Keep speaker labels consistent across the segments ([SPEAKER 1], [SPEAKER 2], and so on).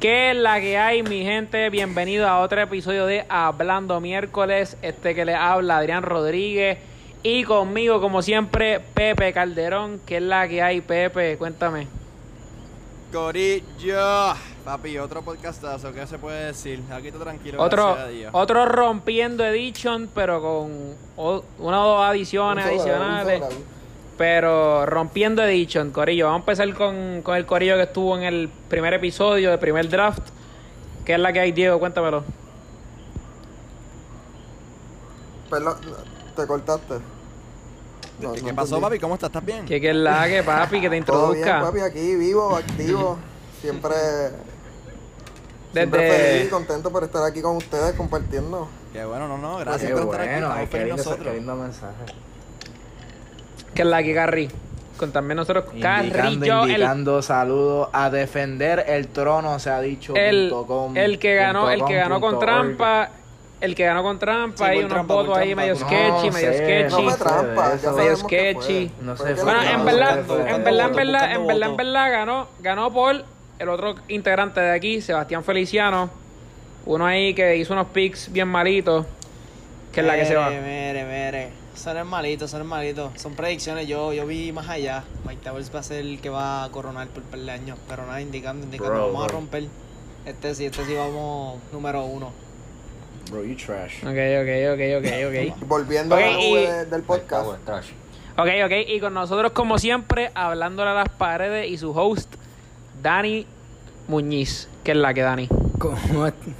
[SPEAKER 1] ¿Qué es la que hay, mi gente? Bienvenido a otro episodio de Hablando Miércoles. Este que le habla Adrián Rodríguez. Y conmigo, como siempre, Pepe Calderón. ¿Qué es la que hay, Pepe? Cuéntame.
[SPEAKER 2] Corillo, papi, otro podcastazo, ¿qué se puede decir? Aquí está tranquilo,
[SPEAKER 1] Otro,
[SPEAKER 2] gracias a Dios.
[SPEAKER 1] otro rompiendo edition, pero con o- una o dos adiciones
[SPEAKER 3] Un sobrado, un
[SPEAKER 1] adicionales.
[SPEAKER 3] sobrado.
[SPEAKER 1] Pero rompiendo edition, Corillo. Vamos a empezar con, con el Corillo que estuvo en el primer episodio, el primer draft. ¿Qué es la que hay, Diego? Cuéntamelo.
[SPEAKER 3] Perdón, te cortaste. No,
[SPEAKER 2] ¿Qué
[SPEAKER 3] no
[SPEAKER 2] pasó,
[SPEAKER 3] entendí.
[SPEAKER 2] papi? ¿Cómo estás? ¿Estás bien?
[SPEAKER 1] ¿Qué, qué es la que, papi? Que te
[SPEAKER 3] Todo bien,
[SPEAKER 1] introduzca.
[SPEAKER 3] papi, aquí vivo, activo. Siempre, siempre feliz y
[SPEAKER 1] Desde,
[SPEAKER 3] contento por estar aquí con ustedes compartiendo.
[SPEAKER 2] Qué bueno, no, no, gracias
[SPEAKER 4] Qué
[SPEAKER 2] por estar aquí.
[SPEAKER 4] bueno, ay,
[SPEAKER 2] estamos
[SPEAKER 4] qué
[SPEAKER 2] felices
[SPEAKER 4] lindo, qué
[SPEAKER 2] nosotros.
[SPEAKER 4] lindo mensaje.
[SPEAKER 1] ¿Qué es la que, Carri? Contarme nosotros. Carrillo,
[SPEAKER 4] Indicando,
[SPEAKER 1] el,
[SPEAKER 4] indicando saludos a defender el trono, se ha dicho.
[SPEAKER 1] el,
[SPEAKER 4] punto com,
[SPEAKER 1] el que ganó,
[SPEAKER 4] punto
[SPEAKER 1] el que
[SPEAKER 4] com,
[SPEAKER 1] ganó con
[SPEAKER 4] punto org.
[SPEAKER 1] trampa. El que ganó con trampa,
[SPEAKER 2] Sí,
[SPEAKER 1] hay
[SPEAKER 2] por
[SPEAKER 1] unos
[SPEAKER 2] trampa, por
[SPEAKER 1] votos ahí
[SPEAKER 2] trampa.
[SPEAKER 1] medio
[SPEAKER 2] No
[SPEAKER 1] sketchy, medio
[SPEAKER 4] sé,
[SPEAKER 3] No
[SPEAKER 1] sketchy.
[SPEAKER 3] fue
[SPEAKER 4] se
[SPEAKER 3] trampa,
[SPEAKER 4] ve
[SPEAKER 3] ya
[SPEAKER 4] eso.
[SPEAKER 3] sabemos
[SPEAKER 1] Medio
[SPEAKER 3] qué
[SPEAKER 1] sketchy.
[SPEAKER 3] fue.
[SPEAKER 4] No se
[SPEAKER 3] Fue que
[SPEAKER 4] fue.
[SPEAKER 1] Bueno,
[SPEAKER 3] se
[SPEAKER 1] en
[SPEAKER 4] Buscando
[SPEAKER 1] verdad,
[SPEAKER 4] votos,
[SPEAKER 1] en
[SPEAKER 4] buscando
[SPEAKER 1] verdad, en
[SPEAKER 4] votos,
[SPEAKER 1] verdad, en
[SPEAKER 2] buscando
[SPEAKER 1] verdad, en
[SPEAKER 2] votos.
[SPEAKER 1] verdad ganó, ganó por el otro integrante de aquí, Sebastián Feliciano. Uno ahí que hizo unos picks bien malitos. Que es la que se va.
[SPEAKER 5] Mire, mire, mire. Eso no es malito, eso no es malito. Son predicciones, yo, yo vi más allá. Mike Towers va a ser el que va a coronar por par de años. Pero nada, indicando, indicando.
[SPEAKER 4] Bro,
[SPEAKER 5] vamos a
[SPEAKER 4] bro.
[SPEAKER 5] romper. Este sí, este sí vamos número uno.
[SPEAKER 4] Bro, you trash.
[SPEAKER 1] Ok, ok, ok, ok, ok.
[SPEAKER 3] Volviendo
[SPEAKER 1] Ok,
[SPEAKER 3] a la nube
[SPEAKER 1] y-
[SPEAKER 3] de- del podcast.
[SPEAKER 4] Power trash.
[SPEAKER 1] Ok, ok, y con nosotros como siempre, hablándole a las paredes y su host, Dani Muñiz, que es la que Dani.
[SPEAKER 6] ¿Cómo,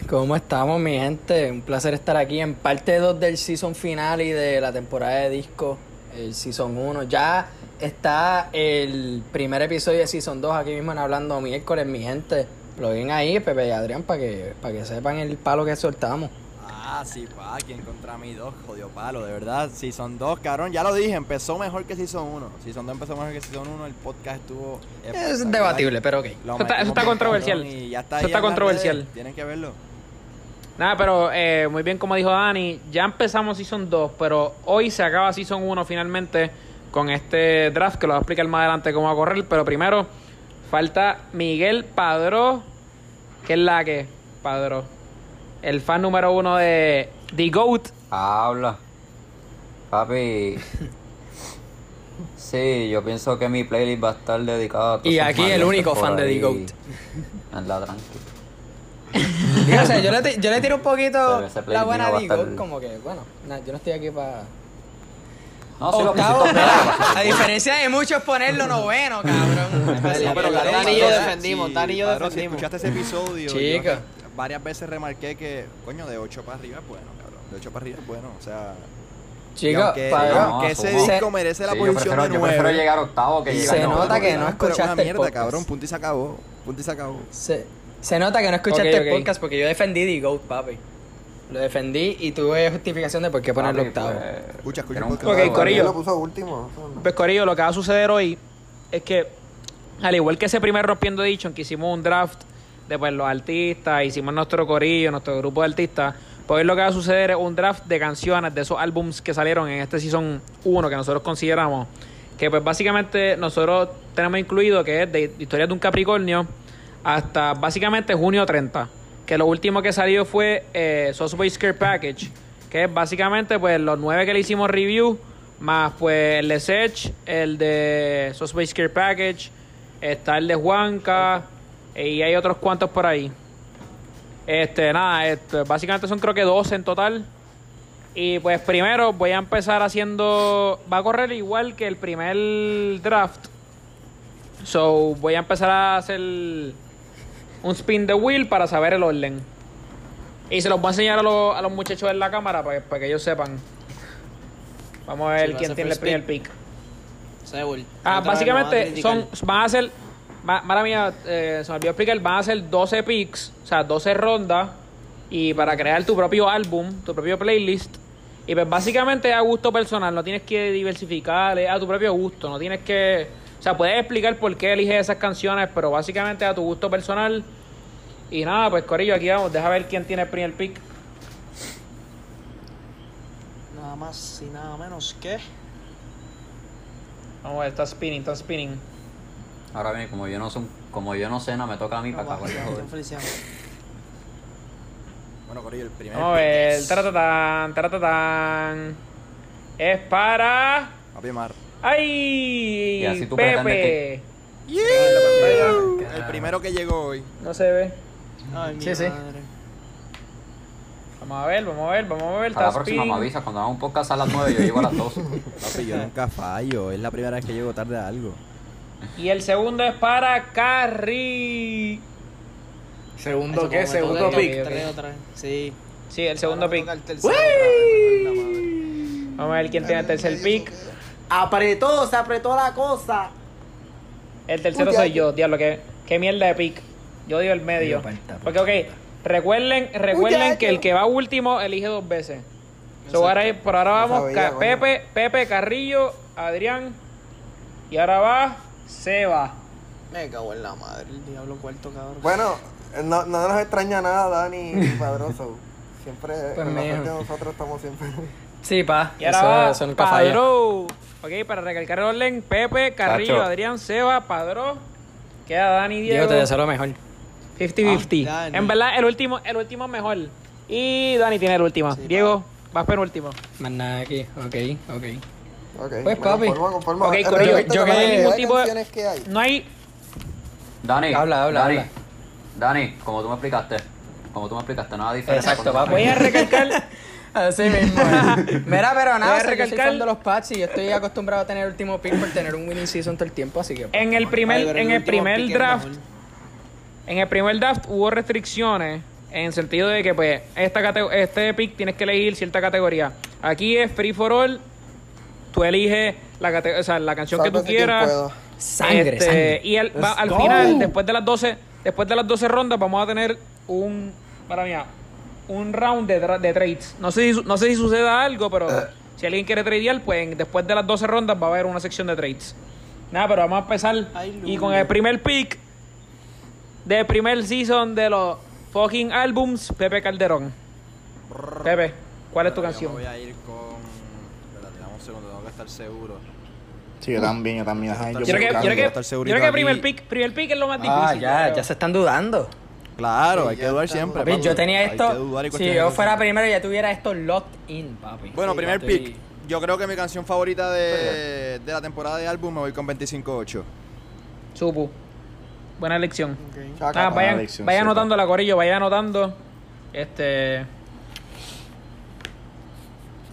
[SPEAKER 6] cómo estamos, mi gente? Un placer estar aquí en parte 2 del season final y de la temporada de disco, el season 1. Ya está el primer episodio de season 2 aquí mismo en Hablando Miércoles, mi gente. Lo ven ahí, Pepe y Adrián, para que, para que sepan el palo que soltamos.
[SPEAKER 2] Ah, sí, pa, quien contra mí dos, jodió palo, de verdad. Si son dos, cabrón, ya lo dije, empezó mejor que si son uno. Si son dos empezó mejor que si son uno, el podcast estuvo.
[SPEAKER 6] Es
[SPEAKER 2] espectacular.
[SPEAKER 6] debatible, pero ok.
[SPEAKER 2] Lo
[SPEAKER 1] Eso está-
[SPEAKER 2] metimos
[SPEAKER 1] eso está
[SPEAKER 2] bien,
[SPEAKER 1] controversial.
[SPEAKER 2] cabrón, y ya
[SPEAKER 1] Eso
[SPEAKER 2] está ahí
[SPEAKER 1] está
[SPEAKER 2] en las
[SPEAKER 1] controversial.
[SPEAKER 2] redes, Tienen que verlo.
[SPEAKER 1] Nada, pero eh, muy bien como dijo Dani, ya empezamos Season 2, pero hoy se acaba Season 1 finalmente con este draft que lo voy a explicar más adelante cómo va a correr, pero primero falta Miguel Padró, que es la que, Padró, el fan número uno de The GOAT.
[SPEAKER 7] Habla. Papi. Sí, yo pienso que mi playlist va a estar dedicada a todos
[SPEAKER 6] Y
[SPEAKER 7] esos
[SPEAKER 6] aquí el
[SPEAKER 7] maleantes
[SPEAKER 6] único
[SPEAKER 7] por
[SPEAKER 6] fan de The
[SPEAKER 7] ahí.
[SPEAKER 6] Goat.
[SPEAKER 7] Anda, tranqui.
[SPEAKER 6] Digo, o sea, yo, le, ti- yo le tiro un poquito
[SPEAKER 7] Pero ese play
[SPEAKER 6] la buena
[SPEAKER 7] mío va a
[SPEAKER 6] digo,
[SPEAKER 7] estar-
[SPEAKER 6] como que, bueno, na- yo no estoy aquí para...
[SPEAKER 7] No, si lo
[SPEAKER 6] Octavo,
[SPEAKER 7] pusiste
[SPEAKER 6] mira, a diferencia de muchos, ponerlo noveno, cabrón.
[SPEAKER 5] Dale,
[SPEAKER 2] pero
[SPEAKER 5] dale,
[SPEAKER 2] cabrón,
[SPEAKER 5] Dani y yo
[SPEAKER 2] si-
[SPEAKER 5] defendimos, Dani y yo
[SPEAKER 2] cabrón, Si
[SPEAKER 5] defendimos.
[SPEAKER 2] escuchaste ese episodio, yo
[SPEAKER 6] Chica.
[SPEAKER 2] re- varias veces remarqué que, coño, de 8 para arriba es bueno, cabrón. De 8 para arriba es bueno, o sea. y
[SPEAKER 6] Chicos,
[SPEAKER 2] aunque,
[SPEAKER 6] para...
[SPEAKER 7] no,
[SPEAKER 2] aunque ese
[SPEAKER 7] asumo.
[SPEAKER 2] disco merece la
[SPEAKER 7] Sí, yo
[SPEAKER 2] posición
[SPEAKER 7] prefiero,
[SPEAKER 2] de
[SPEAKER 7] yo prefiero
[SPEAKER 2] 9.
[SPEAKER 7] llegar octavo que llegar
[SPEAKER 6] Se
[SPEAKER 2] No,
[SPEAKER 7] noveno.
[SPEAKER 6] nota que
[SPEAKER 2] pero
[SPEAKER 6] no
[SPEAKER 2] es una
[SPEAKER 6] escuchaste el
[SPEAKER 2] mierda,
[SPEAKER 6] podcast.
[SPEAKER 2] cabrón. Punto y se acabó. Punto y se acabó.
[SPEAKER 6] Se, se nota que no escuchaste
[SPEAKER 1] Ok, ok.
[SPEAKER 6] el podcast porque yo defendí The Goat, papi. Lo defendí y tuve justificación de por qué
[SPEAKER 1] Ah,
[SPEAKER 6] ponerlo
[SPEAKER 7] Papi,
[SPEAKER 6] octavo.
[SPEAKER 7] pues,
[SPEAKER 2] Escucha, escucha
[SPEAKER 7] era
[SPEAKER 2] el
[SPEAKER 7] un
[SPEAKER 2] podcast.
[SPEAKER 7] clavo,
[SPEAKER 1] Ok, Corillo.
[SPEAKER 3] Yo lo puso último. eso no.
[SPEAKER 1] Pues Corillo, lo que va a suceder hoy es que, al igual que ese primer Rompiendo Dicho, en que hicimos un draft de pues, los artistas, hicimos nuestro Corillo, nuestro grupo de artistas, pues hoy lo que va a suceder es un draft de canciones de esos álbums que salieron en este Season 1 que nosotros consideramos, que pues básicamente nosotros tenemos incluido que es de Historias de un Capricornio hasta básicamente junio 30, que lo último que salió fue eh, Sauce Boy Scare Package, que es básicamente pues los nueve que le hicimos review, más pues el de Sech, el de Sauce Boy Scare Package, está el de Juanca, y hay otros cuantos por ahí. Este, nada, este, básicamente son creo que 12 en total. Y pues primero voy a empezar haciendo. Va a correr igual que el primer draft. So voy a empezar a hacer un spin the wheel para saber el orden. Y se los voy a enseñar a, los- a los muchachos en la cámara para que, para que ellos sepan. Vamos a
[SPEAKER 5] Sí,
[SPEAKER 1] ver
[SPEAKER 5] va a
[SPEAKER 1] quién
[SPEAKER 5] ser
[SPEAKER 1] tiene el
[SPEAKER 5] first pick.
[SPEAKER 1] primer pick.
[SPEAKER 5] Seúl.
[SPEAKER 1] Ah,
[SPEAKER 5] Otra vez
[SPEAKER 1] básicamente
[SPEAKER 5] nos van a
[SPEAKER 1] son,
[SPEAKER 5] criticar.
[SPEAKER 1] van a ser, ma- mala mía, eh, se me olvidó explicar, van a ser 12 picks, o sea, 12 rondas, y para crear tu propio álbum, tu propio playlist, y pues básicamente a gusto personal, no tienes que diversificar, es a tu propio gusto, no tienes que, o sea, puedes explicar por qué eliges esas canciones, pero básicamente a tu gusto personal, y nada, pues Corillo, aquí vamos, deja ver quién tiene el primer pick.
[SPEAKER 5] Nada más y
[SPEAKER 4] Ah,
[SPEAKER 5] nada menos que.
[SPEAKER 1] Vamos a ver, está spinning, está spinning.
[SPEAKER 7] Ahora bien, como yo no son, como yo no cena, me toca a mí para acabar de joder.
[SPEAKER 2] Bueno, Corillo, el primer.
[SPEAKER 1] Vamos a ver. Taratatán, taratatán. Es para.
[SPEAKER 2] Papi Mar.
[SPEAKER 1] ¡Ay!
[SPEAKER 7] Y así tú
[SPEAKER 1] Pepe.
[SPEAKER 7] pretendes que-
[SPEAKER 2] El primero que llegó hoy.
[SPEAKER 1] No se ve.
[SPEAKER 6] Sí, sí.
[SPEAKER 1] Vamos a ver, vamos a ver, vamos a ver.
[SPEAKER 7] A la
[SPEAKER 1] está
[SPEAKER 7] próxima me
[SPEAKER 1] speeding.
[SPEAKER 7] avisas, cuando haga un podcast a las 9 yo llego a las 12.
[SPEAKER 2] Papi, yo nunca fallo. Es la primera vez que llego tarde a algo.
[SPEAKER 1] Y el segundo es para Carrie.
[SPEAKER 4] Segundo qué, segundo
[SPEAKER 1] toca.
[SPEAKER 4] pick.
[SPEAKER 1] pick.
[SPEAKER 5] Tres otra vez. Sí.
[SPEAKER 1] Sí, el segundo pick.
[SPEAKER 5] pick.
[SPEAKER 1] Vamos a ver quién tiene el tercer pick.
[SPEAKER 4] Apretó, se apretó la cosa.
[SPEAKER 1] El tercero
[SPEAKER 3] Puta,
[SPEAKER 1] soy yo, diablo, qué, qué mierda de pick. Yo digo el medio. Porque, ok, recuerden, recuerden que el que va último elige dos veces. So, ahora, por ahora
[SPEAKER 3] No
[SPEAKER 1] vamos
[SPEAKER 3] sabía,
[SPEAKER 1] Ca-
[SPEAKER 3] coño.
[SPEAKER 1] Pepe, Pepe Carrillo, Adrián. Y ahora va Seba.
[SPEAKER 5] Me cago en la madre, el diablo cuarto, cabrón.
[SPEAKER 3] Bueno, no, no nos extraña nada, Dani y Padroso. Siempre,
[SPEAKER 6] Pues
[SPEAKER 3] en la
[SPEAKER 6] mijo.
[SPEAKER 3] frente de nosotros estamos siempre.
[SPEAKER 6] Sí, pa.
[SPEAKER 1] Y ahora
[SPEAKER 6] Eso, eso
[SPEAKER 1] va
[SPEAKER 6] nunca falla.
[SPEAKER 1] Padró. Ok, para recalcar el orden, Pepe, Carrillo,
[SPEAKER 7] Tacho.
[SPEAKER 1] Adrián, Seba, Padró. Queda Dani
[SPEAKER 6] Diego,
[SPEAKER 1] Diego.
[SPEAKER 6] te deseo lo mejor.
[SPEAKER 1] 50-50.
[SPEAKER 5] Ah, Dani.
[SPEAKER 1] en verdad, el último, el último mejor. Y Dani tiene el último.
[SPEAKER 5] Sí,
[SPEAKER 1] Diego, vas penúltimo.
[SPEAKER 6] Más nada aquí. Ok, ok.
[SPEAKER 3] Ok,
[SPEAKER 6] Pues,
[SPEAKER 3] me
[SPEAKER 6] papi.
[SPEAKER 3] Conformo, conformo.
[SPEAKER 1] Ok,
[SPEAKER 3] Eh,
[SPEAKER 1] Corillo,
[SPEAKER 3] repite
[SPEAKER 6] yo
[SPEAKER 3] la
[SPEAKER 6] que-
[SPEAKER 3] cantidad
[SPEAKER 1] ningún
[SPEAKER 3] de
[SPEAKER 1] tipo de-
[SPEAKER 3] canciones que hay.
[SPEAKER 1] No hay.
[SPEAKER 7] Dani.
[SPEAKER 6] Habla, habla,
[SPEAKER 7] Dani,
[SPEAKER 6] habla.
[SPEAKER 7] Dani, como tú me explicaste. Como tú me explicaste, nada diferente.
[SPEAKER 6] Exacto,
[SPEAKER 7] con-
[SPEAKER 6] papi.
[SPEAKER 1] Voy a recalcar.
[SPEAKER 6] Así mismo. es. Mira, pero
[SPEAKER 1] Voy
[SPEAKER 6] nada,
[SPEAKER 1] a
[SPEAKER 6] o sea, yo soy
[SPEAKER 1] recalcar-
[SPEAKER 6] fan de los Pats y yo estoy acostumbrado a tener el último pick por tener un winning season todo el tiempo, así que.
[SPEAKER 1] En el
[SPEAKER 5] Ay,
[SPEAKER 1] primer,
[SPEAKER 5] pero
[SPEAKER 1] en el
[SPEAKER 5] último pick
[SPEAKER 1] primer
[SPEAKER 5] es
[SPEAKER 1] draft,
[SPEAKER 5] mejor.
[SPEAKER 1] en el primer draft hubo restricciones en sentido de que pues esta cate- este pick tienes que elegir cierta categoría. Aquí es free for all. Tú eliges la, cate- o sea, la canción que
[SPEAKER 3] Sálvese
[SPEAKER 1] tú
[SPEAKER 3] quien
[SPEAKER 1] quieras.
[SPEAKER 3] pueda.
[SPEAKER 6] Sangre,
[SPEAKER 1] Este,
[SPEAKER 6] sangre.
[SPEAKER 1] Y al, va- al
[SPEAKER 6] Let's
[SPEAKER 1] final,
[SPEAKER 6] go.
[SPEAKER 1] después de las 12, después de las 12 rondas, vamos a tener un para mí, un round de, tra- de trades. No sé si su- no sé si suceda algo, pero si alguien quiere tradear, pues en- después de las 12 rondas va a haber una sección de trades. Nada, pero vamos a empezar
[SPEAKER 5] Ay, Lulu.
[SPEAKER 1] y con el primer pick del primer season de los fucking albums Pepe Calderón. Pepe, ¿cuál es tu
[SPEAKER 2] Pero
[SPEAKER 1] canción?
[SPEAKER 2] Yo me voy a ir con. Espérate, dame un segundo, tengo que estar seguro.
[SPEAKER 8] Sí, yo también, yo también. ajá, yo
[SPEAKER 1] Quiero que,
[SPEAKER 8] buscando.
[SPEAKER 1] quiero que,
[SPEAKER 2] Voy a estar
[SPEAKER 1] quiero
[SPEAKER 2] segurito
[SPEAKER 1] que
[SPEAKER 2] aquí.
[SPEAKER 1] primer pick, primer pick es lo más difícil.
[SPEAKER 6] Ah,
[SPEAKER 1] yo
[SPEAKER 6] ya,
[SPEAKER 1] creo.
[SPEAKER 6] ya se están dudando.
[SPEAKER 2] Claro,
[SPEAKER 5] Sí,
[SPEAKER 2] hay que
[SPEAKER 5] ya
[SPEAKER 2] dudar
[SPEAKER 5] estamos.
[SPEAKER 2] siempre.
[SPEAKER 6] Papi,
[SPEAKER 2] papi.
[SPEAKER 6] yo tenía
[SPEAKER 2] Hay que
[SPEAKER 6] esto.
[SPEAKER 2] dudar y
[SPEAKER 6] Si
[SPEAKER 2] cuestionar
[SPEAKER 6] yo
[SPEAKER 2] cosas.
[SPEAKER 6] fuera primero, ya tuviera esto locked in, papi.
[SPEAKER 2] Bueno,
[SPEAKER 6] Sí,
[SPEAKER 2] primer
[SPEAKER 6] papi.
[SPEAKER 2] pick. Yo creo que mi canción favorita de, de la temporada de álbum me voy con 25-8.
[SPEAKER 1] Supu. Buena elección.
[SPEAKER 5] Ok.
[SPEAKER 3] Chaca,
[SPEAKER 6] Ah,
[SPEAKER 1] Nada,
[SPEAKER 3] pa.
[SPEAKER 1] vayan,
[SPEAKER 8] elección,
[SPEAKER 1] vayan
[SPEAKER 8] sí,
[SPEAKER 1] anotando la corillo, vayan anotando. Este.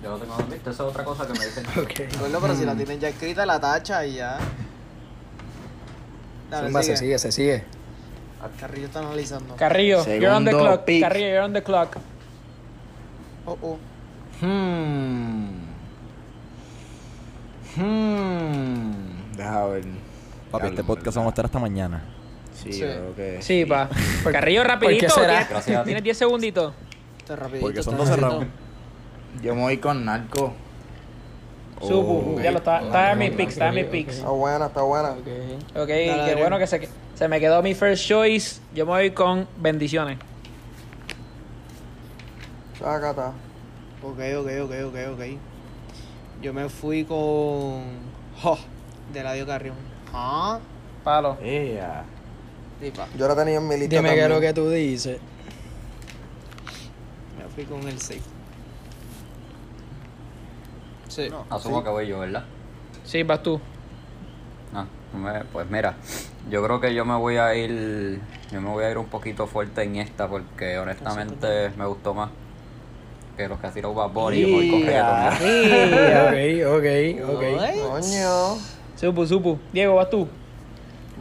[SPEAKER 7] Yo no tengo visto, esa es otra cosa que me dicen.
[SPEAKER 5] Recuerdo, pero
[SPEAKER 6] Mm.
[SPEAKER 5] si la tienen ya escrita, la tacha y ya. Dale,
[SPEAKER 6] Zumba,
[SPEAKER 5] sigue.
[SPEAKER 6] se sigue, se sigue.
[SPEAKER 5] Carrillo está analizando.
[SPEAKER 1] Carrillo, you're on the
[SPEAKER 8] Segundo
[SPEAKER 1] clock.
[SPEAKER 8] pick.
[SPEAKER 1] Carrillo, you're on the clock.
[SPEAKER 5] Oh, oh.
[SPEAKER 8] Hmm. Hmm. Deja ver.
[SPEAKER 2] Papi, este podcast vamos a estar hasta mañana.
[SPEAKER 8] Sí,
[SPEAKER 5] Sí.
[SPEAKER 8] yo creo que.
[SPEAKER 6] Sí, pa.
[SPEAKER 1] Carrillo, rapidito.
[SPEAKER 6] será?
[SPEAKER 1] tienes-
[SPEAKER 7] Gracias a ti.
[SPEAKER 1] Tienes 10 segunditos.
[SPEAKER 5] Está Este rapidito.
[SPEAKER 2] Porque son
[SPEAKER 5] está
[SPEAKER 2] 12
[SPEAKER 5] rapidito.
[SPEAKER 2] rounds.
[SPEAKER 8] Yo me voy con narco.
[SPEAKER 1] Supu, ya lo está. Está en mis picks, está en mis
[SPEAKER 6] ok.
[SPEAKER 1] picks.
[SPEAKER 3] Está buena, está buena.
[SPEAKER 1] Ok,
[SPEAKER 5] Dale,
[SPEAKER 1] qué
[SPEAKER 5] Adrián.
[SPEAKER 1] bueno que se, se me quedó mi first choice. Yo me voy con bendiciones.
[SPEAKER 3] Chácata.
[SPEAKER 5] Ok, ok, ok, ok, ok. Yo me fui con. Jo, de Ladio Carrión. Ah,
[SPEAKER 1] Palo.
[SPEAKER 8] Ea.
[SPEAKER 5] tipa.
[SPEAKER 3] Yo la tenía en mi lista.
[SPEAKER 6] Dime qué es lo
[SPEAKER 3] también.
[SPEAKER 6] que tú dices.
[SPEAKER 5] Me fui con el safe. Sí.
[SPEAKER 7] Asumo que voy yo, ¿verdad?
[SPEAKER 1] Sí, vas tú.
[SPEAKER 7] Ah, me- pues mira, yo creo que yo me voy a ir, yo me voy a ir un poquito fuerte en esta porque honestamente me gustó más que los que ha tirado Bad Bunny yo me voy con reggaeton, ¿no?
[SPEAKER 6] ok, ok, ok.
[SPEAKER 5] Ay,
[SPEAKER 3] Coño.
[SPEAKER 1] Supu, supu. Diego, vas tú.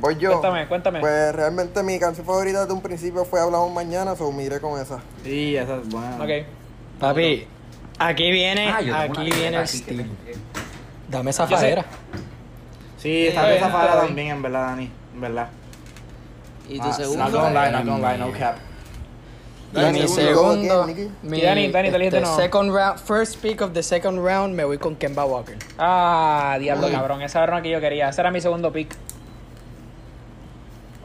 [SPEAKER 3] Voy yo.
[SPEAKER 1] Cuéntame, cuéntame.
[SPEAKER 3] Pues realmente mi canción favorita desde un principio fue Hablamos Mañana, so miré con esa.
[SPEAKER 8] Sí, esa es buena.
[SPEAKER 1] Ok.
[SPEAKER 6] Papi, aquí viene,
[SPEAKER 7] Ah, yo tengo una
[SPEAKER 6] aquí
[SPEAKER 7] libreta
[SPEAKER 6] viene el
[SPEAKER 7] aquí que
[SPEAKER 6] Steve.
[SPEAKER 7] tengo.
[SPEAKER 6] Dame esa
[SPEAKER 1] Yo sé.
[SPEAKER 6] fajera.
[SPEAKER 8] Sí,
[SPEAKER 5] Está
[SPEAKER 8] está
[SPEAKER 5] bien,
[SPEAKER 8] esa
[SPEAKER 5] está
[SPEAKER 8] falla
[SPEAKER 5] bien.
[SPEAKER 8] también, en verdad, Dani. En verdad.
[SPEAKER 5] Y tu
[SPEAKER 8] Ah,
[SPEAKER 5] segundo.
[SPEAKER 8] Not gonna lie, not gonna lie, no cap.
[SPEAKER 6] Y
[SPEAKER 3] Dale,
[SPEAKER 6] mi
[SPEAKER 3] segundo,
[SPEAKER 6] segundo,
[SPEAKER 3] ¿quién, Nicky?
[SPEAKER 6] mi
[SPEAKER 1] Y Dani, Dani, te elegiste
[SPEAKER 6] este,
[SPEAKER 1] uno.
[SPEAKER 6] second round, first pick of the second round, me voy con Kemba Walker.
[SPEAKER 1] Ah, diablo, cabrón. Esa era una que yo quería. Ese era mi segundo pick.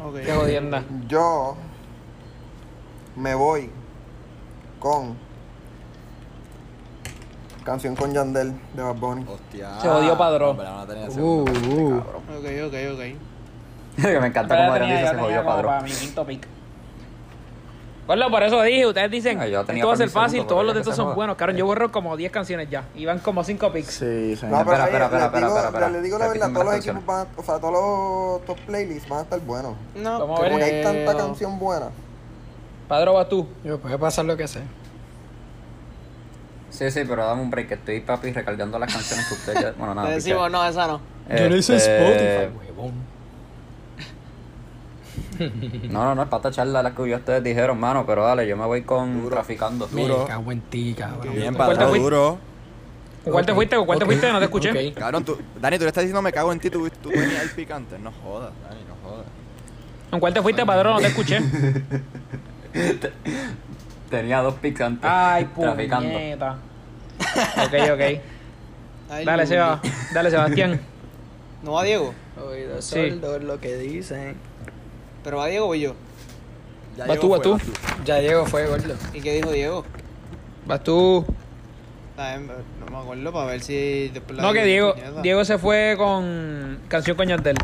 [SPEAKER 5] Ok.
[SPEAKER 1] Qué jodienda.
[SPEAKER 3] Yo me voy con canción con Yandel de Bad Bunny.
[SPEAKER 2] Hostia.
[SPEAKER 1] Se jodió Padrón.
[SPEAKER 2] Hombre, no la tenía de
[SPEAKER 6] Uh,
[SPEAKER 2] segunda.
[SPEAKER 6] uh.
[SPEAKER 5] Ok, ok, ok.
[SPEAKER 7] Me encanta como Adrián dice se
[SPEAKER 9] para
[SPEAKER 7] jodió padrón.
[SPEAKER 9] mi quinto pick.
[SPEAKER 1] Bueno, por eso dije, ustedes dicen,
[SPEAKER 7] Ay, Ah, yo este. tenía
[SPEAKER 1] esto va a ser
[SPEAKER 7] para mi
[SPEAKER 1] fácil,
[SPEAKER 7] segundo,
[SPEAKER 1] todos
[SPEAKER 7] pero
[SPEAKER 1] los de
[SPEAKER 7] ya que
[SPEAKER 1] estos
[SPEAKER 7] se
[SPEAKER 1] son
[SPEAKER 7] joda.
[SPEAKER 1] buenos. Cabrón, yo borro como 10 canciones ya. Y van como 5 picks.
[SPEAKER 8] Sí, sí.
[SPEAKER 3] No, pero
[SPEAKER 7] Espera,
[SPEAKER 3] oye,
[SPEAKER 7] espera, espera,
[SPEAKER 3] les
[SPEAKER 7] espera,
[SPEAKER 3] digo-
[SPEAKER 7] espera, espera.
[SPEAKER 3] Les digo la verdad,
[SPEAKER 7] Repíteme
[SPEAKER 3] todos los
[SPEAKER 7] las
[SPEAKER 3] equipos van, a- o sea, todos los top playlists van a estar buenos.
[SPEAKER 5] No,
[SPEAKER 1] Vamos a ver.
[SPEAKER 3] Porque hay tanta
[SPEAKER 5] creo.
[SPEAKER 3] canción buena.
[SPEAKER 1] Padro, va tú.
[SPEAKER 6] Yo, puede pasar lo que sea.
[SPEAKER 7] Sí, sí, pero dame un break. que Estoy, papi, recargando las canciones que ustedes ya... Bueno, nada.
[SPEAKER 5] Te
[SPEAKER 7] piché.
[SPEAKER 5] decimos, no, esa no.
[SPEAKER 6] Yo no hice
[SPEAKER 7] Este,
[SPEAKER 6] Spotify, huevón.
[SPEAKER 7] No, no, no, es para esta charla la que yo ustedes dijeron, mano, pero dale, yo me voy con traficando.
[SPEAKER 6] Me cago en ti, cabrón.
[SPEAKER 2] Bien,
[SPEAKER 1] ¿Cuál te
[SPEAKER 2] patrón,
[SPEAKER 1] fuiste?
[SPEAKER 2] duro.
[SPEAKER 1] ¿Con cuál te
[SPEAKER 6] Ok,
[SPEAKER 1] fuiste? ¿Con cuál te
[SPEAKER 6] ok,
[SPEAKER 1] fuiste? No te escuché.
[SPEAKER 6] ok.
[SPEAKER 2] Cabrón, tú, Dani, tú le estás diciendo me cago en ti, tú, tú tenías el picante. No jodas, Dani, no jodas.
[SPEAKER 1] ¿Con cuál te fuiste, padrón? No te escuché.
[SPEAKER 7] Tenía dos picks antes.
[SPEAKER 1] Ay,
[SPEAKER 7] Traficando.
[SPEAKER 1] puñeta. ok, ok.
[SPEAKER 5] Ay,
[SPEAKER 1] Dale,
[SPEAKER 5] Luli.
[SPEAKER 1] Seba. Dale, Sebastián.
[SPEAKER 5] No va Diego,
[SPEAKER 6] Oídos
[SPEAKER 1] Sí.
[SPEAKER 6] sordos, lo que dicen.
[SPEAKER 5] pero va Diego o voy yo.
[SPEAKER 2] Ya
[SPEAKER 1] Vas
[SPEAKER 2] llegó,
[SPEAKER 1] tú, vas
[SPEAKER 2] fue,
[SPEAKER 1] tú.
[SPEAKER 6] Ya Diego fue, gordo.
[SPEAKER 5] ¿Y qué dijo Diego?
[SPEAKER 1] Vas tú.
[SPEAKER 5] Ah, em, No me acuerdo para ver si después la
[SPEAKER 1] No, que Diego,
[SPEAKER 5] puñeta.
[SPEAKER 1] Diego se fue con canción con Yandel.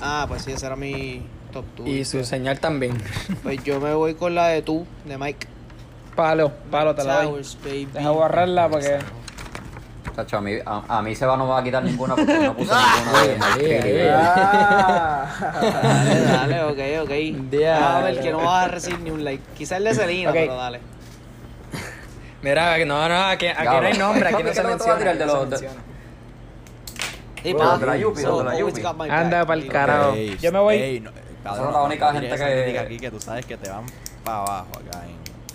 [SPEAKER 5] Ah, pues sí, ese era mi top 2.
[SPEAKER 6] Y su señal también.
[SPEAKER 5] Pues yo me voy con la de tú, de Mike.
[SPEAKER 1] Palo, palo, te la doy.
[SPEAKER 5] Towers, baby.
[SPEAKER 1] Deja borrarla porque.
[SPEAKER 7] Chacho, a mí, a, a mí Seba no me va a quitar ninguna porque no puse ninguna de
[SPEAKER 6] Ay,
[SPEAKER 7] Martín
[SPEAKER 6] ay,
[SPEAKER 7] y-
[SPEAKER 8] Ah.
[SPEAKER 5] Dale, dale, ok, ok.
[SPEAKER 6] Diablo.
[SPEAKER 5] a ver, que no vas a recibir ni un like. Quizás el de Selena,
[SPEAKER 1] Ok.
[SPEAKER 5] pero dale.
[SPEAKER 6] Mira, no, no, aquí, aquí no
[SPEAKER 7] Cabrón.
[SPEAKER 6] hay nombre, aquí
[SPEAKER 7] ¿Por
[SPEAKER 6] no
[SPEAKER 7] qué
[SPEAKER 6] se
[SPEAKER 7] no te vas a
[SPEAKER 6] menciona.
[SPEAKER 7] tirar de
[SPEAKER 6] aquí no se
[SPEAKER 7] los- de-
[SPEAKER 6] menciona.
[SPEAKER 5] Sí,
[SPEAKER 7] Bueno,
[SPEAKER 5] pa.
[SPEAKER 7] de la Yupi,
[SPEAKER 5] So,
[SPEAKER 7] de la
[SPEAKER 5] always
[SPEAKER 7] Yupi.
[SPEAKER 5] got my back.
[SPEAKER 1] Anda pa'l
[SPEAKER 5] Digo,
[SPEAKER 1] carajo. Claro,
[SPEAKER 2] Ey,
[SPEAKER 1] yo me voy.
[SPEAKER 2] ey, no, eh, padrón,
[SPEAKER 7] Somos la
[SPEAKER 2] no,
[SPEAKER 7] única
[SPEAKER 2] no tires
[SPEAKER 7] gente
[SPEAKER 2] esa
[SPEAKER 7] que-
[SPEAKER 2] crítica aquí que tú sabes que te van para abajo acá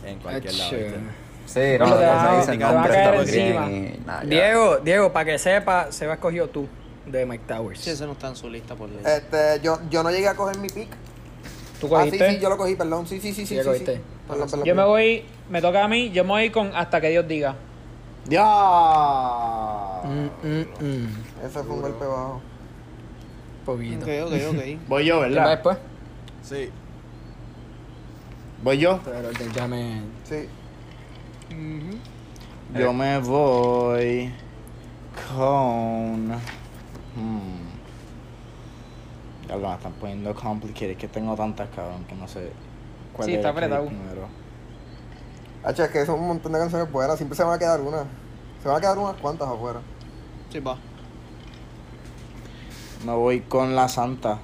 [SPEAKER 2] en, en cualquier lado.
[SPEAKER 6] Acho.
[SPEAKER 2] ¿viste?
[SPEAKER 7] Sí, no,
[SPEAKER 1] Te
[SPEAKER 7] ya
[SPEAKER 1] va-
[SPEAKER 7] se dice el
[SPEAKER 1] te va a
[SPEAKER 7] nombre,
[SPEAKER 1] caer
[SPEAKER 7] estamos bien
[SPEAKER 1] encima.
[SPEAKER 7] y nada, ya.
[SPEAKER 6] Diego, Diego, para que sepa, se va escogido tú de Mike Towers.
[SPEAKER 5] Sí, ese no está en su lista por ley.
[SPEAKER 7] Eh,
[SPEAKER 3] Este, yo, yo no llegué a coger mi pick.
[SPEAKER 1] ¿Tú
[SPEAKER 3] Ah, sí,
[SPEAKER 1] cogiste?
[SPEAKER 3] sí, yo lo cogí, perdón. Sí, sí, sí, sí.
[SPEAKER 6] Ya
[SPEAKER 3] sí, sí.
[SPEAKER 6] cogiste.
[SPEAKER 3] Perdón, perdón,
[SPEAKER 1] Yo me
[SPEAKER 3] perdón.
[SPEAKER 1] voy, me toca a mí, yo me voy con hasta que Dios diga.
[SPEAKER 8] ¡Ya!
[SPEAKER 6] Mm, mm, mm.
[SPEAKER 3] Ese fue un golpe bajo.
[SPEAKER 6] Poquito.
[SPEAKER 5] Ok, ok, ok.
[SPEAKER 8] Voy yo,
[SPEAKER 6] ¿Quién va
[SPEAKER 8] ¿verdad?
[SPEAKER 6] después?
[SPEAKER 2] Sí.
[SPEAKER 8] Voy yo.
[SPEAKER 6] Pero el del ya me...
[SPEAKER 3] Sí.
[SPEAKER 8] Yo me voy con. Hmm. Ya lo me están poniendo complicated. Es que tengo tantas, cabrón, que no sé cuál
[SPEAKER 1] Sí,
[SPEAKER 8] es
[SPEAKER 1] está apretado.
[SPEAKER 8] primero.
[SPEAKER 3] Hacho, es que son un montón de canciones buenas. Siempre se van a quedar una. Se van a quedar unas cuantas afuera.
[SPEAKER 5] Sí, pa.
[SPEAKER 8] Me voy con la Santa.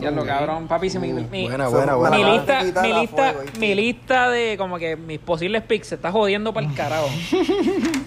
[SPEAKER 1] Ya lo cabrón, papi, si mi, mi-
[SPEAKER 6] Buena,
[SPEAKER 3] Son-
[SPEAKER 6] buena,
[SPEAKER 3] me
[SPEAKER 6] buena.
[SPEAKER 1] mi
[SPEAKER 3] la van a
[SPEAKER 1] lista,
[SPEAKER 3] quitar
[SPEAKER 1] mi
[SPEAKER 3] a
[SPEAKER 1] lista,
[SPEAKER 3] fuego, ¿viste?
[SPEAKER 1] mi lista de como que mis posibles picks se está jodiendo para el carajo.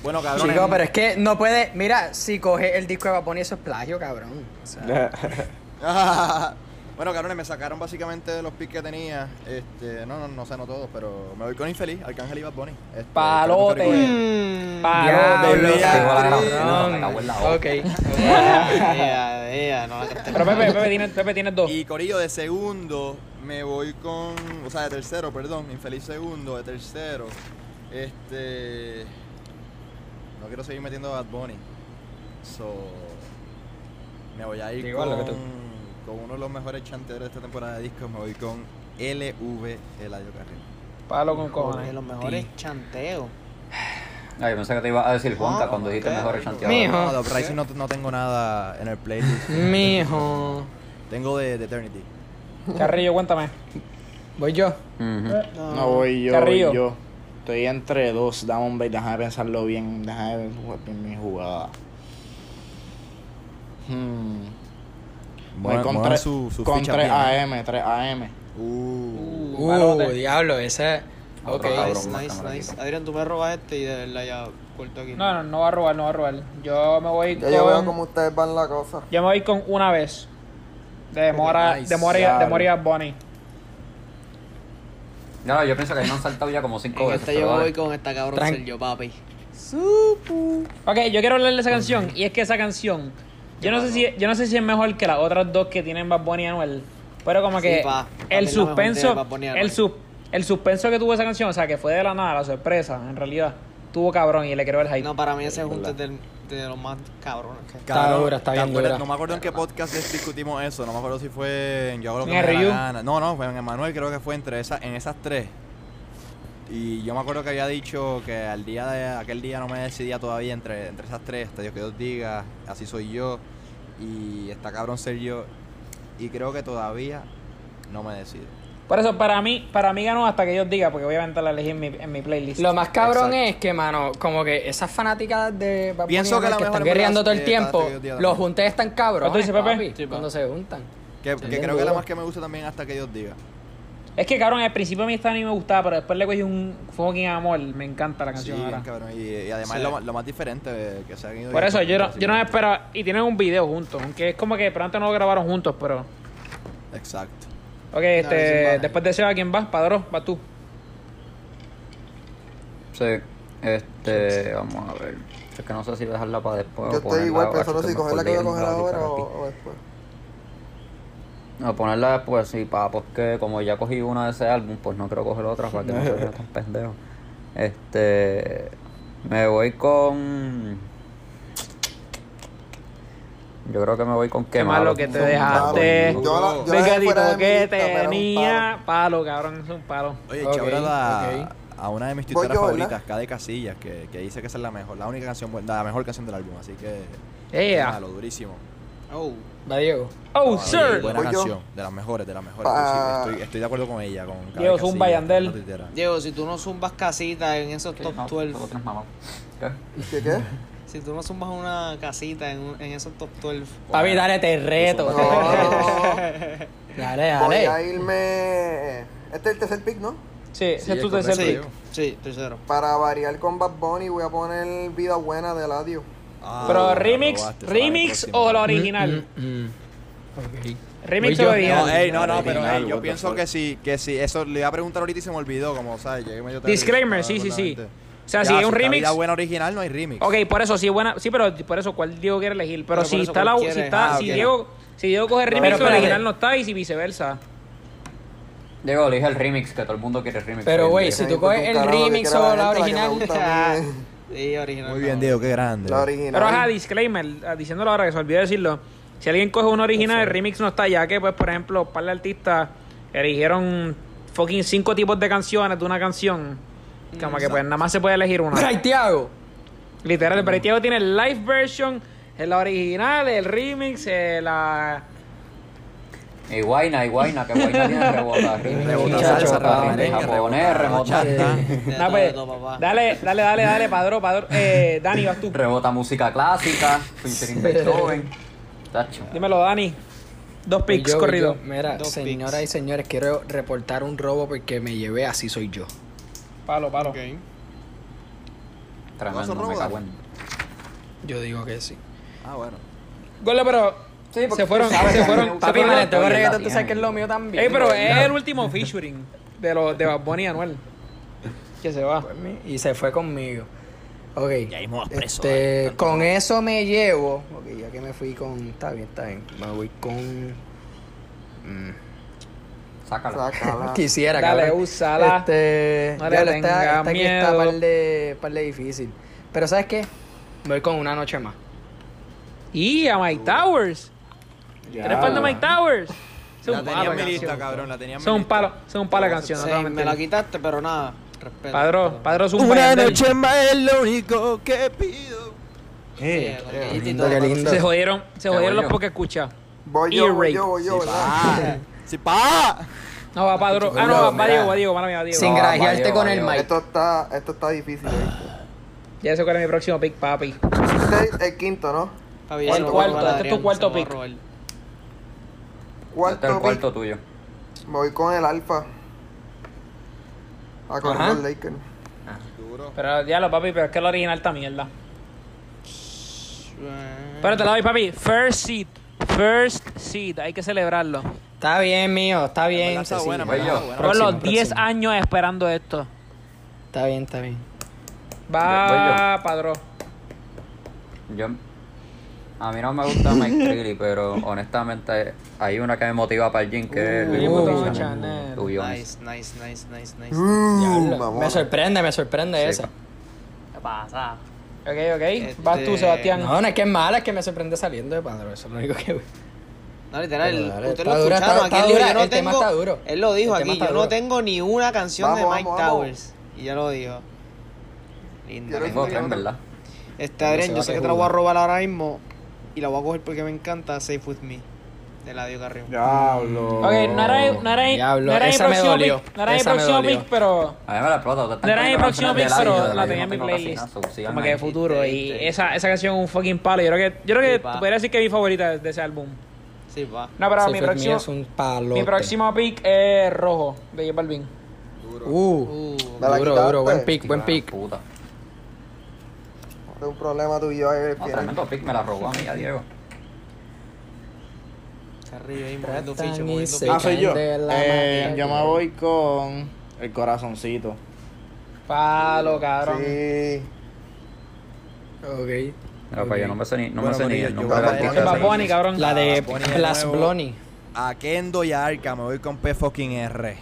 [SPEAKER 2] Bueno, cabrón.
[SPEAKER 6] Chico, pero es que no puede... Mira, si coge el disco de Baboni, eso es plagio, cabrón. O sea,
[SPEAKER 2] bueno, cabrones, me sacaron básicamente de los picks que tenía. Este, no, no, no sé, no todos, pero me voy con Infeliz, Arcángel y Bad Bunny. Este,
[SPEAKER 1] Palote.
[SPEAKER 2] creo que estoy
[SPEAKER 1] Mm, Palo,
[SPEAKER 6] diablo,
[SPEAKER 2] diablo,
[SPEAKER 6] cabrón.
[SPEAKER 7] me cago en la
[SPEAKER 6] Ok.
[SPEAKER 5] Ea, ea, ea, no la canté.
[SPEAKER 1] Pero Pepe, Pepe tienes Pepe, tienes
[SPEAKER 2] con
[SPEAKER 1] dos.
[SPEAKER 2] él. Y Corillo de segundo, me voy con. O sea, de tercero, perdón. Infeliz segundo, de tercero. Este. No quiero seguir metiendo a Bad Bunny. So. Me voy a ir
[SPEAKER 7] Digo,
[SPEAKER 2] con,
[SPEAKER 7] lo que tú-
[SPEAKER 2] con uno de los mejores chanteros de esta temporada de discos. Me voy con LV Eladio Carrillo.
[SPEAKER 1] Palo con
[SPEAKER 5] De
[SPEAKER 1] cojones.
[SPEAKER 5] los mejores chanteos.
[SPEAKER 7] Ay, yo pensé que te iba a decir Juanca cuando dijiste
[SPEAKER 5] ok.
[SPEAKER 7] mejor chanteador.
[SPEAKER 6] Mijo.
[SPEAKER 2] No, de Uprising no, no tengo nada en el playlist.
[SPEAKER 6] Mijo.
[SPEAKER 2] Tengo de, de Eternity.
[SPEAKER 1] Carrillo, cuéntame.
[SPEAKER 6] Voy yo.
[SPEAKER 7] Ujú.
[SPEAKER 8] No voy yo,
[SPEAKER 1] Carrillo.
[SPEAKER 8] voy yo. Estoy entre dos. Dame un break, déjame pensarlo bien. Déjame jugar bien mi jugada. Hmm. Voy
[SPEAKER 2] Muevan-
[SPEAKER 8] con
[SPEAKER 2] muevan
[SPEAKER 8] 3,
[SPEAKER 2] su- sus
[SPEAKER 8] con
[SPEAKER 2] fichas
[SPEAKER 8] 3
[SPEAKER 2] bien, eh.
[SPEAKER 8] AM, 3 AM.
[SPEAKER 2] Uh.
[SPEAKER 6] Uh, diablo, ese... Ok.
[SPEAKER 7] Otro cabrón.
[SPEAKER 5] Nice,
[SPEAKER 7] más
[SPEAKER 5] nice,
[SPEAKER 7] cámara
[SPEAKER 5] nice.
[SPEAKER 7] aquí.
[SPEAKER 5] Adrián, tú me robas este y de verdad ya corto aquí.
[SPEAKER 1] No, no, no va a robar, no va a robar. Yo me voy
[SPEAKER 3] Ya yo veo
[SPEAKER 1] con
[SPEAKER 3] cómo ustedes van la cosa.
[SPEAKER 1] yo me voy con una vez. De Mora,
[SPEAKER 8] Nice,
[SPEAKER 1] de Mora, y- de
[SPEAKER 8] claro.
[SPEAKER 1] Mora y Bad Bunny.
[SPEAKER 7] Ya, no, yo pienso que ahí me han saltado ya como cinco
[SPEAKER 5] En
[SPEAKER 7] veces.
[SPEAKER 5] esta
[SPEAKER 7] pero
[SPEAKER 5] yo
[SPEAKER 7] dale.
[SPEAKER 5] voy con esta cabrón
[SPEAKER 6] Tran-
[SPEAKER 5] Sergio, papi.
[SPEAKER 1] Ok, yo quiero hablar de esa canción. Y es que esa canción, yo no sé si, yo no sé si es mejor que las otras dos que tienen Bad Bunny y Anuel. Pero como
[SPEAKER 5] Sí,
[SPEAKER 1] que
[SPEAKER 5] pa, pa mí
[SPEAKER 1] el
[SPEAKER 5] es la mejor de
[SPEAKER 1] suspenso,
[SPEAKER 5] Bad Bunny y Anuel.
[SPEAKER 1] el, sus- el suspenso que tuvo esa canción, o sea, que fue de la nada, la sorpresa, en realidad, tuvo cabrón y le creo el hype.
[SPEAKER 5] No, para mí ese junte es del- de los más cabrones que
[SPEAKER 6] Está dura, está
[SPEAKER 2] ¿te
[SPEAKER 6] bien
[SPEAKER 2] acuerdas?
[SPEAKER 6] dura.
[SPEAKER 2] No me acuerdo en qué podcast es- discutimos eso. No me acuerdo si fue en Yo hago lo que
[SPEAKER 1] En
[SPEAKER 2] me da la
[SPEAKER 1] RU.
[SPEAKER 2] gana. No, no, fue en Emanuel. Creo que fue entre esas, en esas tres. Y yo me acuerdo que había dicho que al día de aquel día no me decidía todavía entre, entre esas tres. Hasta Dios que Dios diga, así soy yo. Y está cabrón Sergio y creo que todavía no me decido.
[SPEAKER 1] Por eso, para mí, para mí ganó hasta que ellos diga, porque obviamente la elegí en mi, en mi playlist.
[SPEAKER 6] Lo más cabrón
[SPEAKER 2] Exacto.
[SPEAKER 6] es que, mano, como que esas fanáticas de Bad Bunny
[SPEAKER 2] Pienso
[SPEAKER 6] y
[SPEAKER 2] que
[SPEAKER 6] demás
[SPEAKER 2] la
[SPEAKER 6] que
[SPEAKER 2] mejor
[SPEAKER 6] están guerreando
[SPEAKER 2] embarazo
[SPEAKER 6] todo el
[SPEAKER 2] que
[SPEAKER 6] tiempo,
[SPEAKER 2] hasta que yo diga la
[SPEAKER 6] los
[SPEAKER 2] mano.
[SPEAKER 6] juntes están cabrones.
[SPEAKER 1] ¿Tú dices, Pepe?
[SPEAKER 6] papi,
[SPEAKER 1] Sí, pa.
[SPEAKER 6] cuando se juntan.
[SPEAKER 2] Que,
[SPEAKER 6] Sí,
[SPEAKER 2] que
[SPEAKER 6] bien
[SPEAKER 2] creo que es la
[SPEAKER 6] duro.
[SPEAKER 2] más que me gusta también hasta que ellos digan.
[SPEAKER 1] Es que, cabrón, al principio a mí esta ni me gustaba, pero después le cogí un fucking amor. Me encanta la
[SPEAKER 2] Sí,
[SPEAKER 1] canción
[SPEAKER 2] bien
[SPEAKER 1] ahora.
[SPEAKER 2] cabrón. Y, y además
[SPEAKER 5] Sí.
[SPEAKER 2] lo, más- lo más diferente eh, que se han ido.
[SPEAKER 1] Por eso, yo no,
[SPEAKER 2] así
[SPEAKER 1] yo no
[SPEAKER 2] que-
[SPEAKER 1] esperaba... Y tienen un video juntos, aunque es como que pronto no lo grabaron juntos, pero...
[SPEAKER 2] Exacto.
[SPEAKER 1] Ok, este,
[SPEAKER 5] sin baja.
[SPEAKER 1] después de Seba, ¿quién va? Padrón, va tú.
[SPEAKER 7] Sí, este, vamos a ver. Es que no sé si dejarla para después.
[SPEAKER 3] Yo
[SPEAKER 7] o
[SPEAKER 3] estoy
[SPEAKER 7] ponerla,
[SPEAKER 3] igual,
[SPEAKER 7] o
[SPEAKER 3] pero solo
[SPEAKER 7] esto
[SPEAKER 3] si
[SPEAKER 7] me
[SPEAKER 3] coger la que voy a coger
[SPEAKER 7] acordé de
[SPEAKER 3] ahora
[SPEAKER 7] Karate.
[SPEAKER 3] o, o después.
[SPEAKER 7] No, ponerla después, sí, pa, porque como ya cogí una de ese álbum, pues no quiero coger otra para que no se vea tan pendejo. Este. Me voy con. Yo creo que me voy con qué,
[SPEAKER 1] Qué malo que te
[SPEAKER 3] Un
[SPEAKER 1] dejaste.
[SPEAKER 3] palo. Yo la- yo la dejé fuera de
[SPEAKER 1] Vengadito
[SPEAKER 3] mi
[SPEAKER 1] que
[SPEAKER 3] lista, pero era un
[SPEAKER 1] tenía. Palo, cabrón, es un palo.
[SPEAKER 2] Oye,
[SPEAKER 6] Ok,
[SPEAKER 2] chabra a,
[SPEAKER 6] ok.
[SPEAKER 2] a una de mis
[SPEAKER 3] Voy
[SPEAKER 2] tuiteras
[SPEAKER 3] yo, ¿verdad?
[SPEAKER 2] favoritas, Cade Casillas, que, que dice que esa es la mejor, la única canción buena, la mejor canción del álbum, así que.
[SPEAKER 1] Yeah.
[SPEAKER 2] nada, lo durísimo.
[SPEAKER 5] Oh.
[SPEAKER 6] Va Diego.
[SPEAKER 1] Oh,
[SPEAKER 2] Sí,
[SPEAKER 1] sir.
[SPEAKER 2] Buena
[SPEAKER 3] Voy yo. Ah.
[SPEAKER 2] canción, de las mejores, de las mejores. pues
[SPEAKER 3] Pa-
[SPEAKER 2] Sí, estoy, estoy de acuerdo con ella, con Cade
[SPEAKER 1] Diego Zumba
[SPEAKER 2] Casillas,
[SPEAKER 1] y Yandel.
[SPEAKER 2] una tuitera.
[SPEAKER 5] Diego, si tú no zumbas casita en esos top 12,
[SPEAKER 3] ¿Qué qué?
[SPEAKER 5] si tú no zumbas una casita en, un- en esos top 12,
[SPEAKER 6] Papi, dale, te reto.
[SPEAKER 3] No, no, no.
[SPEAKER 6] Dale,
[SPEAKER 3] Voy a
[SPEAKER 6] dale.
[SPEAKER 3] irme. Este es el tercer pick, ¿no?
[SPEAKER 1] Sí, ese es
[SPEAKER 2] es
[SPEAKER 1] tu
[SPEAKER 2] correcto,
[SPEAKER 1] tercer
[SPEAKER 5] sí,
[SPEAKER 1] pick.
[SPEAKER 5] sí, tercero.
[SPEAKER 3] Para variar con Bad Bunny voy a poner Vida Buena de Eladio.
[SPEAKER 2] Ah,
[SPEAKER 1] Pero
[SPEAKER 2] la
[SPEAKER 1] remix,
[SPEAKER 2] robaste, esa
[SPEAKER 1] remix
[SPEAKER 2] era mi
[SPEAKER 1] o
[SPEAKER 2] próxima.
[SPEAKER 1] la original.
[SPEAKER 6] Mm, mm, mm. Ok.
[SPEAKER 1] Remix
[SPEAKER 6] Voy
[SPEAKER 1] o
[SPEAKER 2] No,
[SPEAKER 6] yo.
[SPEAKER 1] original.
[SPEAKER 2] ey, no, no, pero
[SPEAKER 8] Original,
[SPEAKER 2] ey,
[SPEAKER 8] what
[SPEAKER 2] yo
[SPEAKER 8] the
[SPEAKER 2] pienso
[SPEAKER 8] fuck.
[SPEAKER 2] que sí, que sí, eso le iba a preguntar ahorita y se me olvidó, como sabes, llegué medio tarde.
[SPEAKER 1] Disclaimer, sí, sí,
[SPEAKER 2] estaba con
[SPEAKER 1] sí.
[SPEAKER 2] la mente.
[SPEAKER 1] O sea,
[SPEAKER 2] Ya,
[SPEAKER 1] si es un
[SPEAKER 2] está
[SPEAKER 1] remix.
[SPEAKER 2] Vida buena original, no hay remix.
[SPEAKER 1] Ok, por eso, sí, buena. Sí, pero por eso, ¿cuál Diego quiere elegir? Pero,
[SPEAKER 5] Pero
[SPEAKER 1] si
[SPEAKER 5] por eso,
[SPEAKER 1] está la.
[SPEAKER 5] ¿cuál
[SPEAKER 1] Si
[SPEAKER 5] quiere?
[SPEAKER 1] está,
[SPEAKER 5] Ah,
[SPEAKER 1] si
[SPEAKER 5] ok.
[SPEAKER 1] Diego. Si Diego coge remix,
[SPEAKER 6] pero
[SPEAKER 1] el
[SPEAKER 6] espérate.
[SPEAKER 1] original no está y si viceversa.
[SPEAKER 7] Diego, elige el remix, que todo el mundo quiere el remix.
[SPEAKER 6] Pero,
[SPEAKER 7] hoy en
[SPEAKER 6] güey,
[SPEAKER 7] día.
[SPEAKER 6] si
[SPEAKER 3] Sí,
[SPEAKER 6] tú
[SPEAKER 3] porque
[SPEAKER 6] coges
[SPEAKER 3] un
[SPEAKER 6] el
[SPEAKER 3] carajo que
[SPEAKER 6] remix
[SPEAKER 3] quiera la
[SPEAKER 6] o la
[SPEAKER 3] gente, la que me
[SPEAKER 6] original.
[SPEAKER 3] gusta a mí
[SPEAKER 5] Sí, original.
[SPEAKER 2] Muy bien,
[SPEAKER 5] no.
[SPEAKER 2] Diego, qué
[SPEAKER 3] es
[SPEAKER 2] grande.
[SPEAKER 3] La original.
[SPEAKER 1] Pero ajá, disclaimer, ah, diciéndolo ahora que se olvidó decirlo. Si alguien coge un original, el remix no está, ya que, pues, por ejemplo, un par de artistas eligieron fucking cinco tipos de canciones de una canción. Como que, pues, nada más se puede elegir una.
[SPEAKER 6] Bray, Tiago.
[SPEAKER 1] Literal, el Bretiago tiene el live version, el original, el remix, eh, la.
[SPEAKER 7] Y Guayna, y Guayna, que Guayna tiene rebotar.
[SPEAKER 2] Rebota
[SPEAKER 6] Muchacho,
[SPEAKER 2] salsa,
[SPEAKER 6] papá,
[SPEAKER 2] rebota merengue,
[SPEAKER 7] japonés,
[SPEAKER 2] rebota
[SPEAKER 7] rebota,
[SPEAKER 2] bachata.
[SPEAKER 5] De
[SPEAKER 1] Nah,
[SPEAKER 5] todo,
[SPEAKER 1] pues,
[SPEAKER 5] de todo, papá.
[SPEAKER 1] dale, dale, dale, dale, padrón, padrón. Eh, Dani, vas tú.
[SPEAKER 7] rebota música clásica, featuring Beethoven. Tacho.
[SPEAKER 1] Dímelo, Dani. Dos
[SPEAKER 6] Voy
[SPEAKER 1] picks
[SPEAKER 6] Pues yo, voy
[SPEAKER 1] corrido.
[SPEAKER 6] yo. Mira,
[SPEAKER 5] Dos
[SPEAKER 6] señoras
[SPEAKER 5] picks.
[SPEAKER 6] y señores, quiero reportar un robo porque me llevé así soy yo.
[SPEAKER 1] Palo, palo.
[SPEAKER 5] Ok.
[SPEAKER 7] Tremendo,
[SPEAKER 2] son
[SPEAKER 7] me
[SPEAKER 2] robots?
[SPEAKER 7] cago en.
[SPEAKER 6] Yo digo que sí.
[SPEAKER 2] Ah, bueno.
[SPEAKER 1] Gole, pero. se fueron, se fueron.
[SPEAKER 6] Papi,
[SPEAKER 1] se fueron-
[SPEAKER 6] me le tengo
[SPEAKER 7] Oye,
[SPEAKER 6] reggaetón,
[SPEAKER 7] la
[SPEAKER 6] tú sabes que es
[SPEAKER 7] tiene.
[SPEAKER 6] lo mío también. Pues,
[SPEAKER 1] Ey, pero
[SPEAKER 6] bro.
[SPEAKER 1] es el último featuring de los de Bad Bunny y Anuel. Que se va.
[SPEAKER 6] pues, Y se fue conmigo. Ok.
[SPEAKER 2] mismo vas preso,
[SPEAKER 6] Este, con eso me llevo. Ok, ya que me fui con. Está bien, está bien. Me voy con. Mm.
[SPEAKER 7] Sácala.
[SPEAKER 3] Sácala.
[SPEAKER 6] Quisiera,
[SPEAKER 1] Ah, Dale,
[SPEAKER 6] cabrón.
[SPEAKER 1] úsala.
[SPEAKER 6] Este,
[SPEAKER 1] No le
[SPEAKER 6] diablo, esta-
[SPEAKER 1] tenga
[SPEAKER 6] esta aquí está
[SPEAKER 1] miedo.
[SPEAKER 6] par de, par de difícil. Pero ¿sabes qué? Me voy con una noche más.
[SPEAKER 1] Y a Mike Towers. Tres fans de Mike Towers. Es
[SPEAKER 2] La
[SPEAKER 1] un
[SPEAKER 2] tenía
[SPEAKER 1] palo.
[SPEAKER 2] en mi lista,
[SPEAKER 1] canción.
[SPEAKER 2] cabrón, la tenía en mi
[SPEAKER 1] Son un
[SPEAKER 2] lista.
[SPEAKER 1] palo, son un palo de canción.
[SPEAKER 5] Sí,
[SPEAKER 1] no te voy a
[SPEAKER 5] me la
[SPEAKER 1] mentir.
[SPEAKER 5] quitaste, pero nada. Respeto.
[SPEAKER 1] Padrón, padrón es un
[SPEAKER 2] Una
[SPEAKER 1] bayandel.
[SPEAKER 2] noche más es lo único que pido.
[SPEAKER 5] Eh, con
[SPEAKER 3] eh,
[SPEAKER 5] Kitty y
[SPEAKER 6] lindo,
[SPEAKER 5] todo,
[SPEAKER 6] qué
[SPEAKER 5] padrón.
[SPEAKER 6] lindo.
[SPEAKER 1] Se jodieron, se
[SPEAKER 7] Qué
[SPEAKER 1] jodieron los
[SPEAKER 7] bueno.
[SPEAKER 1] porque escucha.
[SPEAKER 3] Voy yo, voy
[SPEAKER 1] E-rate.
[SPEAKER 3] yo, voy yo, ¿verdad?
[SPEAKER 5] Ah,
[SPEAKER 2] ¡Sí, pa!
[SPEAKER 1] No, va Padro. Ah, no, va, va Diego, va Diego, mala mía, va Diego.
[SPEAKER 6] Sin
[SPEAKER 7] No,
[SPEAKER 6] grajearte
[SPEAKER 7] valió,
[SPEAKER 6] con el
[SPEAKER 7] valió.
[SPEAKER 6] Mike. Ah.
[SPEAKER 3] Esto está, esto está difícil, ¿eh?
[SPEAKER 1] Ya sé cuál es mi próximo pick, papi.
[SPEAKER 3] Este es el quinto, ¿no?
[SPEAKER 5] Fabi,
[SPEAKER 1] El
[SPEAKER 5] se lo
[SPEAKER 1] cuarto,
[SPEAKER 5] voy a robar a
[SPEAKER 1] este es tu
[SPEAKER 5] Adrián,
[SPEAKER 1] cuarto
[SPEAKER 5] se lo voy a
[SPEAKER 1] pick.
[SPEAKER 5] robar.
[SPEAKER 7] Este es el
[SPEAKER 3] Cuarto
[SPEAKER 7] cuarto
[SPEAKER 3] pick.
[SPEAKER 7] tuyo.
[SPEAKER 3] Me voy con el alfa. A correr
[SPEAKER 6] Ajá.
[SPEAKER 3] los Lakers.
[SPEAKER 2] Duro.
[SPEAKER 1] Pero diablo, papi, pero es que el original está mierda.
[SPEAKER 5] Eh,
[SPEAKER 1] Pero te la doy, papi. First seed. First seed. Hay que celebrarlo.
[SPEAKER 6] Está bien, mío, está
[SPEAKER 2] verdad
[SPEAKER 6] bien.
[SPEAKER 2] está
[SPEAKER 6] Cecilia.
[SPEAKER 2] buena, en
[SPEAKER 7] Voy
[SPEAKER 2] verdad
[SPEAKER 7] yo.
[SPEAKER 2] está buena.
[SPEAKER 1] Por los
[SPEAKER 6] Próximo,
[SPEAKER 1] 10
[SPEAKER 6] próximo.
[SPEAKER 1] años esperando esto.
[SPEAKER 6] Está bien, está bien.
[SPEAKER 1] Va, Padro.
[SPEAKER 7] Yo, a mí no me gusta Mike Trilly, pero honestamente hay una que me motiva para el gym, que es Lil
[SPEAKER 1] Uh,
[SPEAKER 7] Baby Chanel,
[SPEAKER 1] Chanel.
[SPEAKER 7] tu Beyoncé.
[SPEAKER 5] Nice, nice, nice, nice, nice.
[SPEAKER 6] Diablo,
[SPEAKER 3] Uh,
[SPEAKER 6] me
[SPEAKER 3] mamón.
[SPEAKER 6] sorprende, me sorprende
[SPEAKER 7] Sí,
[SPEAKER 6] esa.
[SPEAKER 5] ¿Qué pasa?
[SPEAKER 1] Ok, ok. Vas tú,
[SPEAKER 5] Este,
[SPEAKER 1] Sebastián.
[SPEAKER 6] No, no es que es mala, es que me sorprende saliendo de padrón. Eso es lo único que.
[SPEAKER 5] No, literal,
[SPEAKER 6] Pero dale,
[SPEAKER 5] ustedes
[SPEAKER 6] está
[SPEAKER 5] lo
[SPEAKER 6] dura,
[SPEAKER 5] escucharon
[SPEAKER 6] está-
[SPEAKER 5] aquí.
[SPEAKER 6] está
[SPEAKER 5] él dijo,
[SPEAKER 6] dura,
[SPEAKER 5] yo no
[SPEAKER 6] el tema
[SPEAKER 5] tengo-
[SPEAKER 6] está duro.
[SPEAKER 5] Él lo dijo
[SPEAKER 6] El tema
[SPEAKER 5] aquí, yo
[SPEAKER 6] está
[SPEAKER 5] no
[SPEAKER 6] duro.
[SPEAKER 5] tengo ni una canción
[SPEAKER 3] Vamos,
[SPEAKER 5] de Mike
[SPEAKER 3] vamos, vamos.
[SPEAKER 5] Towers. Y ya lo dijo. Linda.
[SPEAKER 3] Quiero
[SPEAKER 5] linda.
[SPEAKER 7] Tengo tres, pues, en ¿verdad?
[SPEAKER 5] Este
[SPEAKER 6] Yo
[SPEAKER 5] Adrián,
[SPEAKER 6] se
[SPEAKER 5] yo
[SPEAKER 6] va
[SPEAKER 5] sé
[SPEAKER 6] a
[SPEAKER 5] que te la voy a
[SPEAKER 6] jugar.
[SPEAKER 5] robar ahora mismo y la voy a coger porque me encanta Safe With Me de Eladio Carrión.
[SPEAKER 8] Diablo.
[SPEAKER 1] Ok, no era, no era,
[SPEAKER 6] Diablo,
[SPEAKER 1] no era mi
[SPEAKER 6] esa me
[SPEAKER 1] próximo
[SPEAKER 6] dolió,
[SPEAKER 1] pick. No era mi
[SPEAKER 6] esa me
[SPEAKER 1] próximo
[SPEAKER 6] dolió.
[SPEAKER 1] pick, pero.
[SPEAKER 7] A mí me la explota. ustedes están
[SPEAKER 1] No era mi
[SPEAKER 7] poniendo
[SPEAKER 1] próximo pick,
[SPEAKER 7] canciones de
[SPEAKER 1] pero
[SPEAKER 7] Eladio,
[SPEAKER 1] la
[SPEAKER 7] yo
[SPEAKER 1] tenía
[SPEAKER 7] no
[SPEAKER 1] en mi
[SPEAKER 7] tengo casi nada,
[SPEAKER 1] playlist.
[SPEAKER 7] so,
[SPEAKER 1] Como
[SPEAKER 7] síganme
[SPEAKER 1] que de
[SPEAKER 7] ahí.
[SPEAKER 1] futuro. Y
[SPEAKER 5] Triste.
[SPEAKER 1] esa, esa canción fue un palo. Yo creo que, yo creo que
[SPEAKER 5] Sí, pa.
[SPEAKER 1] podría decir que es mi favorita de ese álbum.
[SPEAKER 5] Sí, va.
[SPEAKER 1] No, pero mi
[SPEAKER 6] Save It Me
[SPEAKER 1] próximo,
[SPEAKER 6] es un palo.
[SPEAKER 1] mi próximo pick es Rojo, de J Balvin.
[SPEAKER 6] Uh,
[SPEAKER 5] Uh,
[SPEAKER 3] Me la
[SPEAKER 6] duro,
[SPEAKER 3] quitaste.
[SPEAKER 6] duro. Buen pick,
[SPEAKER 7] Hijo
[SPEAKER 6] buen
[SPEAKER 7] de
[SPEAKER 6] pick.
[SPEAKER 7] Puta.
[SPEAKER 3] Es un problema tuyo ahí.
[SPEAKER 7] No,
[SPEAKER 3] final.
[SPEAKER 7] tremendo pick, me la robó a mí, a Diego.
[SPEAKER 5] arriba ahí, moviendo
[SPEAKER 6] Tratan
[SPEAKER 5] ficha,
[SPEAKER 6] y
[SPEAKER 5] moviendo
[SPEAKER 6] se-
[SPEAKER 5] ficha.
[SPEAKER 8] Ah, soy yo.
[SPEAKER 6] de la
[SPEAKER 8] Eh,
[SPEAKER 6] madre.
[SPEAKER 8] yo me voy con el corazoncito.
[SPEAKER 1] Palo, cabrón.
[SPEAKER 3] Sí.
[SPEAKER 6] ok.
[SPEAKER 7] No, pues yo no me sé ni, no me
[SPEAKER 2] Bueno,
[SPEAKER 7] sé ni
[SPEAKER 2] Corillo,
[SPEAKER 7] el
[SPEAKER 2] yo voy
[SPEAKER 7] nombre del
[SPEAKER 2] a-
[SPEAKER 7] artista
[SPEAKER 1] Es Bad
[SPEAKER 7] de ese
[SPEAKER 1] Bunny,
[SPEAKER 7] disco.
[SPEAKER 1] cabrón.
[SPEAKER 6] La de
[SPEAKER 2] Bad Bunny Ah, de
[SPEAKER 6] Blas
[SPEAKER 2] nuevo.
[SPEAKER 6] Bloney.
[SPEAKER 2] A Kendo y a Arca, me voy con P fucking R.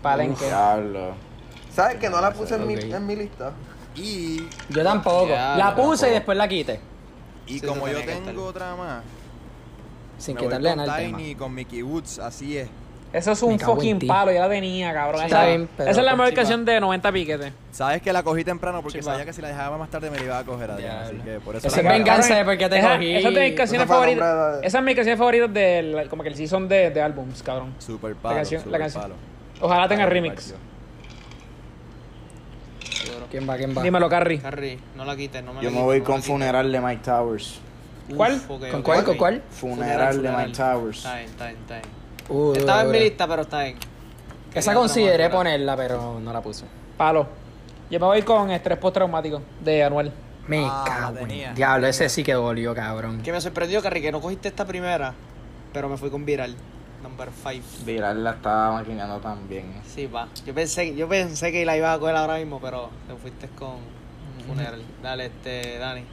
[SPEAKER 1] Palenque.
[SPEAKER 8] Diablo.
[SPEAKER 3] ¿Sabes que no la puse en mi,
[SPEAKER 6] Ok.
[SPEAKER 3] en mi lista?
[SPEAKER 2] Y,
[SPEAKER 6] Yo tampoco.
[SPEAKER 5] Ya,
[SPEAKER 6] la
[SPEAKER 5] yo
[SPEAKER 6] puse y después la quité.
[SPEAKER 2] y
[SPEAKER 5] Sí,
[SPEAKER 2] como
[SPEAKER 5] eso
[SPEAKER 2] yo
[SPEAKER 5] tenía que
[SPEAKER 2] tengo
[SPEAKER 5] estar.
[SPEAKER 2] otra más,
[SPEAKER 6] Sin
[SPEAKER 2] me voy
[SPEAKER 6] quitarle
[SPEAKER 2] con
[SPEAKER 6] nada al tema.
[SPEAKER 2] Tiny y con Mickey Woods, así es.
[SPEAKER 1] Eso es
[SPEAKER 6] Me
[SPEAKER 1] un
[SPEAKER 6] cago en
[SPEAKER 1] fucking
[SPEAKER 6] ti.
[SPEAKER 1] palo, ya la tenía, cabrón.
[SPEAKER 6] Está
[SPEAKER 1] Esa-
[SPEAKER 6] bien, pero-
[SPEAKER 1] esa es la mejor
[SPEAKER 5] Chiva.
[SPEAKER 1] canción de 90 piquetes.
[SPEAKER 2] Sabes que la cogí temprano porque
[SPEAKER 5] Chiva.
[SPEAKER 2] sabía que si la dejaba más tarde me la iba a coger Adrián, así que por eso
[SPEAKER 6] Esa
[SPEAKER 2] la
[SPEAKER 6] es
[SPEAKER 2] grabé.
[SPEAKER 6] venganza. de por qué te
[SPEAKER 1] esa,
[SPEAKER 6] cogí.
[SPEAKER 1] Esa es de mis
[SPEAKER 3] Esa
[SPEAKER 1] canciones
[SPEAKER 3] fue la
[SPEAKER 1] favoritas.
[SPEAKER 3] nombrada.
[SPEAKER 1] Esa es mi canción favorita del, como que el season de, de álbums, cabrón.
[SPEAKER 2] Super palo,
[SPEAKER 1] canción- la
[SPEAKER 2] super
[SPEAKER 1] canción.
[SPEAKER 2] palo.
[SPEAKER 1] Ojalá tenga
[SPEAKER 2] Palo,
[SPEAKER 1] remix.
[SPEAKER 2] partió.
[SPEAKER 6] ¿Quién va? ¿Quién va?
[SPEAKER 1] Dímelo, Carrie.
[SPEAKER 5] Carrie, no la quites, no me la
[SPEAKER 8] Yo me
[SPEAKER 5] quites,
[SPEAKER 8] voy
[SPEAKER 5] no
[SPEAKER 8] con
[SPEAKER 5] la
[SPEAKER 8] Funeral de Mike Towers.
[SPEAKER 5] quites. Uf,
[SPEAKER 1] ¿Cuál?
[SPEAKER 5] ok,
[SPEAKER 6] ¿Con
[SPEAKER 5] ok,
[SPEAKER 6] cuál? ¿Con
[SPEAKER 5] ok.
[SPEAKER 6] cuál?
[SPEAKER 8] Funeral de
[SPEAKER 5] funeral.
[SPEAKER 8] Mike Towers.
[SPEAKER 5] Está bien, está bien, está bien.
[SPEAKER 6] Uh,
[SPEAKER 5] Estaba
[SPEAKER 6] duro,
[SPEAKER 5] en mi
[SPEAKER 6] duro.
[SPEAKER 5] lista, pero está bien.
[SPEAKER 6] Esa consideré ponerla, pero no la puse.
[SPEAKER 1] Palo. Yo me voy con estrés postraumático de Anuel.
[SPEAKER 6] Me
[SPEAKER 2] Ah,
[SPEAKER 6] cago
[SPEAKER 2] la
[SPEAKER 6] en-
[SPEAKER 2] tenía.
[SPEAKER 6] Diablo, ese sí que dolió, cabrón.
[SPEAKER 5] Que me sorprendió, Carrie, que no cogiste esta primera, pero me fui con Viral, number 5.
[SPEAKER 8] Viral la estaba maquinando también.
[SPEAKER 5] Sí, va. Yo pensé, yo pensé que la ibas a coger ahora mismo, pero te fuiste con Funeral. Dale, este, Dani.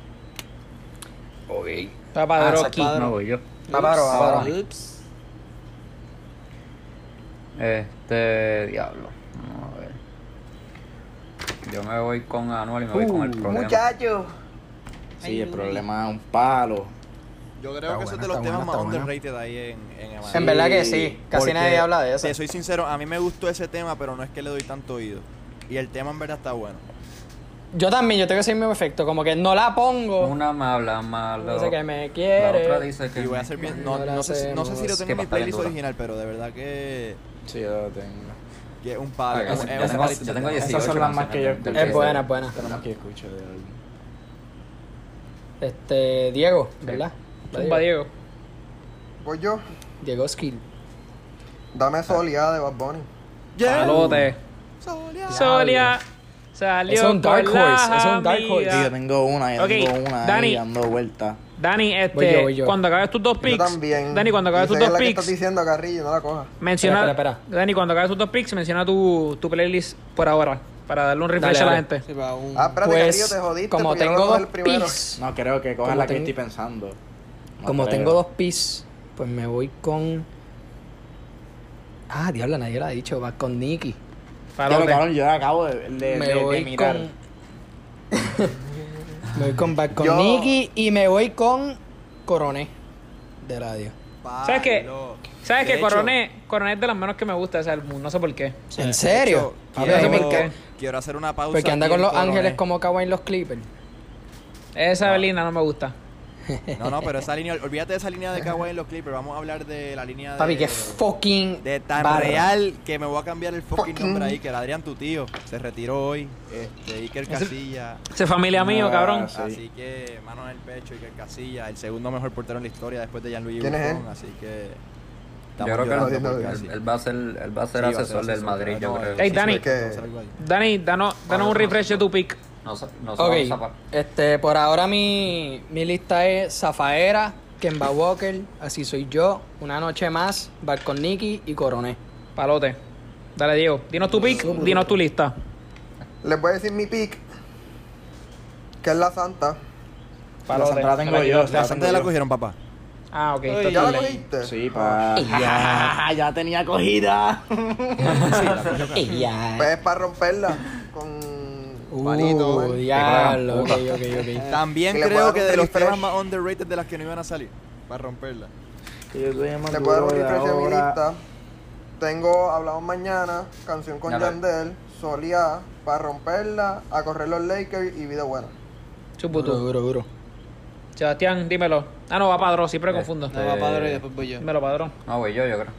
[SPEAKER 1] Papá
[SPEAKER 6] Ah,
[SPEAKER 1] Dross.
[SPEAKER 6] esa- Aquí.
[SPEAKER 5] Padro.
[SPEAKER 7] No voy yo.
[SPEAKER 3] Paparo,
[SPEAKER 5] Ups.
[SPEAKER 3] paparo.
[SPEAKER 5] Ups.
[SPEAKER 7] Este, diablo. Vamos a ver. Yo me voy con Anuel y me voy con el problema.
[SPEAKER 3] Muchachos.
[SPEAKER 8] Sí, el problema es un palo.
[SPEAKER 2] Yo creo
[SPEAKER 6] Está
[SPEAKER 2] que eso es de
[SPEAKER 6] buena,
[SPEAKER 2] los
[SPEAKER 6] está
[SPEAKER 2] temas
[SPEAKER 6] buena,
[SPEAKER 2] más
[SPEAKER 6] está buena.
[SPEAKER 2] underrated ahí en, en Emanuel.
[SPEAKER 6] En verdad que sí, casi
[SPEAKER 2] Porque,
[SPEAKER 6] nadie habla de eso.
[SPEAKER 2] Te soy sincero, a mí me gustó ese tema, pero no es que le doy tanto oído. Y el tema en verdad está bueno.
[SPEAKER 6] Yo también, yo tengo ese mismo efecto, como que no la pongo.
[SPEAKER 7] Una me habla malo.
[SPEAKER 6] Dice que me
[SPEAKER 7] La otra
[SPEAKER 6] quiere.
[SPEAKER 7] dice que.
[SPEAKER 2] Y voy a
[SPEAKER 7] me-
[SPEAKER 2] hacer bien. No,
[SPEAKER 6] No la
[SPEAKER 2] no sé, si- no sé si lo
[SPEAKER 6] hacemos.
[SPEAKER 2] tengo en
[SPEAKER 7] Que
[SPEAKER 2] mi
[SPEAKER 7] está bien
[SPEAKER 2] playlist
[SPEAKER 7] dura.
[SPEAKER 2] original, pero de verdad que,
[SPEAKER 8] Sí, yo lo tengo.
[SPEAKER 2] que es un
[SPEAKER 7] Ah,
[SPEAKER 2] palo.
[SPEAKER 7] que
[SPEAKER 2] Es-
[SPEAKER 7] Yo
[SPEAKER 2] es
[SPEAKER 7] tengo-
[SPEAKER 2] un-
[SPEAKER 7] yo tengo 18
[SPEAKER 8] Esas son las más
[SPEAKER 7] canciones
[SPEAKER 8] que yo
[SPEAKER 7] del- del
[SPEAKER 8] escuché.
[SPEAKER 6] Es buena, es buena.
[SPEAKER 8] Tenemos que escuchar de algo.
[SPEAKER 6] Este, Diego, ¿verdad?
[SPEAKER 1] Zumba, Diego.
[SPEAKER 3] Voy yo.
[SPEAKER 6] Diego Skill.
[SPEAKER 3] Dame soleada de Bad Bunny.
[SPEAKER 1] Palote. Solia. Salió
[SPEAKER 6] Es un dark
[SPEAKER 1] con la
[SPEAKER 6] horse, es un dark horse.
[SPEAKER 8] Sí, yo
[SPEAKER 1] amiga.
[SPEAKER 8] tengo una, yo
[SPEAKER 1] Ok,
[SPEAKER 8] tengo una
[SPEAKER 1] Dani.
[SPEAKER 8] ahí dando vuelta.
[SPEAKER 1] Dani, este,
[SPEAKER 6] Voy yo, voy yo.
[SPEAKER 1] cuando acabes tus dos picks,
[SPEAKER 3] Yo también.
[SPEAKER 1] Dani, cuando acabes
[SPEAKER 3] Y
[SPEAKER 1] tus
[SPEAKER 3] sé que
[SPEAKER 1] dos
[SPEAKER 3] la que estás
[SPEAKER 1] picks,
[SPEAKER 3] diciendo, Carrillo, no la cojas.
[SPEAKER 1] menciona,
[SPEAKER 6] Espera, espera,
[SPEAKER 1] Dani, cuando acabes tus dos picks, menciona tu, tu playlist por ahora, para darle un refresh
[SPEAKER 6] Dale,
[SPEAKER 1] a la
[SPEAKER 6] dale.
[SPEAKER 1] gente.
[SPEAKER 5] Sí, va, un...
[SPEAKER 3] Ah, espérate, Carrillo,
[SPEAKER 6] Pues,
[SPEAKER 3] te jodiste.
[SPEAKER 6] como
[SPEAKER 3] porque yo
[SPEAKER 6] tengo
[SPEAKER 3] no
[SPEAKER 6] dos
[SPEAKER 3] el primero.
[SPEAKER 6] pis,
[SPEAKER 8] No creo que coja
[SPEAKER 6] Como
[SPEAKER 8] la que
[SPEAKER 6] tengo-
[SPEAKER 8] estoy pensando. No
[SPEAKER 6] como
[SPEAKER 8] creo.
[SPEAKER 6] tengo dos pis, pues me voy con. Ah, diablo, nadie lo ha dicho, va con Nicky.
[SPEAKER 8] Ya lo
[SPEAKER 1] Palote.
[SPEAKER 8] cabrón, yo la acabo de, de,
[SPEAKER 6] me
[SPEAKER 8] Eh, de- de
[SPEAKER 6] voy
[SPEAKER 8] mirar.
[SPEAKER 6] con. me voy con Bad con
[SPEAKER 3] Yo-
[SPEAKER 6] Nicky y me voy con Coroné de radio.
[SPEAKER 1] ¿Sabes qué?
[SPEAKER 2] Palo.
[SPEAKER 1] ¿Sabes
[SPEAKER 2] De
[SPEAKER 1] que
[SPEAKER 2] hecho,
[SPEAKER 1] Coronet, Coronet es de las menos que me gusta ese álbum? No sé por qué.
[SPEAKER 6] ¿En
[SPEAKER 2] de hecho,
[SPEAKER 6] serio? Papi,
[SPEAKER 1] no sé
[SPEAKER 6] ¿por
[SPEAKER 1] por
[SPEAKER 6] qué?
[SPEAKER 1] qué.
[SPEAKER 2] Quiero, quiero hacer una pausa.
[SPEAKER 6] Porque anda
[SPEAKER 2] aquí eh, en
[SPEAKER 6] con los
[SPEAKER 2] Coronet.
[SPEAKER 6] ángeles como Kawhi en los Clippers. Ah.
[SPEAKER 1] Esa Belina no me gusta.
[SPEAKER 2] No, no, pero esa línea, olvídate de esa línea de Kawhi en los Clippers, vamos a hablar de la línea de...
[SPEAKER 6] Papi, que fucking.
[SPEAKER 2] Eh, De tan
[SPEAKER 6] barra.
[SPEAKER 2] real que me voy a cambiar el fucking, nombre ahí, que era Adrián tu tío. Se retiró hoy, este, Iker Casilla.
[SPEAKER 1] Ese es familia mío,
[SPEAKER 8] Ah,
[SPEAKER 1] cabrón.
[SPEAKER 8] sí.
[SPEAKER 2] Así que mano en el pecho, Iker Casilla, el segundo mejor portero en la historia después de Gianluigi
[SPEAKER 3] ¿Quién es
[SPEAKER 2] Buffon,
[SPEAKER 3] él?
[SPEAKER 2] así que...
[SPEAKER 7] Yo
[SPEAKER 2] estamos
[SPEAKER 7] creo que
[SPEAKER 2] llorando por
[SPEAKER 3] no,
[SPEAKER 7] él,
[SPEAKER 2] Casi.
[SPEAKER 7] él va a ser, él va a ser
[SPEAKER 2] Sí, va a
[SPEAKER 7] asesor del
[SPEAKER 2] asesor,
[SPEAKER 7] Madrid, yo
[SPEAKER 2] no,
[SPEAKER 7] creo.
[SPEAKER 2] eh,
[SPEAKER 1] Ey,
[SPEAKER 2] sí,
[SPEAKER 1] Dani.
[SPEAKER 2] sí, que vamos a hacer algo ahí.
[SPEAKER 1] Dani, danos, danos un refresh de tu pick.
[SPEAKER 7] No, se- no se
[SPEAKER 6] Ok,
[SPEAKER 7] vamos a pa-
[SPEAKER 6] este, por ahora mi, mi lista es Zafaera, Kemba Walker, Así Soy Yo, Una Noche Más, Bad con Nicky y Coroné.
[SPEAKER 1] Palote. Dale, Diego. Dinos tu pick, dinos tu lista.
[SPEAKER 3] Les voy a decir mi pick, que es la santa.
[SPEAKER 8] La
[SPEAKER 1] Palote.
[SPEAKER 8] Sandra la tengo yo.
[SPEAKER 2] La
[SPEAKER 8] la tengo
[SPEAKER 2] Santa la
[SPEAKER 8] yo.
[SPEAKER 2] cogieron, papá.
[SPEAKER 1] Ah, ok. esto
[SPEAKER 5] Ay,
[SPEAKER 1] es
[SPEAKER 3] ¿Ya
[SPEAKER 1] tu
[SPEAKER 3] la
[SPEAKER 1] ley.
[SPEAKER 3] cogiste?
[SPEAKER 8] Sí, pa. Ya, ya tenía cogida.
[SPEAKER 6] Ya.
[SPEAKER 3] Pues es para romperla con...
[SPEAKER 6] Uh, diablo, ok, ok,
[SPEAKER 7] Eh,
[SPEAKER 6] ok.
[SPEAKER 2] También
[SPEAKER 3] Que le
[SPEAKER 2] creo
[SPEAKER 3] pueda dar
[SPEAKER 2] que
[SPEAKER 3] un
[SPEAKER 2] de los
[SPEAKER 3] refresh.
[SPEAKER 2] temas más underrated de las que no iban a salir, para romperla.
[SPEAKER 8] Que yo soy el más
[SPEAKER 3] Le puedo dar un
[SPEAKER 8] duro de
[SPEAKER 3] refresh a mi
[SPEAKER 8] ahora.
[SPEAKER 3] lista. Tengo Hablamos Mañana, Canción con
[SPEAKER 7] Ya lo-
[SPEAKER 3] Yandel, Soleá, para romperla, a correr los Lakers y Vida Buena.
[SPEAKER 1] Chupu
[SPEAKER 6] Duro,
[SPEAKER 1] tú.
[SPEAKER 6] duro, duro.
[SPEAKER 1] Sebastián, dímelo. Ah, no, va Padrón, siempre
[SPEAKER 7] Este.
[SPEAKER 1] confundo.
[SPEAKER 5] No, va Padrón y después voy yo.
[SPEAKER 1] Dímelo, Padrón.
[SPEAKER 7] No, voy yo, yo creo.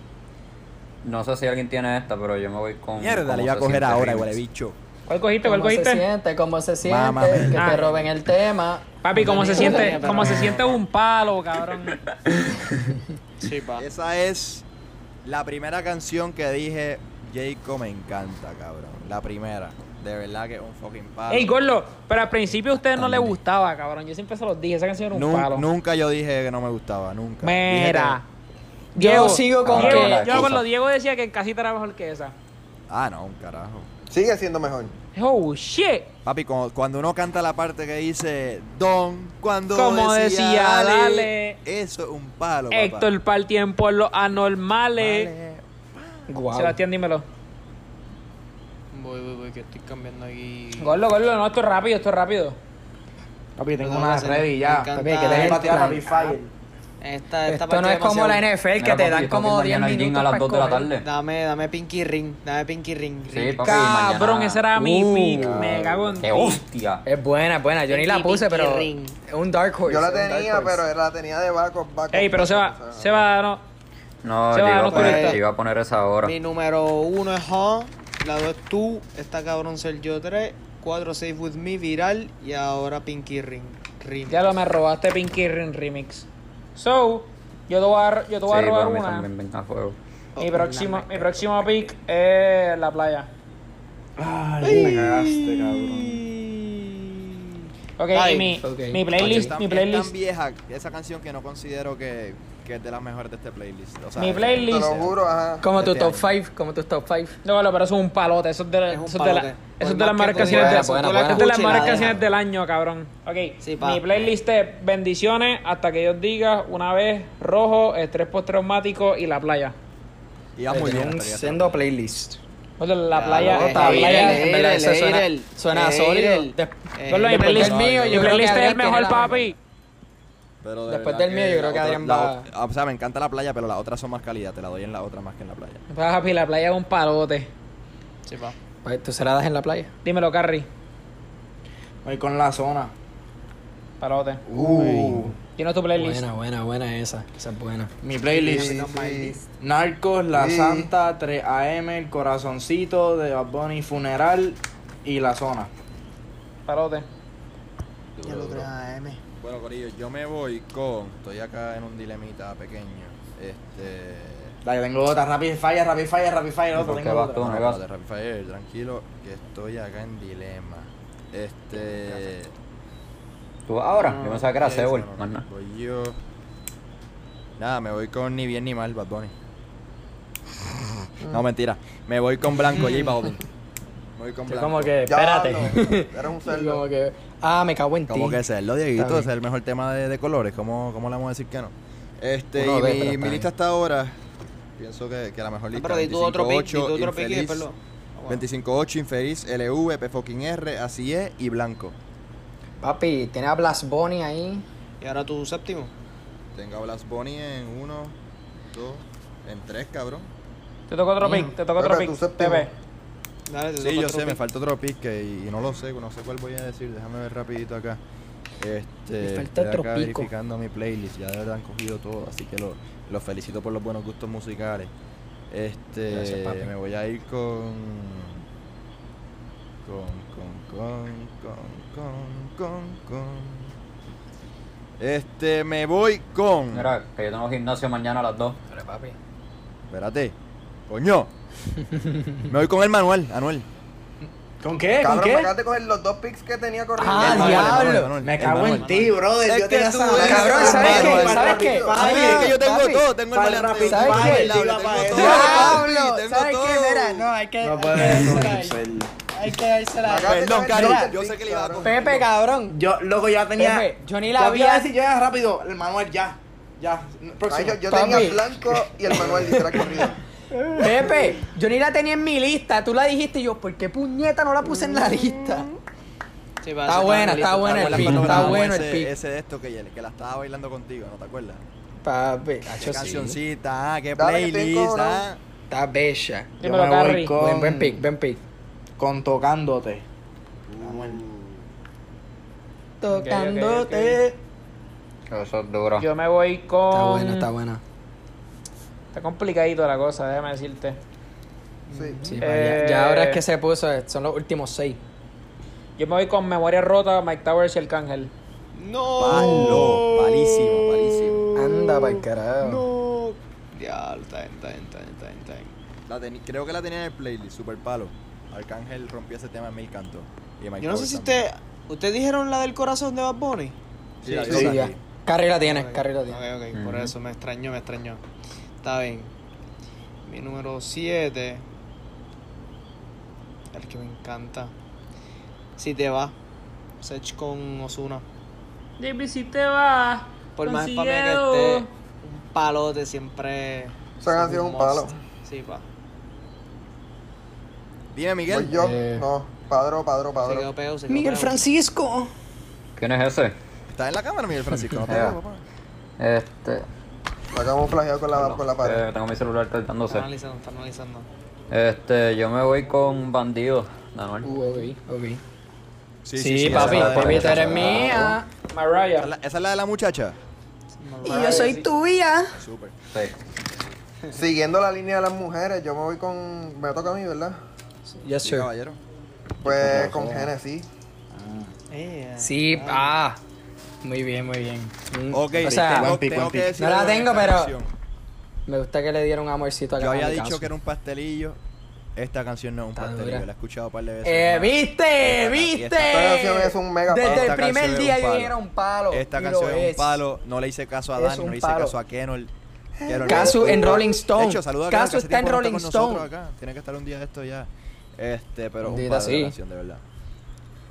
[SPEAKER 7] No sé si alguien tiene esta, pero yo me voy con.
[SPEAKER 2] Mierda,
[SPEAKER 7] cómo
[SPEAKER 2] le iba a
[SPEAKER 7] se
[SPEAKER 2] coger
[SPEAKER 7] siente
[SPEAKER 2] ahora,
[SPEAKER 7] Remix.
[SPEAKER 2] huele bicho.
[SPEAKER 1] ¿Cuál cogiste? ¿Cuál
[SPEAKER 6] ¿Cómo se
[SPEAKER 1] cogiste?
[SPEAKER 6] siente? ¿Cómo se siente?
[SPEAKER 2] Mamá mía.
[SPEAKER 6] que
[SPEAKER 1] Ah.
[SPEAKER 6] te roben el tema.
[SPEAKER 1] Papi, ¿cómo se
[SPEAKER 5] Yo
[SPEAKER 1] siente?
[SPEAKER 5] tenía, pero
[SPEAKER 1] ¿Cómo se
[SPEAKER 5] no.
[SPEAKER 1] siente un palo, cabrón?
[SPEAKER 5] Sí, pa.
[SPEAKER 2] Esa es la primera canción que dije, Jacob me encanta, cabrón. La primera. De verdad que es un fucking palo.
[SPEAKER 1] Ey, Gorlo, pero al principio a ustedes no les gustaba, cabrón. Yo siempre se los dije, esa canción era un
[SPEAKER 2] Nun-
[SPEAKER 1] palo.
[SPEAKER 2] Nunca yo dije que no me gustaba, nunca. Dije
[SPEAKER 1] Mira.
[SPEAKER 2] que-
[SPEAKER 6] Yo sigo con
[SPEAKER 1] Diego,
[SPEAKER 6] que-
[SPEAKER 1] Yo con lo Diego decía que en casita era mejor que esa.
[SPEAKER 2] Ah, no, un carajo.
[SPEAKER 3] Sigue siendo mejor.
[SPEAKER 1] Oh, shit.
[SPEAKER 2] Papi, cuando, cuando uno canta la parte que dice Don, cuando
[SPEAKER 1] Como decía, dale.
[SPEAKER 2] Eso es un palo, papá.
[SPEAKER 1] Héctor para el tiempo los anormales.
[SPEAKER 2] Vale.
[SPEAKER 6] Guau.
[SPEAKER 1] Sebastián, dímelo.
[SPEAKER 5] Voy, voy, voy, que estoy cambiando aquí.
[SPEAKER 1] Gorlo, Gorlo, no, esto es rápido, esto es rápido.
[SPEAKER 4] Papi, tengo
[SPEAKER 5] No,
[SPEAKER 4] una
[SPEAKER 5] no sé,
[SPEAKER 4] ready
[SPEAKER 5] me
[SPEAKER 4] ya.
[SPEAKER 5] encanta.
[SPEAKER 4] Papi, que dejen batear a
[SPEAKER 6] Plan.
[SPEAKER 4] mi fire.
[SPEAKER 5] Esta, esta
[SPEAKER 6] Esto
[SPEAKER 5] parte
[SPEAKER 6] no es como la
[SPEAKER 5] demasiado-
[SPEAKER 6] NFL que
[SPEAKER 7] Mira,
[SPEAKER 6] te
[SPEAKER 7] papi,
[SPEAKER 6] dan
[SPEAKER 7] tengo que
[SPEAKER 6] como
[SPEAKER 7] ir
[SPEAKER 6] 10
[SPEAKER 7] mañana al gym
[SPEAKER 6] minutos.
[SPEAKER 7] a las
[SPEAKER 6] para
[SPEAKER 7] 2 de la
[SPEAKER 6] escoger.
[SPEAKER 7] tarde.
[SPEAKER 5] Dame, dame Pinky Ring, dame Pinky Ring.
[SPEAKER 7] Sí,
[SPEAKER 5] ring.
[SPEAKER 7] papi,
[SPEAKER 1] Cabrón,
[SPEAKER 7] mañana-
[SPEAKER 1] ese era mi
[SPEAKER 6] Uh,
[SPEAKER 1] pick. Me cago en
[SPEAKER 7] ¡Qué
[SPEAKER 1] ti.
[SPEAKER 7] hostia!
[SPEAKER 6] Es buena, es buena. Yo ni la
[SPEAKER 5] Pinky,
[SPEAKER 6] puse,
[SPEAKER 5] pinky
[SPEAKER 6] pero.
[SPEAKER 5] ring.
[SPEAKER 6] Es un Dark Horse.
[SPEAKER 3] Yo la
[SPEAKER 6] es un dark
[SPEAKER 3] tenía,
[SPEAKER 6] horse.
[SPEAKER 3] pero la tenía de backup, backup.
[SPEAKER 1] Ey, pero se
[SPEAKER 3] backup,
[SPEAKER 1] va,
[SPEAKER 3] o sea.
[SPEAKER 1] se va, no.
[SPEAKER 7] No,
[SPEAKER 1] Se
[SPEAKER 7] yo
[SPEAKER 1] va,
[SPEAKER 7] iba,
[SPEAKER 1] no
[SPEAKER 7] a poner,
[SPEAKER 5] correcta.
[SPEAKER 7] yo iba a poner esa ahora.
[SPEAKER 5] Mi número uno es Hon, la dos es tú, está cabrón ser yo tres, cuatro save with me, viral y ahora Pinky Ring. Ring.
[SPEAKER 1] Ya lo me robaste Pinky Ring Remix. So, yo te voy a, yo te
[SPEAKER 7] Sí,
[SPEAKER 1] voy a robar
[SPEAKER 7] pero a mí
[SPEAKER 1] una.
[SPEAKER 7] también venga a fuego.
[SPEAKER 1] Mi próximo, mi próximo pick es la playa.
[SPEAKER 4] Ay, me cagaste, cabrón.
[SPEAKER 1] Ok,
[SPEAKER 5] Ay,
[SPEAKER 1] y mi,
[SPEAKER 6] ok.
[SPEAKER 1] mi
[SPEAKER 2] Oye,
[SPEAKER 1] playlist,
[SPEAKER 2] es tan-
[SPEAKER 1] mi
[SPEAKER 2] Es
[SPEAKER 1] playlist.
[SPEAKER 2] tan vieja esa canción que no considero que, que es de las mejores de este playlist. O sea,
[SPEAKER 1] Mi
[SPEAKER 2] que-
[SPEAKER 1] playlist.
[SPEAKER 3] Te lo juro, ajá.
[SPEAKER 6] Como tu
[SPEAKER 2] Este
[SPEAKER 6] top
[SPEAKER 2] año.
[SPEAKER 6] 5, como tus top 5.
[SPEAKER 1] No, bueno, pero eso es un palote. Eso es de,
[SPEAKER 5] Es
[SPEAKER 1] eso
[SPEAKER 5] un
[SPEAKER 1] es de la-
[SPEAKER 5] palote.
[SPEAKER 1] eso
[SPEAKER 5] Por
[SPEAKER 1] es de las
[SPEAKER 5] más que
[SPEAKER 1] mejores
[SPEAKER 5] tú
[SPEAKER 1] canciones,
[SPEAKER 5] digas,
[SPEAKER 1] de-
[SPEAKER 6] Buena,
[SPEAKER 5] tú
[SPEAKER 6] buena,
[SPEAKER 5] la
[SPEAKER 1] es de las
[SPEAKER 5] escuchas y la
[SPEAKER 1] mejores canciones
[SPEAKER 5] dejas.
[SPEAKER 1] del año, cabrón. Ok,
[SPEAKER 5] Sí, pa.
[SPEAKER 1] mi playlist es Bendiciones, Hasta que Dios diga, Una vez, Rojo, Estrés postraumático y La Playa.
[SPEAKER 2] Y va muy bien. la teoría.
[SPEAKER 6] Siendo playlist.
[SPEAKER 1] O sea, Pues la
[SPEAKER 5] Ya,
[SPEAKER 1] playa,
[SPEAKER 5] lo
[SPEAKER 1] la
[SPEAKER 5] ves,
[SPEAKER 6] eh,
[SPEAKER 5] Eirel,
[SPEAKER 1] playa.
[SPEAKER 5] Eirel,
[SPEAKER 6] en verdad, eso
[SPEAKER 5] Eirel,
[SPEAKER 6] suena-
[SPEAKER 5] Eirel.
[SPEAKER 6] suena
[SPEAKER 5] Eirel.
[SPEAKER 6] solo. Des- eh,
[SPEAKER 5] Eirel.
[SPEAKER 1] Gordo, pues mi
[SPEAKER 6] Después
[SPEAKER 1] playlist,
[SPEAKER 6] del mío,
[SPEAKER 1] mi
[SPEAKER 6] yo creo que
[SPEAKER 1] playlist es el
[SPEAKER 6] Adrián tiene
[SPEAKER 1] mejor,
[SPEAKER 6] la-
[SPEAKER 1] papi.
[SPEAKER 2] Pero de
[SPEAKER 6] Después
[SPEAKER 2] verdad
[SPEAKER 6] del mío, yo creo
[SPEAKER 2] la
[SPEAKER 6] que
[SPEAKER 2] otra-
[SPEAKER 6] Adrián
[SPEAKER 2] la
[SPEAKER 6] va-
[SPEAKER 2] o- O sea, me encanta la playa, pero las otras son más calidad. Te la doy en la otra más que en la playa.
[SPEAKER 1] Papi, la playa es un palote.
[SPEAKER 5] Sí, pa.
[SPEAKER 6] Pues, ¿Tú se la das en la playa?
[SPEAKER 1] Dímelo, Carrie.
[SPEAKER 4] Voy con la zona.
[SPEAKER 1] Palote.
[SPEAKER 3] Uh.
[SPEAKER 1] Tienes tu playlist.
[SPEAKER 6] Buena, buena, buena esa. Esa es buena.
[SPEAKER 4] Mi playlist.
[SPEAKER 3] Sí,
[SPEAKER 4] Narcos, La
[SPEAKER 3] Sí.
[SPEAKER 4] Santa, 3AM, El Corazoncito, de Bad Bunny, Funeral y La Zona.
[SPEAKER 1] Palote.
[SPEAKER 5] Ya lo trae Ah, AM.
[SPEAKER 2] Bueno, Corillo, yo me voy con. Estoy acá en un dilemita pequeño. Este.
[SPEAKER 4] Dale, tengo otra, Rapid Fire, Rapid Fire, Rapid Fire, otra,
[SPEAKER 7] ¿Por qué
[SPEAKER 4] tengo
[SPEAKER 7] vas
[SPEAKER 4] otra.
[SPEAKER 7] tú?
[SPEAKER 2] No,
[SPEAKER 7] no,
[SPEAKER 2] no,
[SPEAKER 7] no.
[SPEAKER 2] de Rafael, tranquilo, que estoy acá en dilema. Este.
[SPEAKER 7] ¿Tú ahora?
[SPEAKER 2] no,
[SPEAKER 7] Yo pensaba que era
[SPEAKER 2] sí, sí,
[SPEAKER 7] Seul,
[SPEAKER 2] no,
[SPEAKER 7] Ah, más nada.
[SPEAKER 2] Voy yo. Nada, me voy con ni bien ni mal, Bad Bunny. No, mentira. Me voy con Blanco, J Balvin. Me voy con
[SPEAKER 6] Yo
[SPEAKER 2] Blanco.
[SPEAKER 6] como que, espérate.
[SPEAKER 3] Diablo, Eres un
[SPEAKER 6] Yo
[SPEAKER 3] cerdo.
[SPEAKER 6] como que, ah, me cago en ti.
[SPEAKER 2] Como que serlo, Dieguito,
[SPEAKER 6] Está
[SPEAKER 2] ese es el mejor tema de, de colores. ¿Cómo, ¿Cómo le vamos a decir que no? Este,
[SPEAKER 6] Uno
[SPEAKER 2] y
[SPEAKER 6] de,
[SPEAKER 2] mi-
[SPEAKER 6] pero
[SPEAKER 2] mi,
[SPEAKER 6] está bien.
[SPEAKER 2] lista hasta ahora, pienso que, que la mejor lista.
[SPEAKER 5] Ah, pero di tu otro pick, di tu
[SPEAKER 2] 25-8,
[SPEAKER 5] otro pick y
[SPEAKER 2] Infeliz,
[SPEAKER 5] después lo. Ah, bueno.
[SPEAKER 2] 25-8, Infeliz, LV, P fucking R, así es, y Blanco.
[SPEAKER 6] Papi, tiene a Blas Bunny ahí.
[SPEAKER 5] Y ahora tu séptimo.
[SPEAKER 2] Tengo a Blas Bunny en uno, dos, en tres, cabrón.
[SPEAKER 1] Te toca otro
[SPEAKER 6] Bien.
[SPEAKER 1] pick, te toca otro
[SPEAKER 3] Pepe, tu
[SPEAKER 1] pick.
[SPEAKER 3] séptimo.
[SPEAKER 1] Pepe.
[SPEAKER 5] Dale, te
[SPEAKER 2] Sí,
[SPEAKER 5] toca
[SPEAKER 2] yo
[SPEAKER 5] otro
[SPEAKER 2] sé, me
[SPEAKER 5] pick.
[SPEAKER 2] falta otro pick que- y, y no lo sé, no sé cuál voy a decir, déjame ver rapidito acá. Este,
[SPEAKER 6] Me falta
[SPEAKER 2] estoy
[SPEAKER 6] otro
[SPEAKER 2] acá
[SPEAKER 6] pico.
[SPEAKER 2] verificando mi playlist, ya de verdad han cogido todo, así que los los felicito por los buenos gustos musicales. Este,
[SPEAKER 6] Gracias, papi.
[SPEAKER 2] me voy a ir con con con con con con con con Este, me voy con
[SPEAKER 7] Mira, que yo tengo gimnasio mañana a las 2.
[SPEAKER 6] papi.
[SPEAKER 2] Espérate. Coño. me voy con el Manuel, Anuel.
[SPEAKER 4] ¿Con qué? ¿Con
[SPEAKER 3] Cabrón, me
[SPEAKER 4] qué?
[SPEAKER 3] acabas de coger los dos picks que tenía corriendo.
[SPEAKER 6] Ah,
[SPEAKER 2] El Manuel, el
[SPEAKER 6] diablo.
[SPEAKER 2] Manuel, el Manuel,
[SPEAKER 4] Me
[SPEAKER 2] el
[SPEAKER 4] cago
[SPEAKER 2] Manuel.
[SPEAKER 4] en ti, brother.
[SPEAKER 2] Es
[SPEAKER 4] yo
[SPEAKER 2] que
[SPEAKER 4] te la
[SPEAKER 2] tú
[SPEAKER 4] sabía.
[SPEAKER 2] eres
[SPEAKER 6] Cabrón, ¿sabes
[SPEAKER 2] Papi,
[SPEAKER 6] qué?
[SPEAKER 2] papi,
[SPEAKER 6] ¿Sabes qué?
[SPEAKER 2] Papi, es que yo tengo
[SPEAKER 6] Papi,
[SPEAKER 2] todo, tengo el
[SPEAKER 4] para el
[SPEAKER 2] malante,
[SPEAKER 4] Rapid
[SPEAKER 2] tengo
[SPEAKER 6] Fire,
[SPEAKER 2] el
[SPEAKER 4] tira
[SPEAKER 2] tengo
[SPEAKER 4] para
[SPEAKER 2] todo,
[SPEAKER 4] eso.
[SPEAKER 2] papi, tengo todo.
[SPEAKER 6] hay que.
[SPEAKER 4] No puedes ser.
[SPEAKER 6] Hay que dársela.
[SPEAKER 3] Acabas de
[SPEAKER 2] Perdón,
[SPEAKER 3] coger
[SPEAKER 2] Caro,
[SPEAKER 3] los
[SPEAKER 2] yo
[SPEAKER 3] dos
[SPEAKER 2] sé que
[SPEAKER 3] picks,
[SPEAKER 2] le iba a
[SPEAKER 3] cabrón.
[SPEAKER 6] Pepe, cabrón.
[SPEAKER 4] Yo, loco, ya tenía.
[SPEAKER 6] Pepe, yo ni la
[SPEAKER 4] ¿Cuál
[SPEAKER 6] vi
[SPEAKER 4] te iba a
[SPEAKER 6] a-
[SPEAKER 4] decir yo ya rápido. El Manuel, ya. Ya.
[SPEAKER 3] Ay,
[SPEAKER 4] Próximo.
[SPEAKER 3] yo, yo
[SPEAKER 6] Papi.
[SPEAKER 3] tenía Blanco y el Manuel literal corrido.
[SPEAKER 6] Pepe, yo ni la tenía en mi lista. Tú la dijiste y yo, ¿por qué puñeta no la puse en la lista?
[SPEAKER 5] Sí, pa,
[SPEAKER 6] Está
[SPEAKER 5] ese
[SPEAKER 6] buena,
[SPEAKER 5] malito.
[SPEAKER 6] está buena el
[SPEAKER 2] ¿Te acuerdas
[SPEAKER 6] pick.
[SPEAKER 2] cuando
[SPEAKER 6] Está
[SPEAKER 2] grabamos
[SPEAKER 6] bueno el
[SPEAKER 2] ese-
[SPEAKER 6] pick.
[SPEAKER 2] Ese de esto que, que la estaba bailando contigo, ¿no te acuerdas?
[SPEAKER 6] Papi,
[SPEAKER 2] Qué
[SPEAKER 6] hacho, Ah, sí.
[SPEAKER 2] cancioncita, ah, qué
[SPEAKER 3] Dale, que estoy
[SPEAKER 2] playlist,
[SPEAKER 3] cobrón.
[SPEAKER 2] ah.
[SPEAKER 6] Está bella.
[SPEAKER 4] Yo
[SPEAKER 1] Dímelo,
[SPEAKER 4] me voy
[SPEAKER 1] Carrie.
[SPEAKER 4] con-
[SPEAKER 6] Buen, buen pick, buen pick.
[SPEAKER 4] Con tocándote. Manuel.
[SPEAKER 6] Tocándote.
[SPEAKER 7] Eso es duro.
[SPEAKER 1] Yo me voy con.
[SPEAKER 6] Está buena, está buena.
[SPEAKER 1] Está complicadito la cosa, déjame decirte.
[SPEAKER 3] Sí.
[SPEAKER 6] Sí,
[SPEAKER 1] Eh,
[SPEAKER 6] pa, ya, ya ahora es que se puso, eh, son los últimos seis.
[SPEAKER 1] Eh, Yo me voy con Memoria Rota, Mike Towers y Arcángel.
[SPEAKER 5] No.
[SPEAKER 2] Palo, palísimo, palísimo.
[SPEAKER 6] Anda para el carajo.
[SPEAKER 5] No. Diablo, está bien, está bien, está bien, está bien, está bien.
[SPEAKER 2] La teni- creo que la tenía en el playlist, super palo. Arcángel rompió ese tema en mil cantos. Y Mike
[SPEAKER 5] Yo no sé
[SPEAKER 2] Towers
[SPEAKER 5] si
[SPEAKER 2] también.
[SPEAKER 5] ustedes. ¿Ustedes dijeron la del corazón de Bad Bunny?
[SPEAKER 2] Sí, la
[SPEAKER 6] Sí,
[SPEAKER 2] hizo
[SPEAKER 6] ya.
[SPEAKER 2] Sandy.
[SPEAKER 6] Carry la tiene, Carry la
[SPEAKER 5] Ok,
[SPEAKER 6] tiene.
[SPEAKER 5] ok, por
[SPEAKER 7] Ujú.
[SPEAKER 5] eso me extrañó, me extrañó. Está bien. Mi número 7. El que me encanta. Si te va. Sech con Osuna.
[SPEAKER 1] Baby, si te vas.
[SPEAKER 5] Por más para que esté, un palote siempre.
[SPEAKER 3] Esa canción es un palo.
[SPEAKER 5] must. Sí, pa.
[SPEAKER 2] Dime,
[SPEAKER 3] Voy
[SPEAKER 2] Miguel.
[SPEAKER 3] pues yo,
[SPEAKER 6] Eh.
[SPEAKER 3] no, padro, padro,
[SPEAKER 5] Se quedó
[SPEAKER 3] padro.
[SPEAKER 5] pegado, se quedó
[SPEAKER 6] Miguel
[SPEAKER 5] pegado.
[SPEAKER 6] Francisco.
[SPEAKER 7] ¿Quién es ese?
[SPEAKER 2] ¿Estás en la cámara, Miguel Francisco? No te
[SPEAKER 7] Ya.
[SPEAKER 2] veo, papá.
[SPEAKER 7] Este.
[SPEAKER 3] La camuflajeado con la, con la pared.
[SPEAKER 7] eh, tengo mi celular tratándose.
[SPEAKER 5] Está analizando, está analizando.
[SPEAKER 7] Este, yo me voy con bandido, Manuel.
[SPEAKER 6] Uh, ok, ok. Sí,
[SPEAKER 2] esa
[SPEAKER 6] papi,
[SPEAKER 2] es la de-
[SPEAKER 6] papi, tú
[SPEAKER 2] esa es la
[SPEAKER 6] eres
[SPEAKER 2] de-
[SPEAKER 6] mía.
[SPEAKER 2] Esa es
[SPEAKER 1] Mariah.
[SPEAKER 2] la- esa es la de la muchacha.
[SPEAKER 6] Y yo soy tuya.
[SPEAKER 2] Super.
[SPEAKER 7] Sí.
[SPEAKER 2] Eh.
[SPEAKER 3] Siguiendo la línea de las mujeres, yo me voy con. Me toca a mí, ¿verdad?
[SPEAKER 6] Yes,
[SPEAKER 2] Sí,
[SPEAKER 6] sir.
[SPEAKER 2] caballero.
[SPEAKER 3] Pues con Genesis.
[SPEAKER 5] Eh,
[SPEAKER 6] Sí, ah. Muy bien, muy bien. Mm,
[SPEAKER 2] Ok,
[SPEAKER 6] o sea,
[SPEAKER 2] tengo,
[SPEAKER 8] people,
[SPEAKER 2] tengo que
[SPEAKER 8] people.
[SPEAKER 2] decir
[SPEAKER 6] No la
[SPEAKER 2] algo de
[SPEAKER 6] tengo,
[SPEAKER 2] esta
[SPEAKER 6] pero-
[SPEAKER 2] canción.
[SPEAKER 6] me gusta que le dieron amorcito a
[SPEAKER 2] Yo había
[SPEAKER 6] Gabriel
[SPEAKER 2] dicho
[SPEAKER 6] Castro.
[SPEAKER 2] que era un pastelillo. Esta canción no es un
[SPEAKER 6] Está
[SPEAKER 2] pastelillo.
[SPEAKER 6] dura.
[SPEAKER 2] La he escuchado un par de veces.
[SPEAKER 6] Eh,
[SPEAKER 2] más.
[SPEAKER 6] viste,
[SPEAKER 2] Y esta-
[SPEAKER 6] viste.
[SPEAKER 3] esta canción es un mega
[SPEAKER 6] Desde
[SPEAKER 3] palo.
[SPEAKER 6] el
[SPEAKER 2] Esta
[SPEAKER 6] primer
[SPEAKER 2] canción es
[SPEAKER 6] día
[SPEAKER 2] un
[SPEAKER 6] yo
[SPEAKER 2] palo.
[SPEAKER 6] dije era un palo.
[SPEAKER 2] Esta
[SPEAKER 6] y lo
[SPEAKER 2] canción es un palo. No le hice caso a
[SPEAKER 6] Es
[SPEAKER 2] Dani, no
[SPEAKER 6] un
[SPEAKER 2] le hice
[SPEAKER 6] palo.
[SPEAKER 2] caso a Kenol. Kenol,
[SPEAKER 6] Casu
[SPEAKER 2] no,
[SPEAKER 6] en
[SPEAKER 2] no.
[SPEAKER 6] Rolling Stone.
[SPEAKER 2] De hecho, saluda a
[SPEAKER 6] Casu
[SPEAKER 2] Kenol, que hace
[SPEAKER 6] está en
[SPEAKER 2] tiempo no
[SPEAKER 6] Rolling
[SPEAKER 2] con nosotros
[SPEAKER 6] Stone.
[SPEAKER 2] acá. Tiene que estar un día de esto ya. Este, pero un
[SPEAKER 6] Maldita
[SPEAKER 2] palo de
[SPEAKER 6] sí.
[SPEAKER 2] canción, de verdad.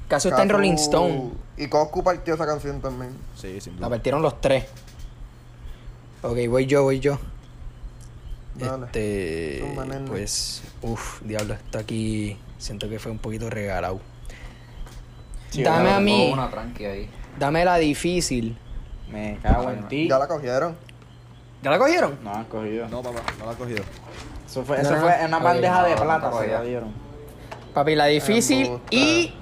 [SPEAKER 6] Caso está en Rolling Stone.
[SPEAKER 3] Y Coscu partió esa canción también.
[SPEAKER 2] Sí, sin
[SPEAKER 6] La
[SPEAKER 2] duda.
[SPEAKER 6] partieron los tres. Ok, voy yo, voy yo.
[SPEAKER 3] Dale.
[SPEAKER 6] Este.
[SPEAKER 3] Zumba, nene.
[SPEAKER 6] Pues. Uf, diablo, esto aquí. Siento que fue un poquito regalado.
[SPEAKER 4] Sí,
[SPEAKER 6] Dame a
[SPEAKER 7] Pongo
[SPEAKER 6] mí.
[SPEAKER 7] Una tranqui ahí.
[SPEAKER 6] Dame la difícil.
[SPEAKER 4] Me cago en ti.
[SPEAKER 3] Ya la cogieron.
[SPEAKER 6] ¿Ya la cogieron?
[SPEAKER 4] No han cogido.
[SPEAKER 2] No, papá, no la ha cogido.
[SPEAKER 4] Eso fue,
[SPEAKER 6] No,
[SPEAKER 4] eso
[SPEAKER 6] no,
[SPEAKER 4] fue
[SPEAKER 6] no.
[SPEAKER 4] en una
[SPEAKER 6] Ok,
[SPEAKER 4] bandeja
[SPEAKER 7] no,
[SPEAKER 4] de
[SPEAKER 7] no,
[SPEAKER 4] plata,
[SPEAKER 7] no,
[SPEAKER 4] se la
[SPEAKER 7] ya.
[SPEAKER 4] dieron.
[SPEAKER 6] Papi, la difícil
[SPEAKER 3] gusta.
[SPEAKER 6] y.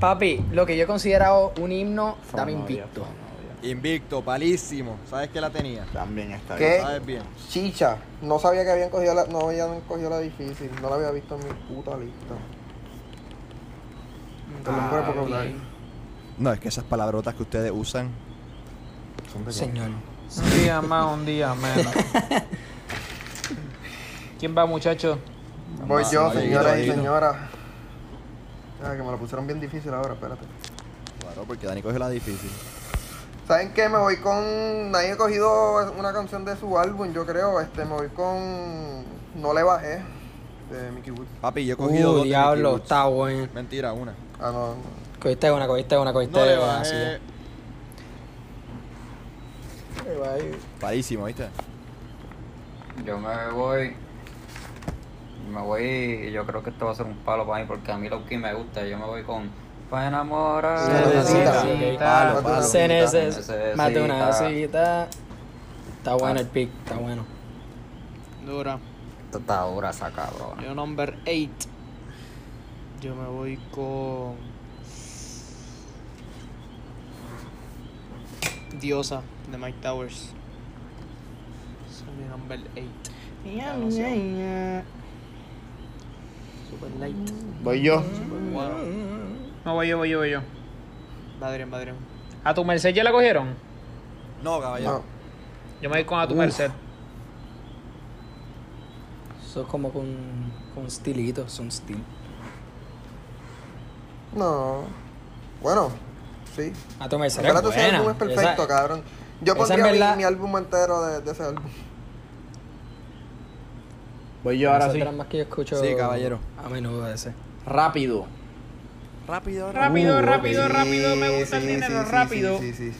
[SPEAKER 6] Papi, lo que yo he considerado un himno, dame
[SPEAKER 4] Fonovia,
[SPEAKER 6] invicto.
[SPEAKER 4] Fonovia.
[SPEAKER 2] Invicto, palísimo. ¿Sabes que la tenía?
[SPEAKER 8] También está
[SPEAKER 3] ¿Qué?
[SPEAKER 8] bien.
[SPEAKER 2] ¿Sabes bien?
[SPEAKER 3] Chicha. No sabía que habían cogido la. No habían cogido la difícil. No la había visto en mi puta lista. Perdón por el vocabulario.
[SPEAKER 2] No, es que esas palabrotas que ustedes usan.
[SPEAKER 6] Señor.
[SPEAKER 1] Un día más, un día menos. ¿Quién va, muchacho?
[SPEAKER 3] Voy
[SPEAKER 2] Vamos,
[SPEAKER 3] yo,
[SPEAKER 2] vamos,
[SPEAKER 3] señoras y
[SPEAKER 2] Dieguito,
[SPEAKER 3] señoras. Ah, que me lo pusieron bien difícil ahora, espérate.
[SPEAKER 2] Claro, porque Dani coge la difícil.
[SPEAKER 3] ¿Saben qué? Me voy con. Nadie ha cogido una canción de su álbum, yo creo. Este, me voy con. No le bajé. De Mickey Woods.
[SPEAKER 2] Papi, yo he cogido
[SPEAKER 6] Uh,
[SPEAKER 2] dos de Mickey
[SPEAKER 6] diablo,
[SPEAKER 2] Woods.
[SPEAKER 6] está bueno.
[SPEAKER 2] Mentira, una.
[SPEAKER 3] Ah, no.
[SPEAKER 6] Cogiste una, cogiste una, cogiste
[SPEAKER 2] No le
[SPEAKER 6] una, así
[SPEAKER 2] bajé. Palísimo, ¿viste?
[SPEAKER 7] Yo me voy. Me voy y yo creo que esto va a ser un palo para mí porque a mí lo que me gusta, yo me voy con. Para enamorar.
[SPEAKER 3] Se necesita.
[SPEAKER 2] Palo,
[SPEAKER 6] es.
[SPEAKER 2] palo.
[SPEAKER 6] Se
[SPEAKER 7] Necesita.
[SPEAKER 6] necesita. Mate una cita. Está bueno el pick, está bueno.
[SPEAKER 5] Dura.
[SPEAKER 7] Esto está dura esa cabrona.
[SPEAKER 5] Yo number 8. Yo me voy con. Diosa de Mike Towers. Ese es mi number 8. Super light.
[SPEAKER 8] Voy yo.
[SPEAKER 5] Mm. Bueno,
[SPEAKER 1] No, voy yo, voy yo, voy yo.
[SPEAKER 5] va Adrián, va Adrián.
[SPEAKER 1] ¿A tu merced ya la cogieron?
[SPEAKER 2] No, caballero.
[SPEAKER 3] No.
[SPEAKER 1] Yo me voy con a tu merced.
[SPEAKER 6] Eso es como con, con estilito, son estilo.
[SPEAKER 3] No. Bueno, sí.
[SPEAKER 6] A tu merced.
[SPEAKER 3] Espérate,
[SPEAKER 6] es
[SPEAKER 3] ese
[SPEAKER 6] buena.
[SPEAKER 3] álbum es perfecto,
[SPEAKER 6] Esa-
[SPEAKER 3] cabrón. Yo
[SPEAKER 6] esa en
[SPEAKER 3] pondría mi-
[SPEAKER 6] verdad-
[SPEAKER 3] mi álbum entero de, de ese álbum.
[SPEAKER 4] Voy yo ahora
[SPEAKER 6] esas
[SPEAKER 4] sí.
[SPEAKER 6] de las más que yo escucho.
[SPEAKER 2] Sí, caballero.
[SPEAKER 6] A menudo ese.
[SPEAKER 4] Rápido.
[SPEAKER 2] Rápido,
[SPEAKER 1] Rápido,
[SPEAKER 4] Uh,
[SPEAKER 1] rápido,
[SPEAKER 3] Sí,
[SPEAKER 1] rápido. Me gusta el
[SPEAKER 3] sí,
[SPEAKER 1] dinero,
[SPEAKER 3] sí, sí,
[SPEAKER 1] rápido.
[SPEAKER 3] Sí, sí, sí.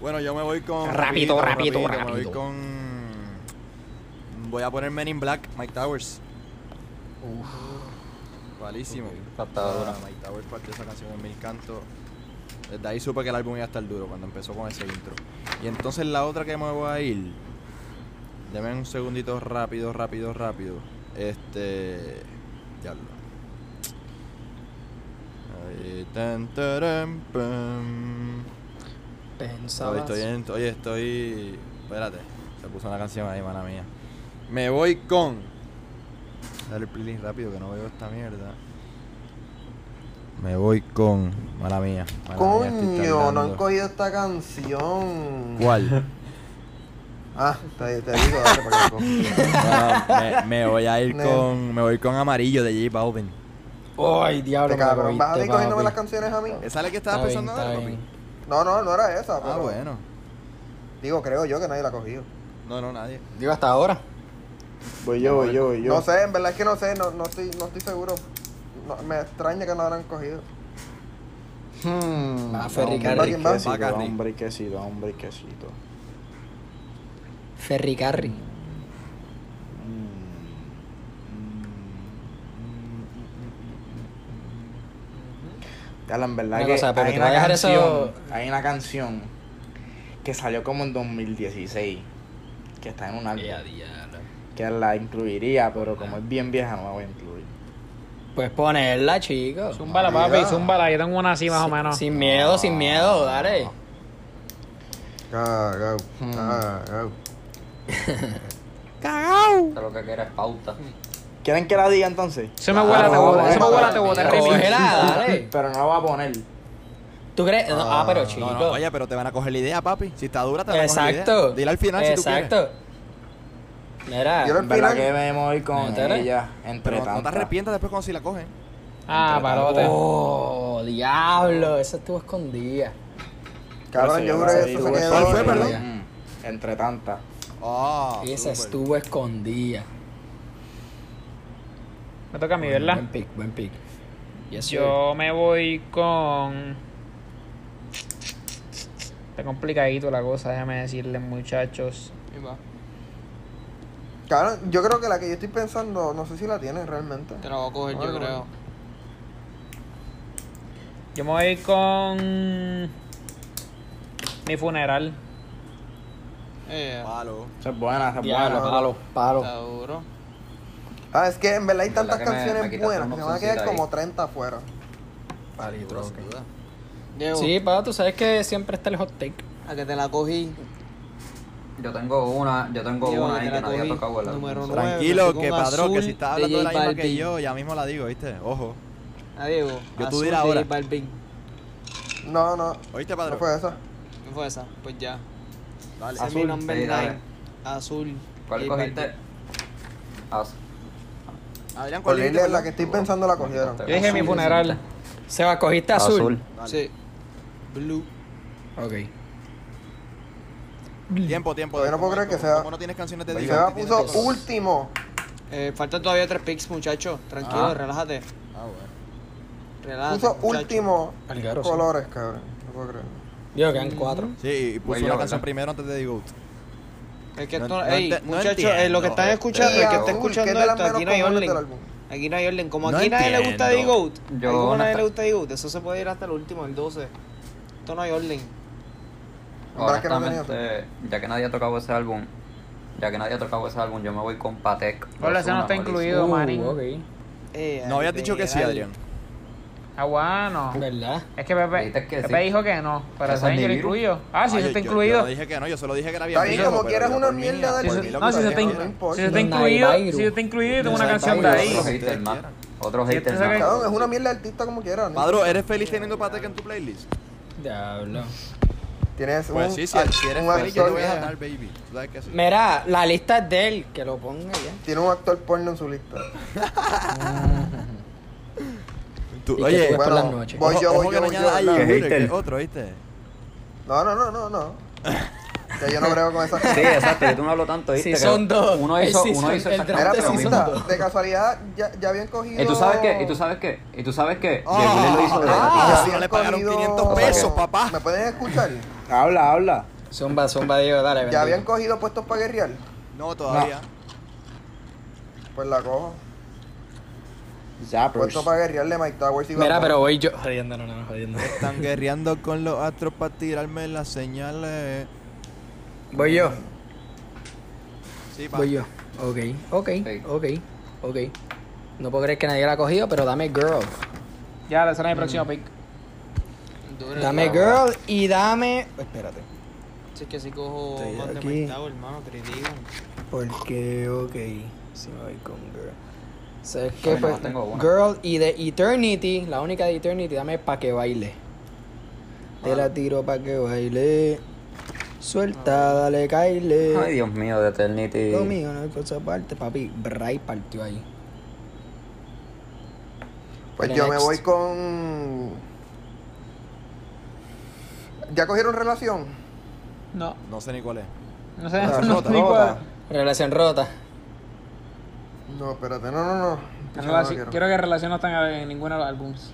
[SPEAKER 2] Bueno, yo me voy con.
[SPEAKER 6] Rápido, rápido,
[SPEAKER 2] Me voy
[SPEAKER 6] rápido.
[SPEAKER 2] con. Voy a poner Men in Black, Mike Towers. Uff. Malísimo. Ah,
[SPEAKER 7] Está dura.
[SPEAKER 2] Mike Towers partió esa canción en mil cantos. Desde ahí supe que el álbum iba a estar duro cuando empezó con ese intro. Y entonces la otra que me voy a ir. Deme un segundito rápido, rápido, rápido. Este. Diablo. Ahí, tan, taram, pam. Oye,
[SPEAKER 6] Pensabas.
[SPEAKER 2] estoy en- oye, estoy. Espérate, se puso una canción ahí, mala mía. Me voy con. Dale el playlist rápido que no veo esta mierda. Me voy con. Mala mía. mala mía, estoy
[SPEAKER 3] Coño, no han
[SPEAKER 2] tardando.
[SPEAKER 3] cogido esta canción.
[SPEAKER 2] ¿Cuál?
[SPEAKER 3] Ah, te, te digo, dale para que
[SPEAKER 2] Este
[SPEAKER 3] lo Este cojas.
[SPEAKER 2] No, me, me voy a ir
[SPEAKER 3] Ne-
[SPEAKER 2] con. Me voy con amarillo de J Balvin.
[SPEAKER 6] Ay, diablo,
[SPEAKER 3] Te
[SPEAKER 6] me
[SPEAKER 2] Este
[SPEAKER 3] cabrón, vas a
[SPEAKER 6] cogiste,
[SPEAKER 3] ir cogiéndome las
[SPEAKER 6] papi.
[SPEAKER 3] canciones a mí.
[SPEAKER 2] ¿Esa es la que
[SPEAKER 6] Está
[SPEAKER 2] estabas
[SPEAKER 6] bien,
[SPEAKER 2] pensando
[SPEAKER 6] está
[SPEAKER 2] ahora, papi?
[SPEAKER 6] bien.
[SPEAKER 3] No, no, no era esa, pero
[SPEAKER 2] Ah, Ah, bueno.
[SPEAKER 3] digo, creo yo que nadie la ha cogido.
[SPEAKER 2] No, no, nadie.
[SPEAKER 6] Digo, hasta ahora.
[SPEAKER 4] Voy yo, voy yo, voy yo.
[SPEAKER 3] No sé, en verdad es que no sé, no, no estoy, no estoy seguro. No, me extraña que no habrán cogido.
[SPEAKER 2] Mm,
[SPEAKER 4] Hmm,
[SPEAKER 6] Ah, Ferry
[SPEAKER 4] hombre,
[SPEAKER 3] Carry.
[SPEAKER 4] quesito,
[SPEAKER 2] Va, Carry.
[SPEAKER 4] Hombre, quesito, hombre, quesito.
[SPEAKER 6] Ferry Carry.
[SPEAKER 4] Ya, la en verdad
[SPEAKER 6] Una
[SPEAKER 4] que
[SPEAKER 6] cosa, pero
[SPEAKER 4] hay
[SPEAKER 6] te
[SPEAKER 4] una
[SPEAKER 6] voy a dejar
[SPEAKER 4] canción,
[SPEAKER 6] eso-
[SPEAKER 4] hay una canción que salió como en 2016, que está en un álbum, que la incluiría, pero
[SPEAKER 2] Ah.
[SPEAKER 4] como es bien vieja no la voy a incluir.
[SPEAKER 6] Pues ponerla, chicos.
[SPEAKER 1] Zúmbala, papi, zúmbala. Yo tengo una así más o menos.
[SPEAKER 6] Sin miedo, sin miedo, dale.
[SPEAKER 3] Cagao, cagao.
[SPEAKER 7] Esto lo que quiere es pauta.
[SPEAKER 4] ¿Quieren que la diga entonces?
[SPEAKER 1] Se me huele a te
[SPEAKER 4] no,
[SPEAKER 1] botar, se me
[SPEAKER 4] no,
[SPEAKER 1] huele a
[SPEAKER 4] no,
[SPEAKER 1] te botar,
[SPEAKER 6] Ah, no,
[SPEAKER 1] Remy.
[SPEAKER 6] Cógela, dale.
[SPEAKER 4] Pero no la voy a poner.
[SPEAKER 6] ¿Tú crees? No, ah, pero
[SPEAKER 2] No,
[SPEAKER 6] chicos.
[SPEAKER 2] no, oye, pero te van a coger la idea, papi. Si está dura, te van a coger la idea.
[SPEAKER 6] Exacto.
[SPEAKER 2] Dile al final si tú quieres.
[SPEAKER 6] Exacto. Mira,
[SPEAKER 3] Yo lo-
[SPEAKER 4] En verdad
[SPEAKER 3] final-
[SPEAKER 4] que me voy con
[SPEAKER 6] Métele.
[SPEAKER 4] ella, entre
[SPEAKER 2] Pero no te
[SPEAKER 4] tantas.
[SPEAKER 2] arrepientas después cuando si la cogen.
[SPEAKER 1] Ah, palote.
[SPEAKER 6] Oh, diablo, esa estuvo escondida.
[SPEAKER 3] Cabrón,
[SPEAKER 4] Pero
[SPEAKER 3] yo
[SPEAKER 4] si
[SPEAKER 3] juro
[SPEAKER 4] la
[SPEAKER 3] que eso
[SPEAKER 4] digo,
[SPEAKER 3] se quedó.
[SPEAKER 2] ¿Cuál fue,
[SPEAKER 3] en-
[SPEAKER 2] perdón?
[SPEAKER 4] Mm, Entre tantas.
[SPEAKER 2] Ah,
[SPEAKER 6] esa
[SPEAKER 2] súper.
[SPEAKER 6] estuvo escondida.
[SPEAKER 1] Me toca a mí, ¿verdad?
[SPEAKER 6] Buen pick, buen pick. Yes,
[SPEAKER 1] Yo me voy con. Está complicadito la cosa, déjame decirles, muchachos.
[SPEAKER 5] Ahí va.
[SPEAKER 3] Cabrón, yo creo que la que yo estoy pensando, no sé si la tienen realmente.
[SPEAKER 5] Te la voy a coger,
[SPEAKER 3] Bueno,
[SPEAKER 5] yo creo.
[SPEAKER 1] Yo me voy con. Mi funeral.
[SPEAKER 5] Eh,
[SPEAKER 2] Palo.
[SPEAKER 4] Esa es buena, esa es
[SPEAKER 6] Diablo,
[SPEAKER 4] buena.
[SPEAKER 6] palo, palo.
[SPEAKER 5] está duro.
[SPEAKER 3] Ah, es que en verdad hay
[SPEAKER 7] En verdad
[SPEAKER 3] tantas
[SPEAKER 7] que me- me
[SPEAKER 3] canciones
[SPEAKER 7] quitaste
[SPEAKER 3] buenas
[SPEAKER 7] una
[SPEAKER 3] que se van a
[SPEAKER 7] opcioncita
[SPEAKER 3] quedar
[SPEAKER 7] ahí.
[SPEAKER 3] como 30 afuera.
[SPEAKER 2] sin duda.
[SPEAKER 5] Diego,
[SPEAKER 6] Sí, pa, tú sabes que siempre está el hot take.
[SPEAKER 5] a que te la cogí.
[SPEAKER 7] Yo tengo una, yo tengo
[SPEAKER 5] Diego,
[SPEAKER 7] una
[SPEAKER 5] que
[SPEAKER 7] ahí
[SPEAKER 5] te la
[SPEAKER 7] que nadie ha
[SPEAKER 5] cogí.
[SPEAKER 7] tocado el álbum.
[SPEAKER 5] Número nueve.
[SPEAKER 2] Tranquilo,
[SPEAKER 5] me
[SPEAKER 2] que
[SPEAKER 5] tocó un
[SPEAKER 2] padrón, que
[SPEAKER 5] azul
[SPEAKER 2] si estás
[SPEAKER 5] de
[SPEAKER 2] hablando de la
[SPEAKER 5] J
[SPEAKER 2] misma que
[SPEAKER 5] Balvin.
[SPEAKER 2] yo, ya mismo la digo, ¿viste? Ojo.
[SPEAKER 5] Ah, Diego.
[SPEAKER 2] Yo tú
[SPEAKER 5] azul
[SPEAKER 2] dirás
[SPEAKER 5] de
[SPEAKER 2] ahora.
[SPEAKER 5] J Balvin.
[SPEAKER 3] No, no,
[SPEAKER 2] ¿Oíste,
[SPEAKER 3] no
[SPEAKER 2] padrón?
[SPEAKER 3] fue esa.
[SPEAKER 5] ¿Qué fue esa? Pues ya.
[SPEAKER 2] Dale.
[SPEAKER 5] Ese es mi
[SPEAKER 4] Azul.
[SPEAKER 5] number
[SPEAKER 7] Sí, dale.
[SPEAKER 5] nine. Azul.
[SPEAKER 7] ¿Cuál
[SPEAKER 5] J
[SPEAKER 7] cogiste?
[SPEAKER 5] Balvin.
[SPEAKER 7] Ah,
[SPEAKER 2] Adrián, ¿cuál
[SPEAKER 3] Por
[SPEAKER 2] dijiste,
[SPEAKER 3] la
[SPEAKER 2] perdón?
[SPEAKER 3] que estoy pensando la cogieron.
[SPEAKER 1] Yo
[SPEAKER 7] Ah,
[SPEAKER 1] dije mi funeral.
[SPEAKER 6] Seba, cogiste azul.
[SPEAKER 2] Dale.
[SPEAKER 5] Sí. Blue.
[SPEAKER 6] Ok.
[SPEAKER 2] Tiempo, tiempo.
[SPEAKER 3] Todavía no puedo creer que sea- Pues
[SPEAKER 2] ¿Cómo no tienes canciones de
[SPEAKER 3] Se
[SPEAKER 2] Diego?
[SPEAKER 3] va
[SPEAKER 2] ¿Qué
[SPEAKER 3] puso
[SPEAKER 2] tienes?
[SPEAKER 3] último.
[SPEAKER 5] Eh, faltan todavía tres picks, muchachos. Tranquilo,
[SPEAKER 7] Ah.
[SPEAKER 5] relájate.
[SPEAKER 2] Ah, bueno.
[SPEAKER 5] Relájate.
[SPEAKER 3] Puso
[SPEAKER 5] muchacho.
[SPEAKER 3] último
[SPEAKER 6] Algaro, sí.
[SPEAKER 3] colores, cabrón. No puedo creer.
[SPEAKER 6] Digo, quedan cuatro.
[SPEAKER 2] Sí, y
[SPEAKER 7] Voy
[SPEAKER 2] puso una
[SPEAKER 7] yo, ¿verdad?
[SPEAKER 2] canción primero antes de Diego.
[SPEAKER 5] Es que
[SPEAKER 2] No-
[SPEAKER 5] esto-
[SPEAKER 2] no
[SPEAKER 5] ey,
[SPEAKER 2] ente- no
[SPEAKER 5] muchachos, eh, lo que
[SPEAKER 2] entiendo,
[SPEAKER 5] están
[SPEAKER 2] este,
[SPEAKER 5] escuchando, el que está
[SPEAKER 3] Azul,
[SPEAKER 5] escuchando
[SPEAKER 3] es de las
[SPEAKER 5] esto, aquí no hay
[SPEAKER 3] menos comunes
[SPEAKER 5] orden.
[SPEAKER 3] del álbum.
[SPEAKER 5] Aquí no hay orden. Como
[SPEAKER 2] No
[SPEAKER 5] aquí nadie le gusta
[SPEAKER 2] entiendo.
[SPEAKER 5] D-Goat,
[SPEAKER 7] Yo,
[SPEAKER 5] aquí como nadie
[SPEAKER 7] honesta-
[SPEAKER 5] le gusta D-Goat, eso se puede ir hasta el último, el 12. Esto no hay orden.
[SPEAKER 3] Ahora que no tenía
[SPEAKER 7] Honestamente, este, ya que nadie ha tocado ese álbum, ya que nadie ha tocado ese álbum, yo me voy con Patek.
[SPEAKER 1] Hola, ese no
[SPEAKER 7] Ozuna,
[SPEAKER 1] está
[SPEAKER 7] Molly.
[SPEAKER 1] incluido, Marín.
[SPEAKER 6] Uh, ok.
[SPEAKER 5] Eh,
[SPEAKER 2] No habías
[SPEAKER 5] ay,
[SPEAKER 2] dicho que sí,
[SPEAKER 5] dale.
[SPEAKER 2] Adrián.
[SPEAKER 1] Ah, bueno.
[SPEAKER 6] ¿Verdad?
[SPEAKER 1] Es que Pepe,
[SPEAKER 7] Dijiste que
[SPEAKER 1] Pepe
[SPEAKER 7] sí.
[SPEAKER 1] dijo que no, pero
[SPEAKER 7] ¿Que
[SPEAKER 1] eso yo lo
[SPEAKER 7] Sandy
[SPEAKER 1] incluyo. Ah, sí,
[SPEAKER 2] Ah,
[SPEAKER 1] eso
[SPEAKER 2] yo-
[SPEAKER 1] está
[SPEAKER 2] yo-
[SPEAKER 1] incluido.
[SPEAKER 2] Yo no dije que no, yo solo dije que era bien.
[SPEAKER 3] Está bien,
[SPEAKER 2] viejo,
[SPEAKER 3] como
[SPEAKER 2] pero
[SPEAKER 3] quieras
[SPEAKER 2] yo
[SPEAKER 3] una
[SPEAKER 2] por mí,
[SPEAKER 3] mierda
[SPEAKER 2] por
[SPEAKER 3] de-
[SPEAKER 1] Sí,
[SPEAKER 2] mí
[SPEAKER 1] eso-
[SPEAKER 3] Pues,
[SPEAKER 2] lo
[SPEAKER 1] no,
[SPEAKER 2] que
[SPEAKER 1] si eso
[SPEAKER 2] sea,
[SPEAKER 1] está,
[SPEAKER 3] no
[SPEAKER 1] in-
[SPEAKER 2] ¿no?
[SPEAKER 3] importa.
[SPEAKER 1] si eso está
[SPEAKER 6] No,
[SPEAKER 1] incluido,
[SPEAKER 6] Naibiru.
[SPEAKER 1] si eso está incluido, tengo
[SPEAKER 6] No,
[SPEAKER 1] una canción de
[SPEAKER 6] Naibiru.
[SPEAKER 1] ahí.
[SPEAKER 7] Otro hater más. Otro
[SPEAKER 1] Si
[SPEAKER 7] hater
[SPEAKER 1] tú sabes
[SPEAKER 7] más.
[SPEAKER 3] Cabrón, es una mierda de artista como quieras. ¿no?
[SPEAKER 2] Padro, ¿eres feliz teniendo Patek en tu playlist?
[SPEAKER 6] Diablo.
[SPEAKER 3] Tienes un,
[SPEAKER 2] Pues sí, si
[SPEAKER 3] ar-
[SPEAKER 2] si eres
[SPEAKER 3] un
[SPEAKER 2] feliz, yo te
[SPEAKER 3] actor,
[SPEAKER 2] voy a ganar, baby. Tú sabes que sí.
[SPEAKER 6] Mira, la lista es de él, que lo ponga ya.
[SPEAKER 3] tiene un actor porno en su lista.
[SPEAKER 2] Tú-
[SPEAKER 6] Y que
[SPEAKER 2] Oye,
[SPEAKER 6] tú- por
[SPEAKER 3] Bueno,
[SPEAKER 6] las noches.
[SPEAKER 3] voy yo,
[SPEAKER 2] ojo- ojo
[SPEAKER 3] voy yo,
[SPEAKER 2] que
[SPEAKER 3] voy
[SPEAKER 2] no
[SPEAKER 3] yo,
[SPEAKER 2] añada ahí,
[SPEAKER 3] ¿verdad?
[SPEAKER 7] Que
[SPEAKER 2] Junior, que
[SPEAKER 7] hater.
[SPEAKER 2] otro, ¿viste?
[SPEAKER 3] No, no, no, no, no. Que yo no creo con esa
[SPEAKER 7] Sí, exacto, yo tú no hablo tanto,
[SPEAKER 6] Sí,
[SPEAKER 7] ¿viste? que
[SPEAKER 6] son dos.
[SPEAKER 7] Uno hizo,
[SPEAKER 6] Sí, son-
[SPEAKER 7] uno hizo
[SPEAKER 6] el
[SPEAKER 7] exactamente
[SPEAKER 3] Era
[SPEAKER 6] draft
[SPEAKER 7] lo mismo.
[SPEAKER 6] sí son
[SPEAKER 3] pregunta, de casualidad ya, ya habían cogido.
[SPEAKER 7] ¿Y tú sabes qué? ¿Y tú sabes qué? ¿Y tú sabes qué? Y el Gulen lo hizo de
[SPEAKER 3] Ah,
[SPEAKER 7] gratis.
[SPEAKER 2] si no le pagaron 500
[SPEAKER 7] pesos,
[SPEAKER 2] papá.
[SPEAKER 3] ¿Me pueden escuchar?
[SPEAKER 4] Habla, habla.
[SPEAKER 6] Zumba, zumba, Diego, dale.
[SPEAKER 3] Ya
[SPEAKER 6] bendito.
[SPEAKER 3] habían cogido puestos para guerrear.
[SPEAKER 2] No, todavía.
[SPEAKER 3] Pues la cojo.
[SPEAKER 4] Zappers.
[SPEAKER 3] Puesto para pues. guerrear de Mike Towers y
[SPEAKER 6] Mira,
[SPEAKER 3] Bad
[SPEAKER 6] pero
[SPEAKER 3] Bunny.
[SPEAKER 6] voy yo. Jodiendo, no, no, jodiendo.
[SPEAKER 2] Están guerreando con los astros para tirarme las señales.
[SPEAKER 6] Voy yo.
[SPEAKER 2] Sí, pa.
[SPEAKER 6] Voy yo. Ok, ok,
[SPEAKER 7] Sí.
[SPEAKER 6] ok, ok. No puedo creer que nadie la ha cogido, pero dame girl.
[SPEAKER 1] Ya, esa era mi próximo pick.
[SPEAKER 5] Duro,
[SPEAKER 6] Dame
[SPEAKER 5] claro.
[SPEAKER 6] Girl y dame. Espérate.
[SPEAKER 5] Sí, Es que si cojo
[SPEAKER 6] Estoy
[SPEAKER 5] más de
[SPEAKER 6] aquí.
[SPEAKER 5] Mike Tower, hermano, te digo.
[SPEAKER 6] Porque, ok. Si me voy con Girl. Sé que
[SPEAKER 7] no,
[SPEAKER 6] pues,
[SPEAKER 7] tengo una.
[SPEAKER 6] Girl y de Eternity, la única de Eternity, dame pa' que baile. Te
[SPEAKER 7] Ah.
[SPEAKER 6] la tiro pa' que baile. Suelta, dale, caile.
[SPEAKER 7] Ay, Dios mío, de Eternity.
[SPEAKER 6] Conmigo no hay cosa aparte, papi. Bray partió ahí.
[SPEAKER 3] Pues
[SPEAKER 6] Dale,
[SPEAKER 3] yo me
[SPEAKER 6] next.
[SPEAKER 3] voy con. ¿Ya cogieron relación?
[SPEAKER 5] No,
[SPEAKER 2] No sé ni cuál es.
[SPEAKER 5] no sé.
[SPEAKER 3] Ah,
[SPEAKER 5] no
[SPEAKER 3] rota,
[SPEAKER 5] sé cuál.
[SPEAKER 3] rota.
[SPEAKER 6] Relación rota.
[SPEAKER 3] No, espérate, no, no, no. Yo no la
[SPEAKER 1] Relación-
[SPEAKER 3] quiero.
[SPEAKER 1] Quiero que relación no tenga en ninguno de los álbumes.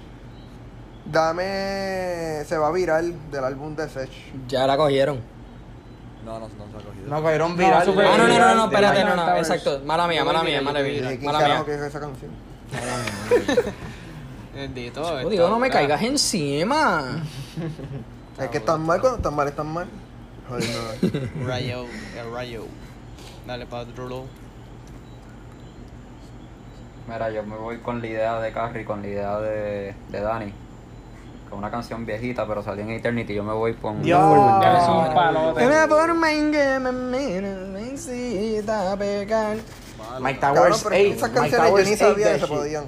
[SPEAKER 3] Dame. Se va a virar del álbum de Sech.
[SPEAKER 6] Ya la cogieron.
[SPEAKER 2] No, no, no se ha cogido.
[SPEAKER 4] No, cogieron viral.
[SPEAKER 7] Pues,
[SPEAKER 1] super-
[SPEAKER 6] Ah, no, no, no, no,
[SPEAKER 1] De
[SPEAKER 6] espérate,
[SPEAKER 1] Mike
[SPEAKER 6] no, no,
[SPEAKER 1] Towers.
[SPEAKER 6] exacto. Mala mía, mala mía, mala
[SPEAKER 3] Y
[SPEAKER 6] mía.
[SPEAKER 3] ¿Quién
[SPEAKER 6] Mala mía.
[SPEAKER 3] carajo que es esa canción?
[SPEAKER 5] Bendito.
[SPEAKER 6] Oh,
[SPEAKER 5] esta
[SPEAKER 6] Dios, no me
[SPEAKER 5] hora.
[SPEAKER 6] caigas encima.
[SPEAKER 3] Es que están mal cuando están mal, están mal. Joder, no.
[SPEAKER 5] Rayo, el rayo. Dale pa' Drulo.
[SPEAKER 7] Mira, yo me voy con la idea de Carrie, con la idea de, de Dani. Con una canción viejita, pero salió en Eternity. Yo me voy con.
[SPEAKER 4] Dios.
[SPEAKER 1] Ya le son
[SPEAKER 4] no,
[SPEAKER 1] palotes.
[SPEAKER 6] Una forma en que me miras me incita a pecar.
[SPEAKER 4] Mike
[SPEAKER 3] Cabrón,
[SPEAKER 4] Towers
[SPEAKER 3] pero
[SPEAKER 4] 8.
[SPEAKER 3] esas
[SPEAKER 4] Mike
[SPEAKER 3] canciones yo
[SPEAKER 4] Towers
[SPEAKER 3] ni
[SPEAKER 4] 8
[SPEAKER 3] sabía
[SPEAKER 4] de
[SPEAKER 3] que se
[SPEAKER 4] shit.
[SPEAKER 3] podían.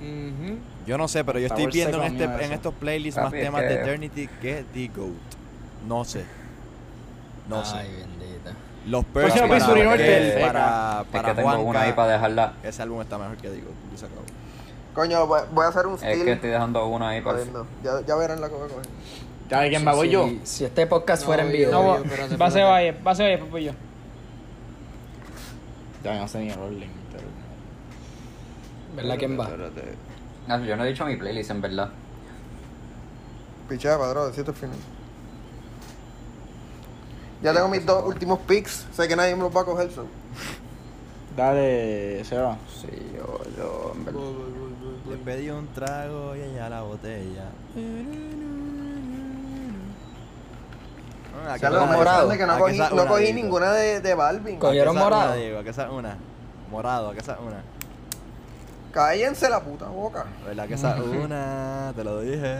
[SPEAKER 5] Mhm.
[SPEAKER 2] Yo no sé, pero yo estoy
[SPEAKER 4] Power
[SPEAKER 2] viendo en,
[SPEAKER 4] Seco,
[SPEAKER 2] este,
[SPEAKER 4] amigo,
[SPEAKER 2] en
[SPEAKER 4] eso.
[SPEAKER 2] estos playlists
[SPEAKER 7] Papi,
[SPEAKER 2] más
[SPEAKER 7] es
[SPEAKER 2] temas
[SPEAKER 7] que-
[SPEAKER 2] de Eternity que The GOAT. No sé. No sé.
[SPEAKER 6] bendita.
[SPEAKER 2] Los Perks
[SPEAKER 4] Próximo
[SPEAKER 2] para,
[SPEAKER 4] episodio,
[SPEAKER 2] para,
[SPEAKER 4] Norte.
[SPEAKER 2] para,
[SPEAKER 7] Es
[SPEAKER 2] para
[SPEAKER 7] que tengo
[SPEAKER 2] Juanca.
[SPEAKER 7] una ahí para dejarla.
[SPEAKER 2] Ese álbum está mejor que The GOAT. y se acabó.
[SPEAKER 3] Coño, voy voy a hacer un
[SPEAKER 7] Es que
[SPEAKER 3] steal.
[SPEAKER 7] estoy
[SPEAKER 2] este
[SPEAKER 7] dejando una ahí para.
[SPEAKER 3] Joder, no. Ya, ya verán la cosa que voy a coger.
[SPEAKER 4] ¿Sabes quién me voy yo?
[SPEAKER 6] Si este podcast fuera en
[SPEAKER 5] No,
[SPEAKER 6] vivo.
[SPEAKER 5] yo-
[SPEAKER 1] No,
[SPEAKER 5] Oye, espérate,
[SPEAKER 1] va a ser
[SPEAKER 5] espérate.
[SPEAKER 1] Valle, va a ser Valle, papi yo.
[SPEAKER 4] Ya no sé ni el orden, pero.
[SPEAKER 6] ¿Verdad quién va?
[SPEAKER 4] Espérate.
[SPEAKER 7] Ah, Yo no he dicho mi playlist, en verdad.
[SPEAKER 3] Pichea, padrón, decirte el final. Ya tengo mis dos últimos picks. Sé que nadie me los va a coger. so.
[SPEAKER 4] Dale, Seba.
[SPEAKER 7] Sí, yo, yo, en verdad.
[SPEAKER 2] Le pedí un trago y allá la botella. Ah,
[SPEAKER 3] Ya
[SPEAKER 2] aquí
[SPEAKER 3] lo
[SPEAKER 2] una,
[SPEAKER 3] morado.
[SPEAKER 2] aquí
[SPEAKER 3] Que no
[SPEAKER 2] aquí
[SPEAKER 3] cogí,
[SPEAKER 2] está
[SPEAKER 3] no
[SPEAKER 2] una,
[SPEAKER 3] cogí
[SPEAKER 2] Diego.
[SPEAKER 3] ninguna de, de Balvin.
[SPEAKER 2] Aquí
[SPEAKER 6] ¿Cogieron
[SPEAKER 2] está una,
[SPEAKER 6] morado?
[SPEAKER 2] Diego, aquí está una. Morado, aquí está una.
[SPEAKER 3] Cállense la puta boca.
[SPEAKER 2] ¿Verdad que esa una? Te lo dije.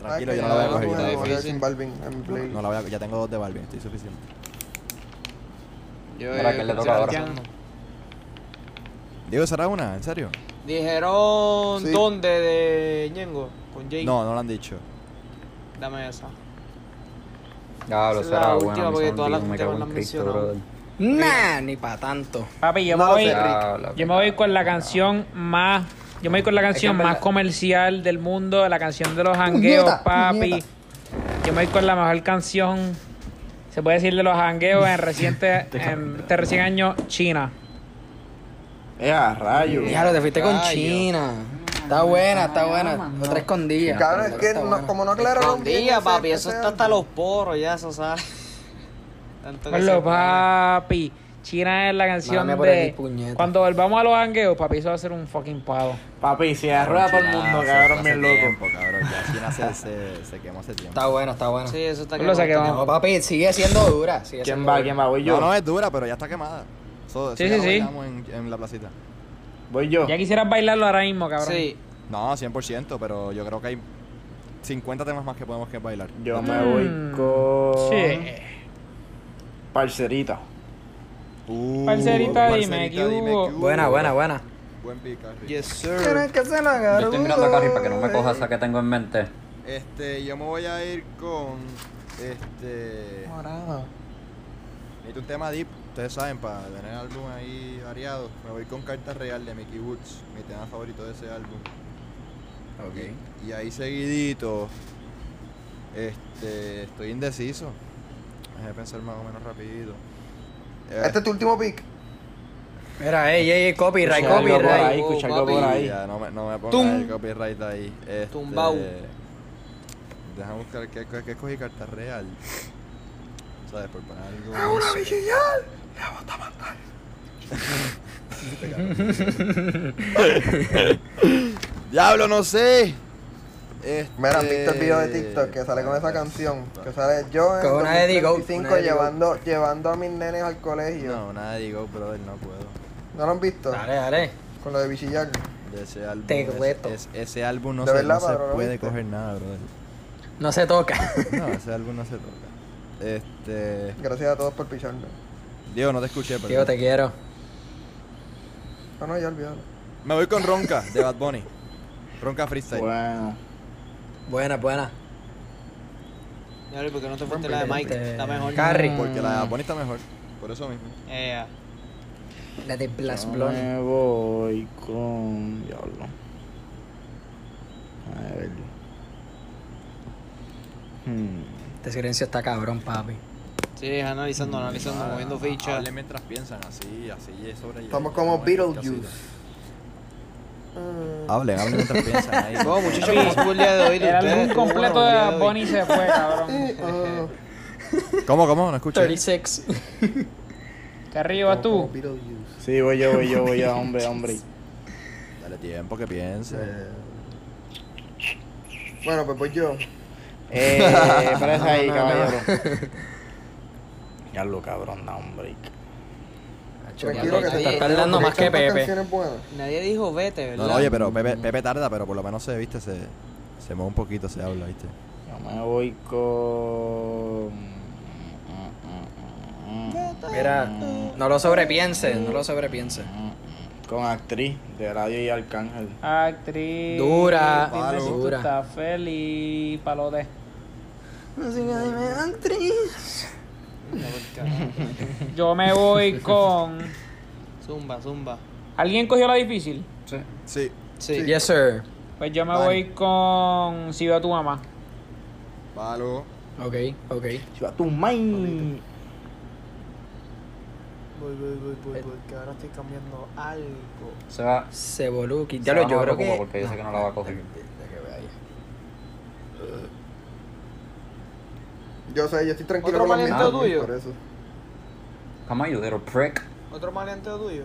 [SPEAKER 2] Tranquilo,
[SPEAKER 3] Ay,
[SPEAKER 2] yo
[SPEAKER 3] Ah, que
[SPEAKER 2] no la voy a
[SPEAKER 5] no,
[SPEAKER 2] coger. yo
[SPEAKER 3] tuve
[SPEAKER 2] no la voy a
[SPEAKER 3] memoria
[SPEAKER 5] difícil.
[SPEAKER 3] sin Balvin en mi
[SPEAKER 2] coger.
[SPEAKER 3] playlist.
[SPEAKER 2] No la voy a Ya tengo dos de Balvin, estoy suficiente.
[SPEAKER 5] Yo
[SPEAKER 7] Ahora,
[SPEAKER 5] eh,
[SPEAKER 7] ¿qué le toca ahora?
[SPEAKER 5] Sebastián.
[SPEAKER 2] Diego, ¿esa era una? ¿En serio?
[SPEAKER 5] Dijeron
[SPEAKER 3] Sí.
[SPEAKER 5] dónde de Ñengo con Jake.
[SPEAKER 2] No, no lo han dicho.
[SPEAKER 5] Dame esa.
[SPEAKER 7] Ya,
[SPEAKER 5] Esa
[SPEAKER 7] lo
[SPEAKER 5] es la
[SPEAKER 7] Mm. será
[SPEAKER 5] última,
[SPEAKER 7] bueno.
[SPEAKER 5] porque
[SPEAKER 7] Me
[SPEAKER 5] todas las
[SPEAKER 7] todas me
[SPEAKER 5] que
[SPEAKER 7] cago
[SPEAKER 5] van
[SPEAKER 7] en
[SPEAKER 5] a
[SPEAKER 7] Cristo,
[SPEAKER 5] mencionar.
[SPEAKER 7] brother.
[SPEAKER 6] Nah, ni pa' tanto.
[SPEAKER 1] Papi, yo me
[SPEAKER 3] No lo
[SPEAKER 1] voy.
[SPEAKER 3] sé,
[SPEAKER 7] Ya, la
[SPEAKER 1] Yo me voy
[SPEAKER 7] verdad.
[SPEAKER 1] con la canción más. Yo me voy con la canción
[SPEAKER 7] en verdad-
[SPEAKER 1] más comercial del mundo, la canción de los jangueos,
[SPEAKER 6] Puñeta,
[SPEAKER 1] papi.
[SPEAKER 6] puñeta.
[SPEAKER 1] Yo me voy con la mejor canción, se puede decir, de los jangueos en reciente, en este recién año, China.
[SPEAKER 4] Eh, a rayo.
[SPEAKER 6] Claro, te fuiste con
[SPEAKER 5] Rayo.
[SPEAKER 6] China. Está buena, está buena. Otra escondida.
[SPEAKER 3] Cabrón, es que
[SPEAKER 6] Está
[SPEAKER 3] no-
[SPEAKER 6] buena.
[SPEAKER 3] como no aclararon bien
[SPEAKER 5] Escondida,
[SPEAKER 3] ese-
[SPEAKER 5] papi, eso
[SPEAKER 3] ese
[SPEAKER 5] está hasta
[SPEAKER 3] álbum.
[SPEAKER 5] los poros, ya eso sale. Tanto que se
[SPEAKER 1] Hola,
[SPEAKER 5] pone.
[SPEAKER 1] papi. China es la canción
[SPEAKER 6] Mame por aquí,
[SPEAKER 1] de...
[SPEAKER 6] puñeta.
[SPEAKER 1] Cuando volvamos a los jangueos, papi, eso va a ser un fucking pavo.
[SPEAKER 4] Papi, si arruina a todo el mundo, cabrón, bien loco.
[SPEAKER 2] Tiempo, cabrón, ya China se, se, se quemó hace tiempo.
[SPEAKER 6] Está buena, está buena.
[SPEAKER 5] Sí, eso está
[SPEAKER 1] Lo saqué,
[SPEAKER 5] no,
[SPEAKER 1] vamos.
[SPEAKER 6] No, papi, sigue siendo dura. Sigue
[SPEAKER 4] ¿Quién
[SPEAKER 6] siendo
[SPEAKER 4] va?
[SPEAKER 6] dura.
[SPEAKER 4] ¿Quién va? Voy
[SPEAKER 2] No, no
[SPEAKER 4] yo.
[SPEAKER 2] es dura, pero ya está quemada. Eso, eso
[SPEAKER 1] Sí,
[SPEAKER 2] ya
[SPEAKER 1] sí,
[SPEAKER 2] lo
[SPEAKER 1] sí.
[SPEAKER 2] bailamos En, en la placita.
[SPEAKER 4] Voy yo.
[SPEAKER 1] Ya quisieras bailarlo ahora mismo, cabrón.
[SPEAKER 5] Sí,
[SPEAKER 2] No, 100%, pero yo creo que hay 50 temas más que podemos que bailar.
[SPEAKER 4] Yo me
[SPEAKER 1] Mm.
[SPEAKER 4] voy con.
[SPEAKER 1] Sí.
[SPEAKER 4] Parcerita.
[SPEAKER 2] Uh,
[SPEAKER 1] Parcerita, dime, ¿qué hubo?
[SPEAKER 6] Buena, buena, buena.
[SPEAKER 2] Buen pica. Rick.
[SPEAKER 5] yes sir.
[SPEAKER 3] Quieren que se la
[SPEAKER 7] Yo estoy mirando a Carrie para que no me
[SPEAKER 3] agarre.
[SPEAKER 7] coja esa que tengo en mente.
[SPEAKER 2] Este, yo me voy a ir con. Este.
[SPEAKER 3] Morado.
[SPEAKER 2] Necesito un tema deep, ustedes saben, para tener álbum ahí variado. Me voy con Carta Real de Mickey Woods, mi tema favorito de ese álbum. Y ahí seguidito. Este. Estoy indeciso. Déjame pensar más o menos rapidito. Eh,
[SPEAKER 3] Este es tu último pick.
[SPEAKER 6] Mira, ey, ey, copyright,
[SPEAKER 4] Escucha algo por ahí,
[SPEAKER 6] copyright.
[SPEAKER 4] escucha
[SPEAKER 5] Oh,
[SPEAKER 4] algo por
[SPEAKER 5] papi.
[SPEAKER 4] ahí.
[SPEAKER 2] Ya, no me, no me pongas
[SPEAKER 5] Tum.
[SPEAKER 2] el copyright ahí. Este,
[SPEAKER 5] Tumbao.
[SPEAKER 2] Deja buscar qué, qué, qué cogí carta real. ¿Sabes? Por poner algo.
[SPEAKER 3] ¡Una vigillar!
[SPEAKER 2] ¡Diablo, no sé! Este...
[SPEAKER 3] Mira, han visto el video de TikTok que sale con esa canción. Que sale yo en
[SPEAKER 6] Con una de Digo,
[SPEAKER 3] 2035
[SPEAKER 6] una de Digo.
[SPEAKER 3] llevando, llevando a mis nenes al colegio.
[SPEAKER 2] No, nada digo, brother, no puedo.
[SPEAKER 3] ¿No lo han visto?
[SPEAKER 6] Dale, dale.
[SPEAKER 3] Con lo de bichillar.
[SPEAKER 2] de ese álbum.
[SPEAKER 6] Te
[SPEAKER 2] es-
[SPEAKER 6] reto.
[SPEAKER 2] es- ese álbum no
[SPEAKER 3] De
[SPEAKER 2] se,
[SPEAKER 3] verdad,
[SPEAKER 2] no se
[SPEAKER 3] cabrón,
[SPEAKER 2] puede
[SPEAKER 3] ¿viste?
[SPEAKER 2] coger nada, brother.
[SPEAKER 6] No se toca.
[SPEAKER 2] No, ese álbum no se toca. Este.
[SPEAKER 3] Gracias a todos por picharme.
[SPEAKER 2] Diego, no te escuché, pero.
[SPEAKER 6] Tío, te quiero.
[SPEAKER 3] No, no, ya olvídalo.
[SPEAKER 2] Me voy con Ronca de Bad Bunny. Ronca Freestyle.
[SPEAKER 8] Bueno.
[SPEAKER 6] Buena, buena.
[SPEAKER 5] Yari, ¿por qué no te fuiste la de Mike? Está mejor.
[SPEAKER 6] Este,
[SPEAKER 5] Mm.
[SPEAKER 6] Carrie.
[SPEAKER 2] Porque la de Bad Bunny está mejor. Por eso mismo.
[SPEAKER 5] Eh,
[SPEAKER 6] La de Blas
[SPEAKER 8] yo
[SPEAKER 6] Blonde.
[SPEAKER 8] me voy con. Diablo. A ver. Hmm.
[SPEAKER 6] Este silencio está cabrón, papi.
[SPEAKER 5] sí, analizando, analizando,
[SPEAKER 2] Ah,
[SPEAKER 5] moviendo fichas.
[SPEAKER 2] Hablen mientras piensan, así, así, sobre
[SPEAKER 3] Estamos como Beetlejuice.
[SPEAKER 2] Hablen, hablen mientras piensan ahí.
[SPEAKER 5] Bueno, muchachos, ¿cómo estuvo el día de hoy? de
[SPEAKER 1] El álbum
[SPEAKER 5] ustedes? Estuvo
[SPEAKER 1] completo
[SPEAKER 5] bueno,
[SPEAKER 1] de
[SPEAKER 5] el día
[SPEAKER 1] Bad
[SPEAKER 5] hoy.
[SPEAKER 1] Bunny se fue, cabrón.
[SPEAKER 3] Eh, ah,
[SPEAKER 2] ¿Cómo, cómo? No escuché.
[SPEAKER 6] 36.
[SPEAKER 1] Carrillo, vas
[SPEAKER 3] como
[SPEAKER 1] tú.
[SPEAKER 3] Beetlejuice.
[SPEAKER 8] Sí, voy yo, voy yo, voy yo, hombre, hombre.
[SPEAKER 2] Dale tiempo que piense.
[SPEAKER 3] Eh, Bueno, pues voy yo.
[SPEAKER 8] Eh, parece ahí, caballero. Diablo, cabrón, da un break.
[SPEAKER 3] Tranquilo que
[SPEAKER 5] Oye,
[SPEAKER 3] te
[SPEAKER 5] estás
[SPEAKER 6] tardando más que Pepe.
[SPEAKER 5] Nadie dijo vete, ¿verdad?
[SPEAKER 2] No, no, oye, pero Pepe, Pepe tarda, pero por lo menos se, viste, se, se mueve un poquito, se habla, viste.
[SPEAKER 8] Yo me voy con.
[SPEAKER 6] Mira, no lo sobrepiense, no lo sobrepiense.
[SPEAKER 8] Mm, Con actriz de Radio y Arcángel.
[SPEAKER 1] Actriz.
[SPEAKER 6] Dura,
[SPEAKER 1] Dime si tú
[SPEAKER 6] dura.
[SPEAKER 1] estás feliz, palote.
[SPEAKER 5] Ya, por carajo.
[SPEAKER 1] Yo me voy con.
[SPEAKER 5] Zumba, zumba.
[SPEAKER 1] ¿Alguien cogió la difícil?
[SPEAKER 2] Sí.
[SPEAKER 5] Sí.
[SPEAKER 6] Yes, sir.
[SPEAKER 1] Pues yo me
[SPEAKER 2] Vale.
[SPEAKER 1] voy con. Si veo a tu mamá.
[SPEAKER 2] Palo.
[SPEAKER 6] Ok, ok.
[SPEAKER 8] Si va tu main.
[SPEAKER 5] Voy, voy, voy, voy, voy, que ahora estoy cambiando algo.
[SPEAKER 7] Se va.
[SPEAKER 6] Ceboluki.
[SPEAKER 7] se
[SPEAKER 6] Ya lo
[SPEAKER 7] va
[SPEAKER 6] yo creo
[SPEAKER 7] Macoco,
[SPEAKER 6] que.
[SPEAKER 7] Porque yo sé que no la va a coger.
[SPEAKER 3] Yo sé, yo estoy tranquilo
[SPEAKER 5] ¿Otro
[SPEAKER 3] con las mías
[SPEAKER 5] maleanteo
[SPEAKER 3] también,
[SPEAKER 5] tuyo?
[SPEAKER 3] por eso.
[SPEAKER 7] Come on, you little prick.
[SPEAKER 5] ¿Otro maleanteo tuyo?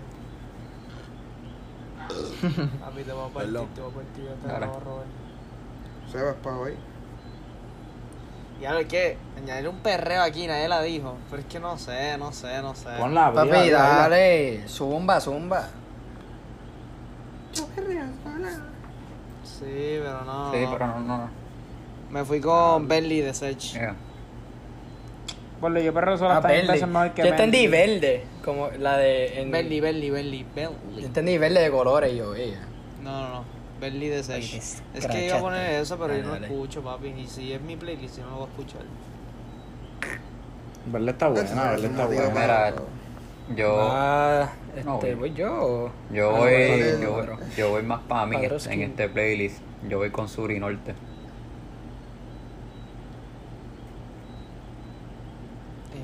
[SPEAKER 5] A mí te voy a partir,
[SPEAKER 2] Perdón.
[SPEAKER 5] te voy a partir, ya te
[SPEAKER 7] Dale.
[SPEAKER 5] la voy a robar.
[SPEAKER 3] Sebas, pa' hoy.
[SPEAKER 5] Y ahora hay que añadir un perreo aquí, nadie la dijo. Pero es que no sé, no sé, no sé.
[SPEAKER 8] Con la
[SPEAKER 6] Papi, dale. Zumba, zumba.
[SPEAKER 5] Sí, pero no.
[SPEAKER 7] Sí,
[SPEAKER 5] no.
[SPEAKER 7] pero no, no.
[SPEAKER 5] Me fui
[SPEAKER 6] Ah.
[SPEAKER 5] con Bentley de Sech.
[SPEAKER 6] Eh.
[SPEAKER 7] Yeah.
[SPEAKER 1] Bueno, yo perro solo
[SPEAKER 6] Ah,
[SPEAKER 1] está en
[SPEAKER 6] verde.
[SPEAKER 1] veces mejor que
[SPEAKER 6] Yo entendí
[SPEAKER 1] Bentley.
[SPEAKER 6] verde, como la de. en-
[SPEAKER 5] Bentley, Bentley, Bentley,
[SPEAKER 6] Yo
[SPEAKER 5] Bentley.
[SPEAKER 6] entendí verde de colores yo, eh. ella.
[SPEAKER 5] No, no, no. Bentley de Sech.
[SPEAKER 6] Ay,
[SPEAKER 5] Es que iba a poner
[SPEAKER 6] escrachaste.
[SPEAKER 5] eso, pero yo
[SPEAKER 6] Dale,
[SPEAKER 5] no
[SPEAKER 6] dale.
[SPEAKER 5] escucho, papi. Y si es mi playlist, yo no lo voy a escuchar.
[SPEAKER 8] Verla está
[SPEAKER 3] Eso no
[SPEAKER 8] buena,
[SPEAKER 3] es
[SPEAKER 8] verla
[SPEAKER 3] un
[SPEAKER 8] está
[SPEAKER 3] motivo
[SPEAKER 8] buena.
[SPEAKER 3] para-
[SPEAKER 7] Mira, Yo,
[SPEAKER 6] Ah,
[SPEAKER 7] No,
[SPEAKER 6] este,
[SPEAKER 7] voy.
[SPEAKER 6] voy yo.
[SPEAKER 7] yo
[SPEAKER 6] Ah,
[SPEAKER 7] voy,
[SPEAKER 6] vale,
[SPEAKER 7] yo,
[SPEAKER 6] otro.
[SPEAKER 7] yo voy más para mí
[SPEAKER 6] Padre
[SPEAKER 7] en
[SPEAKER 6] Skin.
[SPEAKER 7] este playlist. Yo voy con Sur y Norte.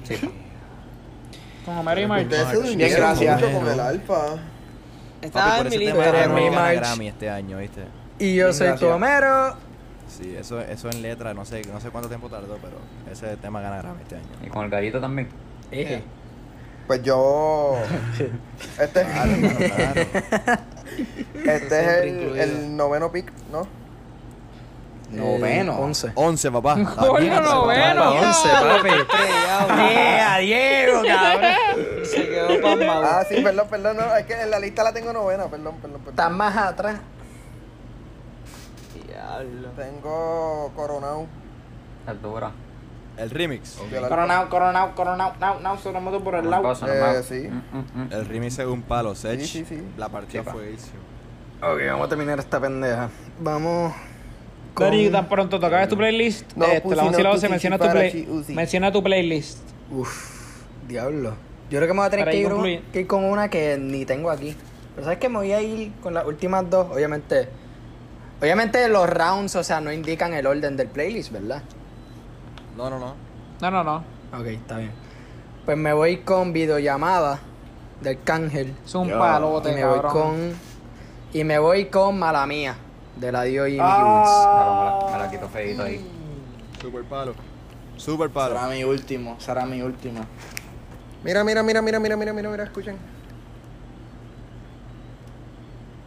[SPEAKER 7] Sí.
[SPEAKER 1] Con Homero y March.
[SPEAKER 3] Ustedes se durmieron
[SPEAKER 8] gracias.
[SPEAKER 3] mucho con el alfa.
[SPEAKER 5] Estaba en mi lista.
[SPEAKER 6] tema-
[SPEAKER 5] pero-
[SPEAKER 6] Pero mi March.
[SPEAKER 2] Grammy este año, ¿viste?
[SPEAKER 6] Y yo soy tu
[SPEAKER 3] Gracias.
[SPEAKER 6] Homero.
[SPEAKER 2] Sí, eso, eso en letra, no sé, no sé cuánto tiempo tardó, pero ese tema gana Grammy este año.
[SPEAKER 7] Y con el gallito también.
[SPEAKER 6] Eh,
[SPEAKER 3] Pues yo. Este es,
[SPEAKER 2] Claro, claro, claro.
[SPEAKER 3] este es
[SPEAKER 5] Siempre
[SPEAKER 3] el,
[SPEAKER 5] incluido.
[SPEAKER 3] el noveno pick, ¿no?
[SPEAKER 8] Noveno.
[SPEAKER 6] eh, Once.
[SPEAKER 2] 11, papá.
[SPEAKER 1] ¡Coño, noveno!
[SPEAKER 6] Once, papi. Yeah, Diego, cabrón.
[SPEAKER 5] Se quedó pasmado.
[SPEAKER 3] Ah, sí, perdón, perdón, no, es que en la lista la tengo novena, perdón, perdón,
[SPEAKER 6] Estás
[SPEAKER 3] perdón.
[SPEAKER 6] más atrás.
[SPEAKER 5] Diablo.
[SPEAKER 3] Tengo coronado.
[SPEAKER 7] Es dura.
[SPEAKER 2] El remix.
[SPEAKER 3] del Alfa.
[SPEAKER 8] Coronado, coronado, coronado. No, no, se lo meto por el
[SPEAKER 7] No
[SPEAKER 8] lado.
[SPEAKER 7] pasa,
[SPEAKER 3] Eh,
[SPEAKER 7] no pasa.
[SPEAKER 3] sí.
[SPEAKER 7] Mm, mm, mm.
[SPEAKER 2] El remix es un palo, Sech.
[SPEAKER 3] Sí, sí, sí.
[SPEAKER 2] La partida
[SPEAKER 7] Sí, pa.
[SPEAKER 2] fue Ezio.
[SPEAKER 6] Ok, vamos a terminar esta pendeja. Vamos. con-
[SPEAKER 1] Dari, tan pronto tocabas tu playlist,
[SPEAKER 3] No,
[SPEAKER 1] eh, te
[SPEAKER 3] Pussy,
[SPEAKER 1] la
[SPEAKER 3] no,
[SPEAKER 1] once y la
[SPEAKER 3] Tutti,
[SPEAKER 1] doce, menciona tu,
[SPEAKER 3] Fifara,
[SPEAKER 1] play-
[SPEAKER 3] Chi, Uzi.
[SPEAKER 1] menciona tu playlist.
[SPEAKER 6] Uf, diablo. Yo creo que me voy a tener
[SPEAKER 1] Para
[SPEAKER 6] que
[SPEAKER 1] ir
[SPEAKER 6] ir,
[SPEAKER 1] concluir.
[SPEAKER 6] que ir con una que ni tengo aquí. Pero sabes que me voy a ir con las últimas dos, obviamente. Obviamente los rounds, o sea, no indican el orden del playlist, ¿verdad?
[SPEAKER 2] No, no, no.
[SPEAKER 1] No, no, no.
[SPEAKER 6] Ok, está bien. Pues me voy con videollamada del Cángel.
[SPEAKER 1] Es un
[SPEAKER 8] Ya.
[SPEAKER 1] palote,
[SPEAKER 6] Y me voy
[SPEAKER 1] cabrón.
[SPEAKER 6] con. Y me voy con Mala Mía, de la Dio y Mickey
[SPEAKER 8] Ah,
[SPEAKER 6] Woods.
[SPEAKER 7] Claro, me la- me la quito feito ahí.
[SPEAKER 2] Super palo. Super
[SPEAKER 8] Será
[SPEAKER 2] palo.
[SPEAKER 8] mi último, será mi último.
[SPEAKER 3] Mira, mira, mira, mira, mira, mira, mira, mira, escuchen.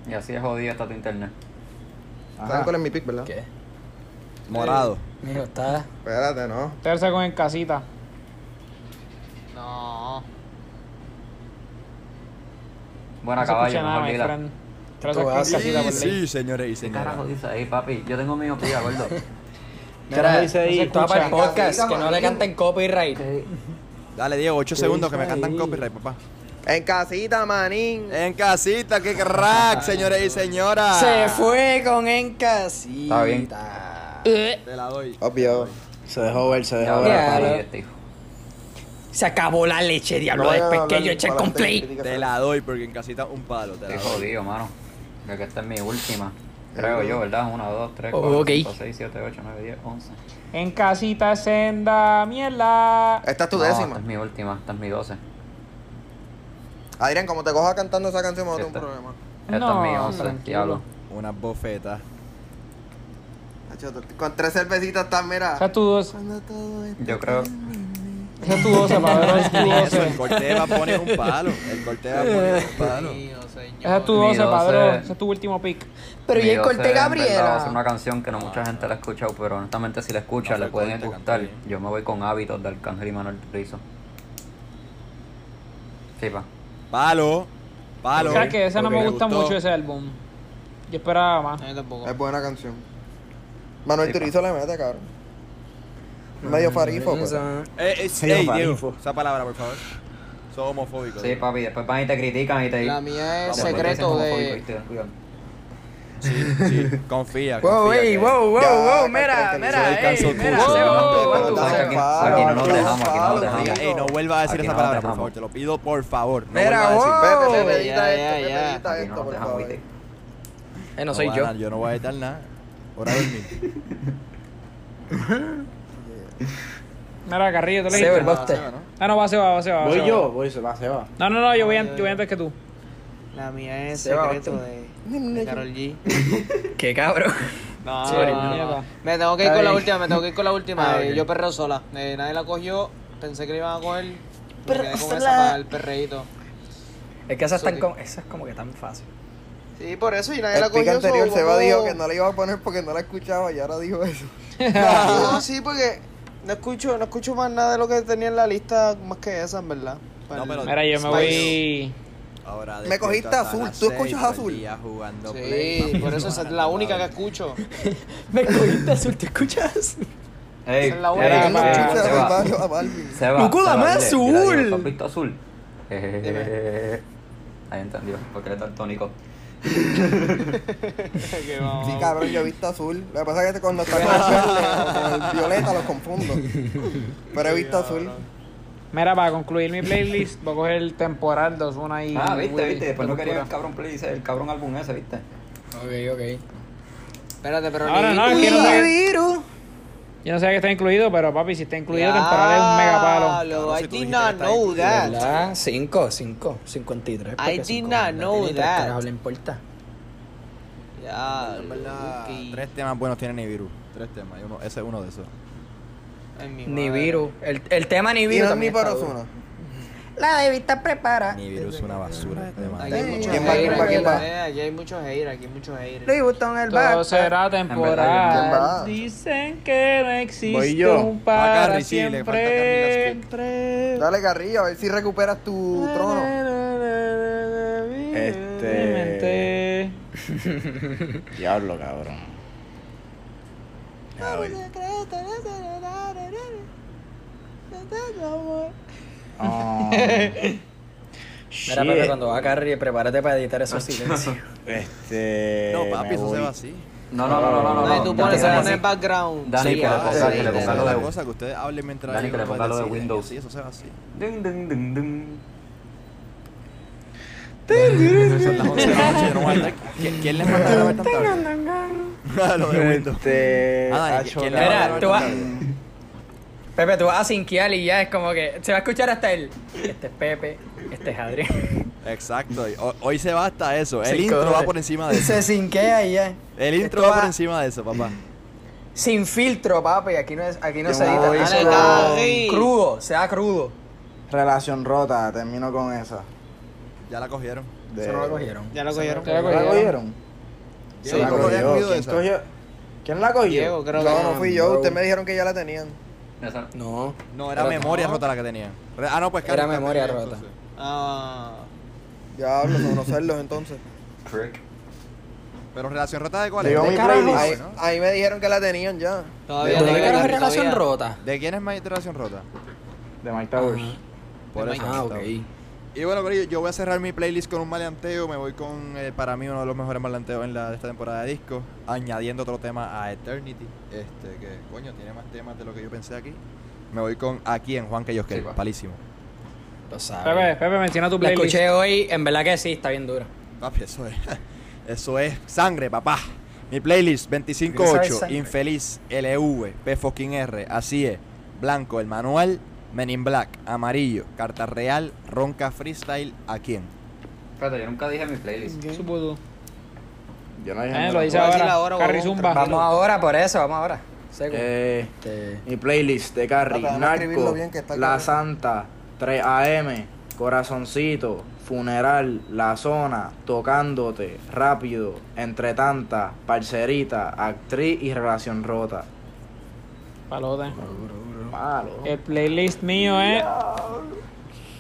[SPEAKER 7] Y así es jodido hasta tu internet.
[SPEAKER 3] ¿Saben cuál es mi pick, verdad?
[SPEAKER 6] ¿Qué?
[SPEAKER 2] Morado.
[SPEAKER 6] Mira, está.
[SPEAKER 3] Espérate, no.
[SPEAKER 1] Terza con en casita.
[SPEAKER 5] No.
[SPEAKER 7] Buena
[SPEAKER 1] No se
[SPEAKER 7] caballo,
[SPEAKER 1] escucha nada,
[SPEAKER 7] mejor
[SPEAKER 1] my
[SPEAKER 7] lila.
[SPEAKER 1] friend. Trazo aquí en
[SPEAKER 6] haces.
[SPEAKER 1] casita por
[SPEAKER 2] Sí,
[SPEAKER 1] ley.
[SPEAKER 2] sí, señores y
[SPEAKER 7] ¿Qué
[SPEAKER 2] señoras.
[SPEAKER 7] carajo dice ahí, papi? Yo tengo miopía, gordo.
[SPEAKER 4] Mira, dice ahí,
[SPEAKER 6] Esto va para el
[SPEAKER 4] escucha.
[SPEAKER 6] podcast, que no le canten copyright.
[SPEAKER 2] Dale, Diego, 8 segundos que me
[SPEAKER 4] dice
[SPEAKER 2] cantan
[SPEAKER 4] ahí?
[SPEAKER 2] copyright, papá.
[SPEAKER 3] En casita, manín.
[SPEAKER 2] En casita, qué crack, señores y señoras.
[SPEAKER 6] Se fue con Encasita.
[SPEAKER 7] Está bien.
[SPEAKER 2] Te la doy.
[SPEAKER 3] Oh,
[SPEAKER 8] Obvio. Se dejó ver, se
[SPEAKER 7] Ya
[SPEAKER 8] dejó ver.
[SPEAKER 7] ahora
[SPEAKER 6] Claro.
[SPEAKER 7] parí este hijo.
[SPEAKER 6] Se acabó la leche, diablo,
[SPEAKER 3] No vayan a
[SPEAKER 6] después
[SPEAKER 3] hablar
[SPEAKER 6] que yo eché el
[SPEAKER 3] malas
[SPEAKER 6] complete.
[SPEAKER 3] críticas.
[SPEAKER 2] Te la doy porque en casita un palo, te
[SPEAKER 7] Estoy
[SPEAKER 2] la doy.
[SPEAKER 7] jodido, mano. Creo que esta es mi última. Creo yo, ¿verdad? 1, 2, 3,
[SPEAKER 6] Oh,
[SPEAKER 7] 4,
[SPEAKER 6] ok.
[SPEAKER 7] 5, 6, 7, 8, 9, 10, 11.
[SPEAKER 1] En casita senda mierda.
[SPEAKER 3] Esta es tu
[SPEAKER 7] No, esta
[SPEAKER 3] décima.
[SPEAKER 7] es mi última, esta es mi 12.
[SPEAKER 3] Adrián, como te cojas cantando esa canción, me va a tener un
[SPEAKER 7] Esta.
[SPEAKER 3] problema.
[SPEAKER 7] Esta
[SPEAKER 1] No,
[SPEAKER 7] es mi 11,
[SPEAKER 1] tranquilo.
[SPEAKER 7] diablo.
[SPEAKER 2] Una bofeta.
[SPEAKER 3] Hacho, Con tres cervecitas estás, mira.
[SPEAKER 1] Esa es tu 12.
[SPEAKER 3] Cuando todo esto
[SPEAKER 7] Yo creo.
[SPEAKER 1] Esa es tu 12, Pablo. Esa es tu
[SPEAKER 2] Eso,
[SPEAKER 1] 12.
[SPEAKER 2] el corte va a poner un palo. El corte va a poner un palo.
[SPEAKER 1] Esa es tu
[SPEAKER 7] Mi
[SPEAKER 1] 12, Pablo.
[SPEAKER 7] 12.
[SPEAKER 1] Ese es tu último pick.
[SPEAKER 6] Pero y
[SPEAKER 7] Mi
[SPEAKER 6] el
[SPEAKER 7] 12,
[SPEAKER 6] corte
[SPEAKER 7] en verdad,
[SPEAKER 6] Gabriela.
[SPEAKER 7] Es una canción que no
[SPEAKER 3] Ah.
[SPEAKER 7] mucha gente la ha escuchado, pero honestamente si la escucha
[SPEAKER 2] No fue
[SPEAKER 7] le pueden
[SPEAKER 2] corte,
[SPEAKER 7] gustar.
[SPEAKER 2] canta bien.
[SPEAKER 7] Yo me voy con hábitos de Arcángel y Manuel Rizo. Sí, pa.
[SPEAKER 2] Palo. Palo.
[SPEAKER 1] O sea que ese no
[SPEAKER 2] Ok.
[SPEAKER 1] me gusta
[SPEAKER 2] gustó.
[SPEAKER 1] mucho ese álbum. Yo esperaba más.
[SPEAKER 5] A mí tampoco.
[SPEAKER 3] Es buena canción. Manuel
[SPEAKER 7] Sí, pa.
[SPEAKER 3] Turizo le mete, cabrón. Medio farifo, pero.
[SPEAKER 2] Eh, eh,
[SPEAKER 4] Sí,
[SPEAKER 2] ey,
[SPEAKER 4] para
[SPEAKER 2] Diego,
[SPEAKER 4] info.
[SPEAKER 2] esa palabra, por favor. Soy homofóbico.
[SPEAKER 7] Sí,
[SPEAKER 2] Diego.
[SPEAKER 7] papi, después van y te critican y te
[SPEAKER 5] La mía es
[SPEAKER 7] Vamos, después te dicen
[SPEAKER 5] secreto
[SPEAKER 7] homofóbico,
[SPEAKER 5] de.
[SPEAKER 7] ¿viste? Ten cuidado.
[SPEAKER 2] Sí, confía.
[SPEAKER 6] Wow,
[SPEAKER 2] confía
[SPEAKER 6] ey,
[SPEAKER 2] que-
[SPEAKER 6] wow, wow,
[SPEAKER 3] Ya,
[SPEAKER 6] wow,
[SPEAKER 3] que-
[SPEAKER 6] mira,
[SPEAKER 3] que- que
[SPEAKER 6] mira,
[SPEAKER 2] soy
[SPEAKER 6] ey,
[SPEAKER 2] cancel
[SPEAKER 6] mira,
[SPEAKER 1] Oh,
[SPEAKER 2] culture.
[SPEAKER 6] Seba,
[SPEAKER 2] No,
[SPEAKER 6] wow,
[SPEAKER 2] no,
[SPEAKER 6] wow.
[SPEAKER 2] no,
[SPEAKER 7] Aquí,
[SPEAKER 3] Palo,
[SPEAKER 7] aquí no nos
[SPEAKER 3] palo,
[SPEAKER 7] dejamos, aquí no
[SPEAKER 3] palo,
[SPEAKER 7] nos dejamos.
[SPEAKER 2] Ey, no vuelva a decir
[SPEAKER 7] Aquí
[SPEAKER 2] esa
[SPEAKER 7] no
[SPEAKER 2] palabra, por
[SPEAKER 7] dejamos.
[SPEAKER 2] favor. Te lo pido, por favor. No
[SPEAKER 6] Mira,
[SPEAKER 2] vuelva a decir.
[SPEAKER 6] wow.
[SPEAKER 3] Pepe,
[SPEAKER 6] Oh,
[SPEAKER 3] Pepe, edita
[SPEAKER 5] ya,
[SPEAKER 3] esto,
[SPEAKER 5] ya,
[SPEAKER 3] Pepe,
[SPEAKER 5] ya.
[SPEAKER 3] edita
[SPEAKER 7] Aquí
[SPEAKER 3] esto,
[SPEAKER 7] no nos
[SPEAKER 3] por
[SPEAKER 7] dejamos,
[SPEAKER 3] favor.
[SPEAKER 7] ¿viste?
[SPEAKER 6] Eh, no soy
[SPEAKER 2] voy a
[SPEAKER 6] yo.
[SPEAKER 2] dar- yo no voy a editar nada. Ahora dormir.
[SPEAKER 1] Mira, Carrillo, tú le
[SPEAKER 6] Seba, el
[SPEAKER 1] dijiste.
[SPEAKER 6] boste.
[SPEAKER 1] Ah, no, va, se va, va, se va. va,
[SPEAKER 4] Voy
[SPEAKER 1] Seba.
[SPEAKER 4] yo, voy, se va, se va.
[SPEAKER 1] No, no, no, yo voy, an-
[SPEAKER 5] Ay,
[SPEAKER 1] yo voy
[SPEAKER 5] ay.
[SPEAKER 1] antes que tú.
[SPEAKER 5] La mía es
[SPEAKER 6] Se va,
[SPEAKER 5] secreto
[SPEAKER 6] Austin.
[SPEAKER 5] de. De Karol G.
[SPEAKER 6] Qué cabrón.
[SPEAKER 5] No,
[SPEAKER 1] Sorry,
[SPEAKER 5] no, no,
[SPEAKER 1] mierda.
[SPEAKER 5] no. Me tengo que ir
[SPEAKER 6] Está
[SPEAKER 5] con la
[SPEAKER 6] bien.
[SPEAKER 5] última, me tengo que ir con la última.
[SPEAKER 6] Ah,
[SPEAKER 5] Eh,
[SPEAKER 6] ok.
[SPEAKER 5] Yo perreo sola. Eh, nadie la cogió. Pensé que le iban a coger. Me
[SPEAKER 6] Perreo
[SPEAKER 5] quedé con
[SPEAKER 6] sola.
[SPEAKER 5] esa para el perreíto.
[SPEAKER 6] Es que esa es tan
[SPEAKER 5] Sorry.
[SPEAKER 6] como, esa es como que tan fácil.
[SPEAKER 5] Sí, por eso, y nadie la
[SPEAKER 3] El pick
[SPEAKER 5] cogió.
[SPEAKER 3] anterior
[SPEAKER 5] so,
[SPEAKER 3] se va
[SPEAKER 5] vamos-
[SPEAKER 3] dijo que no la iba a poner porque no la escuchaba y ahora dijo eso.
[SPEAKER 5] Ah, No, sí, porque no escucho, no escucho más nada de lo que tenía en la lista más que esa, en verdad.
[SPEAKER 2] No, pero-
[SPEAKER 1] Mira, yo me voy.
[SPEAKER 2] Ahora
[SPEAKER 3] Me cogiste
[SPEAKER 2] despiertas a
[SPEAKER 3] azul,
[SPEAKER 2] las
[SPEAKER 3] ¿tú
[SPEAKER 2] seis
[SPEAKER 3] escuchas
[SPEAKER 2] todo el
[SPEAKER 3] azul?
[SPEAKER 2] día jugando
[SPEAKER 5] Sí,
[SPEAKER 2] Play.
[SPEAKER 5] por eso esa es la única que escucho.
[SPEAKER 6] Me cogiste azul, ¿te escuchas?
[SPEAKER 7] Ey,
[SPEAKER 5] Esa es la
[SPEAKER 7] ey,
[SPEAKER 5] buena.
[SPEAKER 7] ey,
[SPEAKER 3] Él no
[SPEAKER 5] Seba,
[SPEAKER 3] escucha
[SPEAKER 7] Seba,
[SPEAKER 3] del barrio a Balvin.
[SPEAKER 7] Seba,
[SPEAKER 6] Loco,
[SPEAKER 7] Seba,
[SPEAKER 6] dame
[SPEAKER 7] dile, dile adiós,
[SPEAKER 6] azul.
[SPEAKER 7] ¿Has visto azul? Ahí entendió, porque eres tan tónico.
[SPEAKER 5] Que vamos.
[SPEAKER 3] Sí, cabrón, yo he visto azul. Lo que pasa es que cuando está con el verde o con el violeta los confundo. Pero he visto azul.
[SPEAKER 1] Mira, para concluir mi playlist, voy a coger el temporal 2-1 y. Willy,
[SPEAKER 7] Ah, viste, viste,
[SPEAKER 2] pues
[SPEAKER 7] después no
[SPEAKER 1] de
[SPEAKER 7] quería el
[SPEAKER 1] cultura.
[SPEAKER 7] cabrón playlist, el cabrón álbum ese, viste.
[SPEAKER 6] Ok, ok.
[SPEAKER 5] Espérate, pero
[SPEAKER 1] Ahora
[SPEAKER 5] ni-
[SPEAKER 1] no, es que no sé.
[SPEAKER 6] Pero.
[SPEAKER 1] Yo no sé que está incluido, pero papi, si está incluido, temporal es un
[SPEAKER 5] Ah,
[SPEAKER 1] megapalo.
[SPEAKER 5] lo
[SPEAKER 2] Cabrón,
[SPEAKER 5] I
[SPEAKER 2] si tú
[SPEAKER 5] did
[SPEAKER 2] dijiste que
[SPEAKER 5] not
[SPEAKER 2] está
[SPEAKER 5] know
[SPEAKER 2] incluido,
[SPEAKER 5] that.
[SPEAKER 6] ¿Verdad? 5, 5, 53.
[SPEAKER 5] I did not know that.
[SPEAKER 6] No le importa.
[SPEAKER 5] Ya,
[SPEAKER 2] En verdad,
[SPEAKER 5] ok.
[SPEAKER 2] Tres temas buenos tiene Nibiru. Tres temas. y uno- ese es uno de esos.
[SPEAKER 5] Ay, mi madre.
[SPEAKER 6] Nibiru. El, el tema
[SPEAKER 3] Y
[SPEAKER 6] Nibiru
[SPEAKER 3] no es mi
[SPEAKER 6] también está duro.
[SPEAKER 3] parozuna.
[SPEAKER 6] La debí estar preparada.
[SPEAKER 2] Nibiru es una basura de tema.
[SPEAKER 5] Aquí hay
[SPEAKER 3] Sí.
[SPEAKER 5] mucho
[SPEAKER 3] ¿Quién va,
[SPEAKER 5] hater,
[SPEAKER 3] quién va,
[SPEAKER 5] aquí
[SPEAKER 3] quién va?
[SPEAKER 5] hay- aquí hay mucho hater, aquí hay mucho hater.
[SPEAKER 6] Louis Vuitton el
[SPEAKER 1] Todo
[SPEAKER 6] back.
[SPEAKER 1] será
[SPEAKER 7] ¿quién
[SPEAKER 1] temporal.
[SPEAKER 3] va?
[SPEAKER 1] Dicen que no
[SPEAKER 4] Voy
[SPEAKER 1] existe
[SPEAKER 4] yo.
[SPEAKER 1] un
[SPEAKER 2] Va
[SPEAKER 1] para
[SPEAKER 2] Carrie, sí, le falta
[SPEAKER 1] siempre.
[SPEAKER 3] Dale, Carrillo, a ver si recuperas tu trono.
[SPEAKER 1] Este.
[SPEAKER 4] Diablo, cabrón. A ver. Ah, shit.
[SPEAKER 6] Mira, Pepe, cuando va Carrie, prepárate para editar esos silencios.
[SPEAKER 4] Este.
[SPEAKER 8] Eh,
[SPEAKER 2] No, papi,
[SPEAKER 4] me
[SPEAKER 2] eso
[SPEAKER 4] voy.
[SPEAKER 2] se va así.
[SPEAKER 7] No, no, no, no, no, no.
[SPEAKER 5] No, y tú pones,
[SPEAKER 7] Dani,
[SPEAKER 5] pones
[SPEAKER 7] Dani,
[SPEAKER 5] background.
[SPEAKER 7] Dani,
[SPEAKER 5] Sí,
[SPEAKER 7] que le
[SPEAKER 5] ah,
[SPEAKER 7] ponga-
[SPEAKER 5] sí,
[SPEAKER 7] que le
[SPEAKER 5] sí,
[SPEAKER 7] ponga
[SPEAKER 5] sí.
[SPEAKER 7] lo
[SPEAKER 2] la
[SPEAKER 7] de-
[SPEAKER 2] cosa que ustedes hablen mientras
[SPEAKER 7] Dani,
[SPEAKER 2] yo
[SPEAKER 7] que le
[SPEAKER 2] voy a
[SPEAKER 7] ponga lo de
[SPEAKER 2] decir, eh,
[SPEAKER 7] Windows.
[SPEAKER 2] Sí, eso se va así.
[SPEAKER 7] Ding, ding, ding, ding.
[SPEAKER 2] Son las 11 de la noche, yo no voy a estar- ¿Quién- ¿Quién les manda a grabar tanta hora? Lo de Windows.
[SPEAKER 4] Este.
[SPEAKER 2] Ah, Dani,
[SPEAKER 4] hacho,
[SPEAKER 2] ¿quién le va a
[SPEAKER 4] cabrón.
[SPEAKER 6] Mira,
[SPEAKER 2] grabar
[SPEAKER 6] tú vas.
[SPEAKER 2] tanta hora?
[SPEAKER 6] Pepe, tú vas a cinquear y ya es como que se va a escuchar hasta el. Este es Pepe, este es Adrián.
[SPEAKER 2] Exacto, y ho- hoy se va hasta eso. El
[SPEAKER 6] Se
[SPEAKER 2] intro va
[SPEAKER 6] coge.
[SPEAKER 2] por encima de eso.
[SPEAKER 6] Se cinquea y ya.
[SPEAKER 2] El intro
[SPEAKER 6] Esto
[SPEAKER 2] va por encima de eso, papá.
[SPEAKER 6] Sin filtro, papi. Aquí no, es, aquí no
[SPEAKER 4] Yo
[SPEAKER 6] se
[SPEAKER 4] me
[SPEAKER 6] edita.
[SPEAKER 4] voy
[SPEAKER 6] nada.
[SPEAKER 5] solo- Dale, Carrie.
[SPEAKER 6] Crudo, sea crudo.
[SPEAKER 4] Relación rota, termino con esa.
[SPEAKER 2] Ya la cogieron.
[SPEAKER 4] De-
[SPEAKER 6] Eso no lo cogieron.
[SPEAKER 5] Ya lo cogieron.
[SPEAKER 1] Ya
[SPEAKER 4] ¿No
[SPEAKER 1] lo
[SPEAKER 4] la cogieron?
[SPEAKER 2] Sí,
[SPEAKER 4] ¿Quién la
[SPEAKER 2] yo no había
[SPEAKER 4] cogió?
[SPEAKER 2] cogido
[SPEAKER 4] ¿Quién
[SPEAKER 2] esa.
[SPEAKER 4] cogió? ¿Quién la cogió?
[SPEAKER 5] Diego, creo que
[SPEAKER 3] No, no fui yo,
[SPEAKER 4] no.
[SPEAKER 3] ustedes me dijeron que ya la tenían.
[SPEAKER 7] Esa-
[SPEAKER 6] No.
[SPEAKER 2] No, era
[SPEAKER 6] Pero-
[SPEAKER 2] memoria rota la que tenía. Re- Ah, no, pues
[SPEAKER 6] Era
[SPEAKER 2] Carlos,
[SPEAKER 6] memoria
[SPEAKER 2] Carlos,
[SPEAKER 6] rota.
[SPEAKER 2] entonces.
[SPEAKER 5] Ah,
[SPEAKER 3] Ya hablo, son unos celos entonces.
[SPEAKER 7] Prick.
[SPEAKER 2] Pero relación rota de cuál
[SPEAKER 8] Digo,
[SPEAKER 2] es.
[SPEAKER 8] mi
[SPEAKER 2] carajo,
[SPEAKER 8] playlist.
[SPEAKER 2] ahí-
[SPEAKER 8] Ay,
[SPEAKER 3] Ahí,
[SPEAKER 2] ¿no?
[SPEAKER 3] ahí me dijeron que la tenían ya.
[SPEAKER 5] Todavía
[SPEAKER 6] ¿De
[SPEAKER 5] no
[SPEAKER 6] qué
[SPEAKER 5] la
[SPEAKER 6] carajo es
[SPEAKER 5] ganan,
[SPEAKER 6] relación
[SPEAKER 5] todavía.
[SPEAKER 6] rota?
[SPEAKER 2] ¿De quién es mi relación rota?
[SPEAKER 8] De Mike Towers.
[SPEAKER 2] Por
[SPEAKER 5] De
[SPEAKER 2] eso.
[SPEAKER 6] Ah, ok.
[SPEAKER 2] Y bueno, Corillo, yo voy a cerrar mi playlist con un maleanteo. Me voy con, eh, para mí, uno de los mejores maleanteos en la, de esta temporada de disco. Añadiendo otro tema a Eternity. Este, que, coño, tiene más temas de lo que yo pensé aquí. Me voy con Aquí en Juan Que Yo
[SPEAKER 7] Sí, va.
[SPEAKER 2] palísimo.
[SPEAKER 6] Lo sabes.
[SPEAKER 1] Pepe, Pepe, menciona tu
[SPEAKER 6] La
[SPEAKER 1] playlist.
[SPEAKER 6] escuché hoy, en verdad que sí, está bien dura.
[SPEAKER 2] Papi, eso es. Eso es sangre, papá. Mi playlist
[SPEAKER 6] Porque sabe
[SPEAKER 2] 258,
[SPEAKER 6] sangre.
[SPEAKER 2] Infeliz, LV, P fucking R, así es. Blanco, el manual, Men in Black, Amarillo, Carta Real, Ronca Freestyle, ¿a quién?
[SPEAKER 7] Espérate, yo nunca dije mi playlist.
[SPEAKER 1] Supuso.
[SPEAKER 8] Yo no dije
[SPEAKER 1] Eh,
[SPEAKER 8] nada.
[SPEAKER 1] lo dice
[SPEAKER 5] voy a decir
[SPEAKER 1] ahora.
[SPEAKER 5] ahora,
[SPEAKER 1] Carry
[SPEAKER 5] huevón,
[SPEAKER 1] Zumba.
[SPEAKER 6] Vamos ahora, por eso, vamos ahora. Seco.
[SPEAKER 8] Eh,
[SPEAKER 6] Este,
[SPEAKER 8] mi playlist de Carrie,
[SPEAKER 3] Trata de no escribirlo
[SPEAKER 8] Narco,
[SPEAKER 3] bien, que está
[SPEAKER 8] La
[SPEAKER 3] cabrón.
[SPEAKER 8] Santa, 3AM, Corazoncito, Funeral, La Zona, Tocándote, Rápido, Entre Tantas, Parcerita, Actriz y Relación Rota.
[SPEAKER 1] Palota.
[SPEAKER 8] Malo.
[SPEAKER 1] El playlist mío es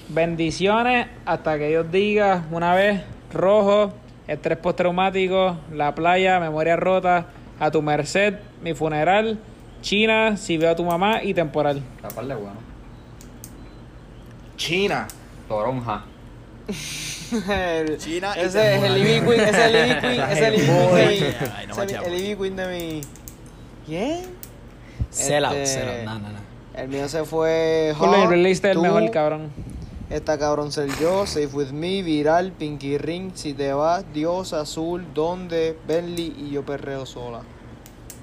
[SPEAKER 1] Bendiciones hasta que Dios diga una vez rojo, estrés postraumático, la playa, memoria rota, a tu merced, mi funeral, China, si veo a tu mamá y temporal.
[SPEAKER 5] Mm.
[SPEAKER 7] La par de bueno.
[SPEAKER 8] China.
[SPEAKER 7] Toronja.
[SPEAKER 5] El-
[SPEAKER 2] China y
[SPEAKER 5] ese es el Ivy Queen, ese es el Ivy Queen, ese es el Ivy Queen de mi-
[SPEAKER 2] Ay, no
[SPEAKER 5] ese es mi-
[SPEAKER 2] manchamos.
[SPEAKER 5] el Ivy Queen de mi. ¿Quién?
[SPEAKER 6] sell out,
[SPEAKER 5] este-
[SPEAKER 6] sell out. No, no, no.
[SPEAKER 5] El mío se fue.
[SPEAKER 1] Ponle
[SPEAKER 5] Hot,
[SPEAKER 1] el playlist del
[SPEAKER 5] Tú,
[SPEAKER 1] mejor, cabrón.
[SPEAKER 5] Esta cabrón ser yo, Safe With Me, Viral, Pinky Ring, Si Te Vas, Dios, Azul, Donde, Bentley y Yo Perreo Sola.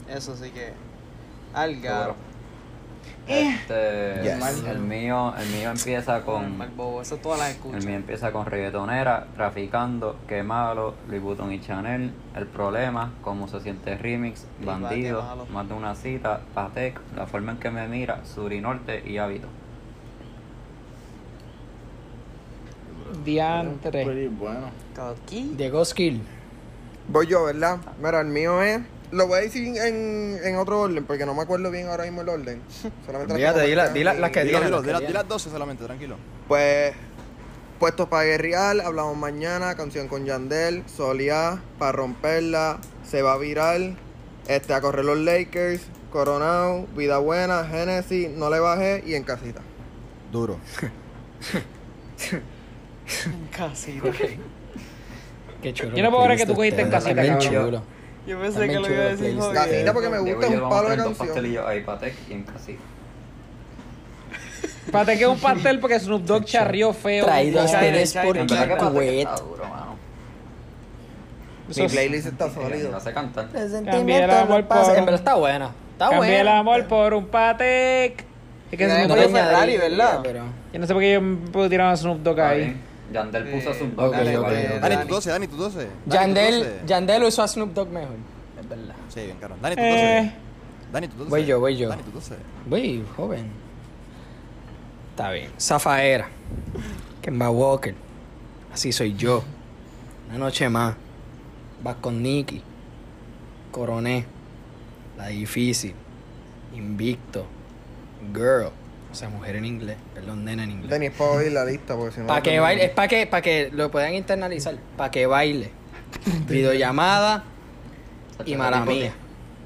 [SPEAKER 5] Eso sí que. Alga.
[SPEAKER 7] Seguro.
[SPEAKER 5] Eh.
[SPEAKER 7] Este,
[SPEAKER 2] Yes.
[SPEAKER 7] el mío, el mío empieza con
[SPEAKER 5] Mal bobo, eso todas las escucho.
[SPEAKER 7] El mío empieza con reggaetonera, traficando, quemalo, Louis Vuitton y Chanel, el problema, cómo se siente remix,
[SPEAKER 5] Y
[SPEAKER 7] bandido,
[SPEAKER 5] Qué Malo.
[SPEAKER 7] más de una cita, Patek, la forma en que me mira, sur y norte y hábito.
[SPEAKER 4] Pues,
[SPEAKER 1] Diantre.
[SPEAKER 8] Pretty bueno.
[SPEAKER 5] Coqui.
[SPEAKER 6] Diego Skill.
[SPEAKER 3] Voy yo, ¿verdad? Mira, el mío es. Lo voy a decir en, en otro orden, porque no me acuerdo bien ahora mismo el orden. Solamente las
[SPEAKER 6] Fíjate,
[SPEAKER 3] tengo
[SPEAKER 6] di la-
[SPEAKER 3] marcadas
[SPEAKER 6] di la-
[SPEAKER 3] en-
[SPEAKER 6] las que-
[SPEAKER 2] Dilo,
[SPEAKER 6] digan,
[SPEAKER 2] dilo,
[SPEAKER 6] que
[SPEAKER 2] di la-
[SPEAKER 6] digan.
[SPEAKER 2] di las 12 solamente, tranquilo.
[SPEAKER 3] Pues. Puestos para guerrear, hablamos mañana, canción con Yandel, Solia, para romperla, se va viral, este, a correr los Lakers, Coronado, Vida Buena, Genesis, No le bajé y en casita.
[SPEAKER 2] Duro.
[SPEAKER 5] Casi.
[SPEAKER 6] Qué chulo.
[SPEAKER 1] Yo no puedo creer que tú cogiste en casita,
[SPEAKER 6] Bien
[SPEAKER 1] cabrón.
[SPEAKER 6] chulo.
[SPEAKER 5] Yo pensé
[SPEAKER 6] También
[SPEAKER 5] que lo
[SPEAKER 6] chulo
[SPEAKER 5] iba a
[SPEAKER 6] el
[SPEAKER 5] decir
[SPEAKER 6] playlist.
[SPEAKER 5] Jorge.
[SPEAKER 3] Casita porque me
[SPEAKER 7] Llego
[SPEAKER 3] gusta
[SPEAKER 7] yo
[SPEAKER 3] un
[SPEAKER 7] como
[SPEAKER 3] palo de
[SPEAKER 7] tres, dos
[SPEAKER 3] canción.
[SPEAKER 7] pastelillos ahí, Patek y en casita.
[SPEAKER 1] Pate que es un pastel porque Snoop Dogg charrió feo.
[SPEAKER 6] este, Traído a
[SPEAKER 1] Eso
[SPEAKER 6] ustedes
[SPEAKER 5] China,
[SPEAKER 6] por
[SPEAKER 5] China.
[SPEAKER 7] En verdad que Patek
[SPEAKER 6] Kikwet.
[SPEAKER 7] está duro, mano.
[SPEAKER 1] es-
[SPEAKER 3] Mi playlist está
[SPEAKER 7] Y
[SPEAKER 3] sólido.
[SPEAKER 7] No sé cantar.
[SPEAKER 1] Cambié el amor por
[SPEAKER 6] En verdad
[SPEAKER 1] un...
[SPEAKER 6] está buena. Está
[SPEAKER 1] Cambié el
[SPEAKER 6] buena.
[SPEAKER 1] amor por un Patek. Es que
[SPEAKER 5] Ya,
[SPEAKER 1] Snoop
[SPEAKER 5] no
[SPEAKER 1] Dogg-
[SPEAKER 5] le- Ferrari,
[SPEAKER 6] añadiría,
[SPEAKER 5] ¿verdad?
[SPEAKER 6] Pero...
[SPEAKER 1] Yo no sé por qué yo puedo tirar a Snoop Dogg
[SPEAKER 7] Está
[SPEAKER 1] ahí.
[SPEAKER 7] bien. Yandel
[SPEAKER 3] Eh,
[SPEAKER 7] puso
[SPEAKER 5] Sí.
[SPEAKER 7] sus dos.
[SPEAKER 6] Ok,
[SPEAKER 7] dale,
[SPEAKER 6] ok,
[SPEAKER 7] vale.
[SPEAKER 6] ok.
[SPEAKER 2] Dani,
[SPEAKER 5] Dani.
[SPEAKER 2] tú 12, Dani, tú 12. Dani, tú
[SPEAKER 6] Yandel,
[SPEAKER 2] 12.
[SPEAKER 6] Yandel usó a Snoop Dogg mejor. Es verdad.
[SPEAKER 2] Sí, bien, caro. Dani, tú 12.
[SPEAKER 1] Eh,
[SPEAKER 2] Dani, tú 12.
[SPEAKER 6] Voy yo, voy yo.
[SPEAKER 2] Dani, tú 12.
[SPEAKER 6] Güey, joven. Está bien. Zafaera. Kemba Walker. Así soy yo. Una noche más. Vas con Nicky. Coroné. La difícil. Invicto. Girl. O sea, mujer en inglés. Perdón, nena en inglés.
[SPEAKER 3] Denis, puedo oír la lista porque si no.
[SPEAKER 6] Para que baile, es para que, para que lo puedan internalizar, para que baile. Videollamada y mala mía.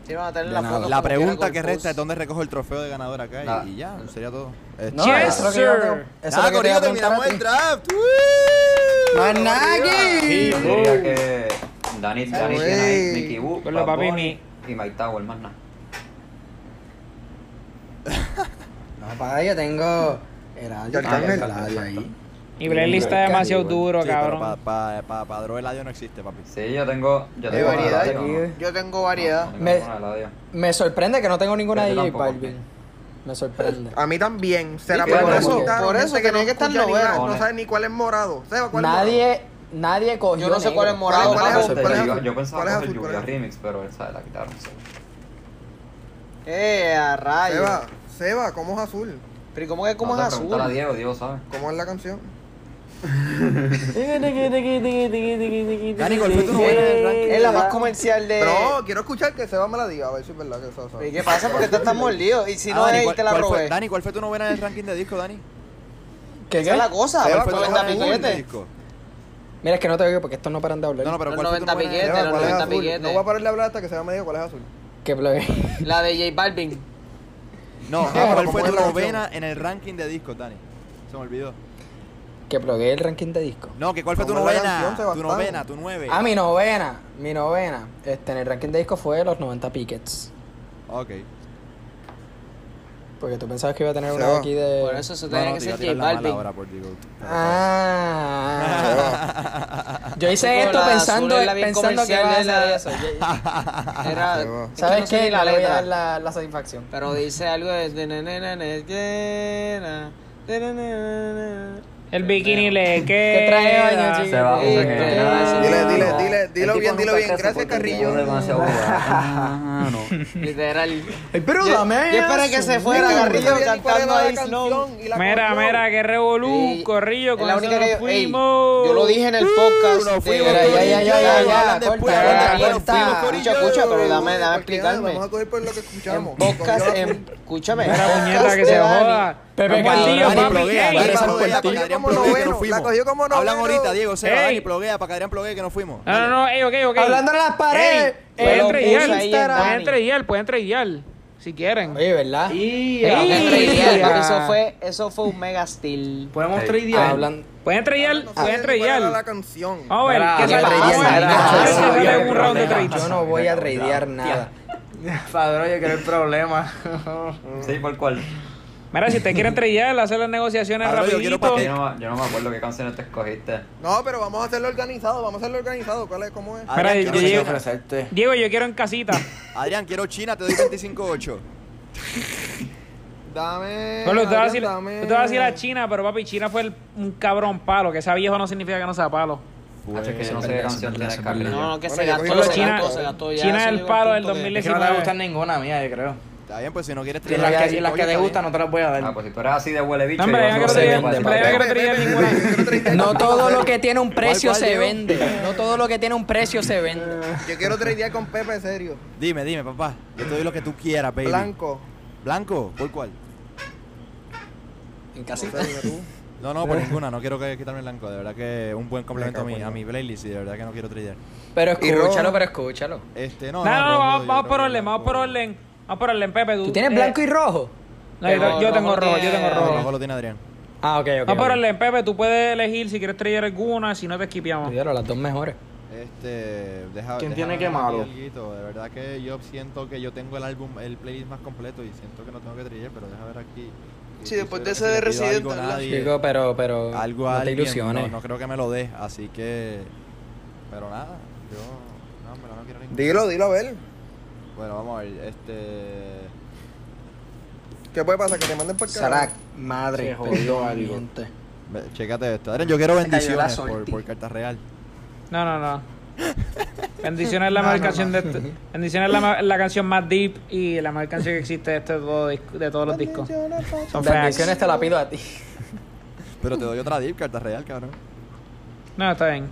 [SPEAKER 5] Quiero matarle
[SPEAKER 6] De
[SPEAKER 5] la
[SPEAKER 6] nada.
[SPEAKER 5] foto.
[SPEAKER 2] La
[SPEAKER 5] como quiera
[SPEAKER 2] pregunta
[SPEAKER 5] con
[SPEAKER 2] que
[SPEAKER 5] el
[SPEAKER 2] resta es
[SPEAKER 5] post.
[SPEAKER 2] dónde recojo el trofeo de ganador acá y-
[SPEAKER 7] Ah.
[SPEAKER 2] y, ya, sería todo.
[SPEAKER 6] No,
[SPEAKER 1] Yes,
[SPEAKER 6] eso es lo que yo
[SPEAKER 1] sir.
[SPEAKER 6] tengo- eso
[SPEAKER 2] Nada,
[SPEAKER 6] es lo que te iba
[SPEAKER 2] Corillo,
[SPEAKER 6] a preguntar a
[SPEAKER 2] terminamos
[SPEAKER 6] ti.
[SPEAKER 2] el draft.
[SPEAKER 6] ¡Más
[SPEAKER 7] Yo
[SPEAKER 6] Nagi!
[SPEAKER 7] diría que Dani, Dani
[SPEAKER 3] Ay,
[SPEAKER 7] tiene ahí
[SPEAKER 3] güey.
[SPEAKER 7] Mickey Wu,
[SPEAKER 1] Con los
[SPEAKER 7] Bad
[SPEAKER 1] papi
[SPEAKER 7] Bunny y Mike Tower, más nada.
[SPEAKER 3] Ah,
[SPEAKER 6] No, papá, yo tengo el
[SPEAKER 3] Yo también.
[SPEAKER 6] ahí.
[SPEAKER 1] mi playlist está demasiado
[SPEAKER 6] Caribe.
[SPEAKER 1] duro,
[SPEAKER 2] Para
[SPEAKER 1] cabrón.
[SPEAKER 2] pa, eh, pa, pa Dro el audio no existe, papi.
[SPEAKER 7] Sí, yo tengo. Yo
[SPEAKER 6] Hay
[SPEAKER 7] tengo una
[SPEAKER 6] variedad
[SPEAKER 7] radio,
[SPEAKER 6] aquí,
[SPEAKER 7] ¿no?
[SPEAKER 6] eh.
[SPEAKER 5] Yo tengo variedad.
[SPEAKER 7] No,
[SPEAKER 6] Me-
[SPEAKER 7] tengo una radio.
[SPEAKER 6] Me sorprende que no tengo ninguna de
[SPEAKER 7] Pero yo
[SPEAKER 6] J
[SPEAKER 7] tampoco.
[SPEAKER 6] Balvin. Me
[SPEAKER 5] Ah,
[SPEAKER 6] sorprende.
[SPEAKER 3] A mí también. Será
[SPEAKER 7] Sí, por
[SPEAKER 3] porque
[SPEAKER 7] eso,
[SPEAKER 3] votaron
[SPEAKER 5] por eso
[SPEAKER 3] gente
[SPEAKER 5] tenía que estar
[SPEAKER 3] escucha ninguna,
[SPEAKER 5] noveno.
[SPEAKER 3] No sabe ni cuál es morado. Seba, ¿cuál es morado?
[SPEAKER 6] Nadie, nadie cogió.
[SPEAKER 5] Yo no sé
[SPEAKER 6] negro.
[SPEAKER 5] cuál es morado,
[SPEAKER 3] ¿Cuál es-
[SPEAKER 5] papo.
[SPEAKER 3] cuál
[SPEAKER 7] Pero
[SPEAKER 3] es
[SPEAKER 7] yo-
[SPEAKER 3] azul?
[SPEAKER 7] yo pensaba
[SPEAKER 3] ¿Cuál es
[SPEAKER 7] que
[SPEAKER 3] azul? ¿Cuál
[SPEAKER 7] Julia
[SPEAKER 3] es?
[SPEAKER 7] Remix, pero esa la quitaron. sí.
[SPEAKER 5] Eh, a rayos.
[SPEAKER 3] Seba, Seba, ¿cómo es azul?
[SPEAKER 5] Pero ¿y ¿cómo que cómo
[SPEAKER 7] No
[SPEAKER 5] es
[SPEAKER 7] sé,
[SPEAKER 5] azul?
[SPEAKER 7] pregúntale a Diego, Diego sabe.
[SPEAKER 3] ¿Cómo es la canción?
[SPEAKER 2] Dani, ¿cuál fue tu novena en el ranking?
[SPEAKER 5] Es la más comercial de.
[SPEAKER 3] Pero quiero escuchar que Seba me la diga, a ver si es verdad que eso
[SPEAKER 5] ¿Y qué pasa? Porque te estás mordido. Y si no,
[SPEAKER 2] Dani,
[SPEAKER 5] es,
[SPEAKER 2] Ah, ¿cuál-
[SPEAKER 5] te la
[SPEAKER 2] cuál fue-
[SPEAKER 5] robé.
[SPEAKER 2] Dani, ¿cuál fue tu novena en el ranking de disco, Dani?
[SPEAKER 6] ¿Qué,
[SPEAKER 5] Esa es
[SPEAKER 6] qué?
[SPEAKER 5] la cosa.
[SPEAKER 2] Seba,
[SPEAKER 5] ¿cuál
[SPEAKER 2] ¿cuál fue
[SPEAKER 5] es
[SPEAKER 2] tu
[SPEAKER 5] la
[SPEAKER 2] novena en el
[SPEAKER 5] piquete?
[SPEAKER 2] disco?
[SPEAKER 6] Mira, es que no te oigo porque estos no paran de hablar.
[SPEAKER 2] No, no, pero
[SPEAKER 9] Los
[SPEAKER 2] ¿cuál fue tu
[SPEAKER 9] 90
[SPEAKER 2] número?
[SPEAKER 9] piquetes,
[SPEAKER 3] Eva,
[SPEAKER 9] los
[SPEAKER 3] ¿cuál es
[SPEAKER 9] 90
[SPEAKER 3] azul?
[SPEAKER 9] piquetes.
[SPEAKER 3] No voy a parar de hablar hasta que se me diga cuál es azul.
[SPEAKER 6] Que plug.
[SPEAKER 9] La de J Balvin.
[SPEAKER 2] No,
[SPEAKER 3] Ajá, pero
[SPEAKER 2] ¿cuál
[SPEAKER 3] ¿cómo
[SPEAKER 2] fue
[SPEAKER 3] es
[SPEAKER 2] tu
[SPEAKER 3] la
[SPEAKER 2] novena en el ranking de discos, Dani? Se me olvidó.
[SPEAKER 6] que plugué el ranking de disco.
[SPEAKER 2] No, que cuál fue tu
[SPEAKER 3] ¿Cómo es la
[SPEAKER 2] novena,
[SPEAKER 3] canción,
[SPEAKER 2] tu
[SPEAKER 3] Sebastián?
[SPEAKER 2] novena, tu nueve.
[SPEAKER 6] Ah, mi novena. Mi novena. Este, en el ranking de disco fue los 90 pickets.
[SPEAKER 2] Ok.
[SPEAKER 6] Porque tú pensabas que iba a tener
[SPEAKER 3] Se
[SPEAKER 6] una
[SPEAKER 3] va.
[SPEAKER 6] aquí
[SPEAKER 5] Eh,
[SPEAKER 6] de.
[SPEAKER 9] Por eso eso
[SPEAKER 2] No,
[SPEAKER 9] tenía
[SPEAKER 2] no,
[SPEAKER 9] que
[SPEAKER 2] te iba a
[SPEAKER 9] ser
[SPEAKER 2] tirar
[SPEAKER 9] J
[SPEAKER 2] la mala
[SPEAKER 9] Balvin.
[SPEAKER 2] ahora por Digo.
[SPEAKER 6] Ah. Yo hice esto
[SPEAKER 9] La de
[SPEAKER 6] pensando,
[SPEAKER 9] azul es la bien
[SPEAKER 6] pensando que
[SPEAKER 9] comercial,
[SPEAKER 6] iba a
[SPEAKER 9] es la
[SPEAKER 6] ser
[SPEAKER 9] de-
[SPEAKER 6] eso.
[SPEAKER 9] Era,
[SPEAKER 3] Se va.
[SPEAKER 9] es que
[SPEAKER 6] ¿Sabes
[SPEAKER 9] no sé
[SPEAKER 6] qué?
[SPEAKER 9] ni
[SPEAKER 6] Le
[SPEAKER 9] la
[SPEAKER 6] voy a
[SPEAKER 9] letra.
[SPEAKER 6] dar la, la satisfacción.
[SPEAKER 9] Pero dice algo de... de na, na, na, na, de na, de na, na, na.
[SPEAKER 1] El bikini le queda.
[SPEAKER 6] ¿Qué trae baño, chico?
[SPEAKER 7] Se va a
[SPEAKER 9] Eh,
[SPEAKER 7] oxigenar.
[SPEAKER 3] Dile, dile,
[SPEAKER 9] no.
[SPEAKER 3] dile,
[SPEAKER 7] El
[SPEAKER 3] dilo
[SPEAKER 7] tipo
[SPEAKER 3] bien,
[SPEAKER 7] nunca
[SPEAKER 3] dilo bien.
[SPEAKER 7] casa
[SPEAKER 3] Gracias,
[SPEAKER 7] porque el tipo
[SPEAKER 3] Carrillo.
[SPEAKER 7] es demasiado Ah, no.
[SPEAKER 9] Literal.
[SPEAKER 6] pero
[SPEAKER 5] Yo esperé que se fuera
[SPEAKER 3] Mira, no
[SPEAKER 5] Garrido
[SPEAKER 3] sabía ni cuál
[SPEAKER 5] cantando
[SPEAKER 3] era la
[SPEAKER 5] ahí Slow.
[SPEAKER 3] canción y la
[SPEAKER 1] Mira,
[SPEAKER 3] cogió.
[SPEAKER 1] mira, que revolú,
[SPEAKER 5] Sí.
[SPEAKER 1] corrillo,
[SPEAKER 5] Es
[SPEAKER 1] con
[SPEAKER 5] la
[SPEAKER 1] eso
[SPEAKER 5] única que
[SPEAKER 1] nos
[SPEAKER 5] yo, ey,
[SPEAKER 1] fuimos.
[SPEAKER 5] yo lo dije en el podcast.
[SPEAKER 2] nos
[SPEAKER 5] de-
[SPEAKER 2] fuimos,
[SPEAKER 5] Mira, ya, ya, ya, ya, ya,
[SPEAKER 2] Hablan después,
[SPEAKER 5] corta,
[SPEAKER 2] hablan
[SPEAKER 5] corta,
[SPEAKER 2] después,
[SPEAKER 5] corta.
[SPEAKER 2] nos fuimos,
[SPEAKER 5] Escucha,
[SPEAKER 2] corillo.
[SPEAKER 5] escucha, pero dame, dame a
[SPEAKER 3] Porque nada,
[SPEAKER 5] explicarme.
[SPEAKER 3] Vamos a coger por lo que
[SPEAKER 5] En
[SPEAKER 3] escuchamos.
[SPEAKER 5] podcast,
[SPEAKER 3] Cogió la-
[SPEAKER 5] en, escúchame.
[SPEAKER 1] Mira,
[SPEAKER 5] podcast
[SPEAKER 1] puñeta, que
[SPEAKER 5] de
[SPEAKER 1] se
[SPEAKER 5] Dani.
[SPEAKER 1] joda.
[SPEAKER 6] Pepe
[SPEAKER 1] Un martillo,
[SPEAKER 6] Cabrón.
[SPEAKER 2] Dani
[SPEAKER 1] papi,
[SPEAKER 2] Ploguea,
[SPEAKER 1] ey.
[SPEAKER 2] Dani
[SPEAKER 3] Esa fue
[SPEAKER 2] Ploguea, para
[SPEAKER 3] la
[SPEAKER 2] que
[SPEAKER 3] cogió
[SPEAKER 2] Adrián
[SPEAKER 3] como
[SPEAKER 2] Ploguea que
[SPEAKER 3] noveno,
[SPEAKER 2] nos
[SPEAKER 3] la
[SPEAKER 2] fuimos.
[SPEAKER 3] cogió como
[SPEAKER 2] Hablan
[SPEAKER 3] noveno.
[SPEAKER 2] ahorita, Diego, Seba,
[SPEAKER 1] Ey. Ah,
[SPEAKER 2] Dani Ploguea, para que Adrián Ploguea que nos fuimos.
[SPEAKER 1] No, no, no, ey, ok, ok.
[SPEAKER 6] Hablando de las paredes.
[SPEAKER 1] Ey,
[SPEAKER 6] eh,
[SPEAKER 1] pueden
[SPEAKER 6] lo
[SPEAKER 1] trellar,
[SPEAKER 6] puse ahí en
[SPEAKER 1] pueden
[SPEAKER 6] Dani.
[SPEAKER 1] trellar, pueden trellar, si quieren.
[SPEAKER 6] Oye, ¿verdad?
[SPEAKER 1] Ey.
[SPEAKER 5] Me reía,
[SPEAKER 1] Ey.
[SPEAKER 5] porque Eso fue, eso fue un mega steal.
[SPEAKER 4] Podemos
[SPEAKER 7] Ey.
[SPEAKER 4] tradear.
[SPEAKER 6] Hablan-
[SPEAKER 1] Pueden trellar,
[SPEAKER 3] Ah, No sabía
[SPEAKER 1] pueden
[SPEAKER 3] ni cuál era la
[SPEAKER 1] trellar.
[SPEAKER 3] canción.
[SPEAKER 1] Vamos a ver,
[SPEAKER 4] Mira,
[SPEAKER 1] ¿qué
[SPEAKER 4] mira,
[SPEAKER 1] sale?
[SPEAKER 4] trellar,
[SPEAKER 1] Vamos a ver,
[SPEAKER 4] mira,
[SPEAKER 1] a ver si
[SPEAKER 4] trellar,
[SPEAKER 1] sale un
[SPEAKER 4] trellar,
[SPEAKER 1] round de
[SPEAKER 4] trellar.
[SPEAKER 1] trades.
[SPEAKER 6] Yo no voy a tradear nada.
[SPEAKER 4] Padrón, yo quiero el problema.
[SPEAKER 7] Sí, por cuál.
[SPEAKER 1] Mira, si ustedes quieren trellar, hacer las negociaciones
[SPEAKER 2] Ahora yo quiero
[SPEAKER 1] rapidito.
[SPEAKER 7] Yo no, yo no me acuerdo qué canciones te escogiste.
[SPEAKER 3] No, pero vamos a hacerlo organizado, vamos a hacerlo organizado. ¿Cuál es? ¿Cómo es?
[SPEAKER 1] Mira,
[SPEAKER 2] Adrián,
[SPEAKER 1] yo
[SPEAKER 2] quiero
[SPEAKER 1] llego-
[SPEAKER 2] China.
[SPEAKER 4] ofrecerte.
[SPEAKER 1] Diego, yo quiero en casita.
[SPEAKER 2] Adrián, quiero China, te doy 25.8.
[SPEAKER 3] Dame.
[SPEAKER 1] Bueno, usted va a
[SPEAKER 3] Adrián,
[SPEAKER 1] decir,
[SPEAKER 3] dame.
[SPEAKER 1] usted va a decir la China, pero papi, China fue el- un cabrón palo. Que esa vieja no significa que no sea palo.
[SPEAKER 7] Hacho, es que yo no sé qué canción tienes, Carrillo.
[SPEAKER 9] No, no, que
[SPEAKER 3] Bueno,
[SPEAKER 9] se
[SPEAKER 3] yo
[SPEAKER 9] gastó,
[SPEAKER 3] cogí
[SPEAKER 9] se
[SPEAKER 3] los
[SPEAKER 9] gastó,
[SPEAKER 1] China,
[SPEAKER 9] se gastó ya.
[SPEAKER 1] China
[SPEAKER 9] eso
[SPEAKER 1] del
[SPEAKER 9] llegó al
[SPEAKER 1] palo del
[SPEAKER 9] punto que-
[SPEAKER 4] Es que no te va a gustar
[SPEAKER 1] 2019.
[SPEAKER 4] ninguna mía, yo creo.
[SPEAKER 2] Está bien, pues si no quieres
[SPEAKER 4] Y las que,
[SPEAKER 2] trinar,
[SPEAKER 4] y las que te gustan no te las voy a
[SPEAKER 7] Ah,
[SPEAKER 4] dar.
[SPEAKER 7] pues si tú eres así de huele bicho,
[SPEAKER 1] No, hombre,
[SPEAKER 7] yo
[SPEAKER 1] ya
[SPEAKER 7] no
[SPEAKER 1] quiero
[SPEAKER 7] sé
[SPEAKER 1] trellar,
[SPEAKER 7] cuál
[SPEAKER 1] hombre,
[SPEAKER 7] es
[SPEAKER 1] ya
[SPEAKER 7] la
[SPEAKER 1] quiero
[SPEAKER 7] que-
[SPEAKER 1] trellar ninguna.
[SPEAKER 6] No todo lo que tiene un precio
[SPEAKER 2] ¿Cuál, cuál,
[SPEAKER 6] se
[SPEAKER 2] Diego?
[SPEAKER 6] vende. No todo lo que tiene un precio se vende.
[SPEAKER 3] Yo quiero tradear con Pepe, serio.
[SPEAKER 2] Dime, dime, papá. Yo te doy lo que tú quieras, baby.
[SPEAKER 3] Blanco.
[SPEAKER 2] ¿Blanco? ¿Por cuál?
[SPEAKER 6] En casita.
[SPEAKER 2] No, no, por ninguna. No quiero que quitarme el blanco. De verdad que un buen complemento a mi, a mi
[SPEAKER 4] pues.
[SPEAKER 2] playlist y de verdad que no quiero trillar.
[SPEAKER 6] Pero
[SPEAKER 3] Y rojo.
[SPEAKER 6] escúchalo, pero escúchalo.
[SPEAKER 2] Este, no.
[SPEAKER 1] No, no,
[SPEAKER 2] rojo,
[SPEAKER 1] vamos,
[SPEAKER 2] yo
[SPEAKER 1] vamos
[SPEAKER 2] creo
[SPEAKER 1] por
[SPEAKER 2] que
[SPEAKER 1] orden, vamos por
[SPEAKER 2] blanco-
[SPEAKER 1] orden. Vamos por orden, Pepe. eh,
[SPEAKER 6] ¿Tú tienes blanco y rojo?
[SPEAKER 1] No, yo,
[SPEAKER 9] No,
[SPEAKER 1] yo
[SPEAKER 9] rojo
[SPEAKER 1] tengo rojo, yo
[SPEAKER 9] tiene-
[SPEAKER 1] tengo
[SPEAKER 2] No,
[SPEAKER 1] rojo.
[SPEAKER 2] rojo lo tiene Adrián.
[SPEAKER 6] Ah, ok, ok.
[SPEAKER 1] Vamos por
[SPEAKER 6] ok.
[SPEAKER 1] orden, Pepe. Tú puedes elegir si quieres trellar alguna, si no te esquipeamos.
[SPEAKER 6] Olvídalo, las dos mejores.
[SPEAKER 2] Este, deja,
[SPEAKER 4] ¿Quién
[SPEAKER 2] deja
[SPEAKER 4] tiene que
[SPEAKER 2] ver aquí
[SPEAKER 4] malo?
[SPEAKER 2] alguito. De verdad que yo siento que yo tengo el álbum, el playlist más completo y siento que no tengo que trillar, pero deja ver aquí.
[SPEAKER 5] Sí, después de
[SPEAKER 2] Si
[SPEAKER 5] ese de
[SPEAKER 2] le pido
[SPEAKER 5] Resident,
[SPEAKER 2] algo a
[SPEAKER 5] ¿verdad?
[SPEAKER 2] nadie,
[SPEAKER 6] Chico, pero, pero.
[SPEAKER 2] algo a
[SPEAKER 6] no te
[SPEAKER 2] alguien,
[SPEAKER 6] ilusiones.
[SPEAKER 2] No, no creo que me lo dé, así que. Pero nada, yo. No, en verdad no quiero ningún.
[SPEAKER 3] Dilo, dilo a ver.
[SPEAKER 2] Bueno, vamos a ver, este.
[SPEAKER 3] ¿Qué puede pasar? Que te manden por
[SPEAKER 6] Sarak, madre,
[SPEAKER 4] Se jodió
[SPEAKER 6] perdón,
[SPEAKER 4] algo.
[SPEAKER 6] mi gente.
[SPEAKER 2] ve- Chécate esto. Adrián, yo quiero
[SPEAKER 6] cayó la
[SPEAKER 2] bendiciones por,
[SPEAKER 6] sorti.
[SPEAKER 2] por Carta Real.
[SPEAKER 1] No, no, no. Bendiciones es la mejor canción de este- Bendiciones es la, ma- la canción más deep y la mejor canción que existe de, este todo disco- de todos los discos. Son
[SPEAKER 6] Bendiciones
[SPEAKER 1] facts.
[SPEAKER 6] te la pido a ti.
[SPEAKER 2] Pero te doy otra dip, Carta Real, cabrón.
[SPEAKER 1] No, está bien.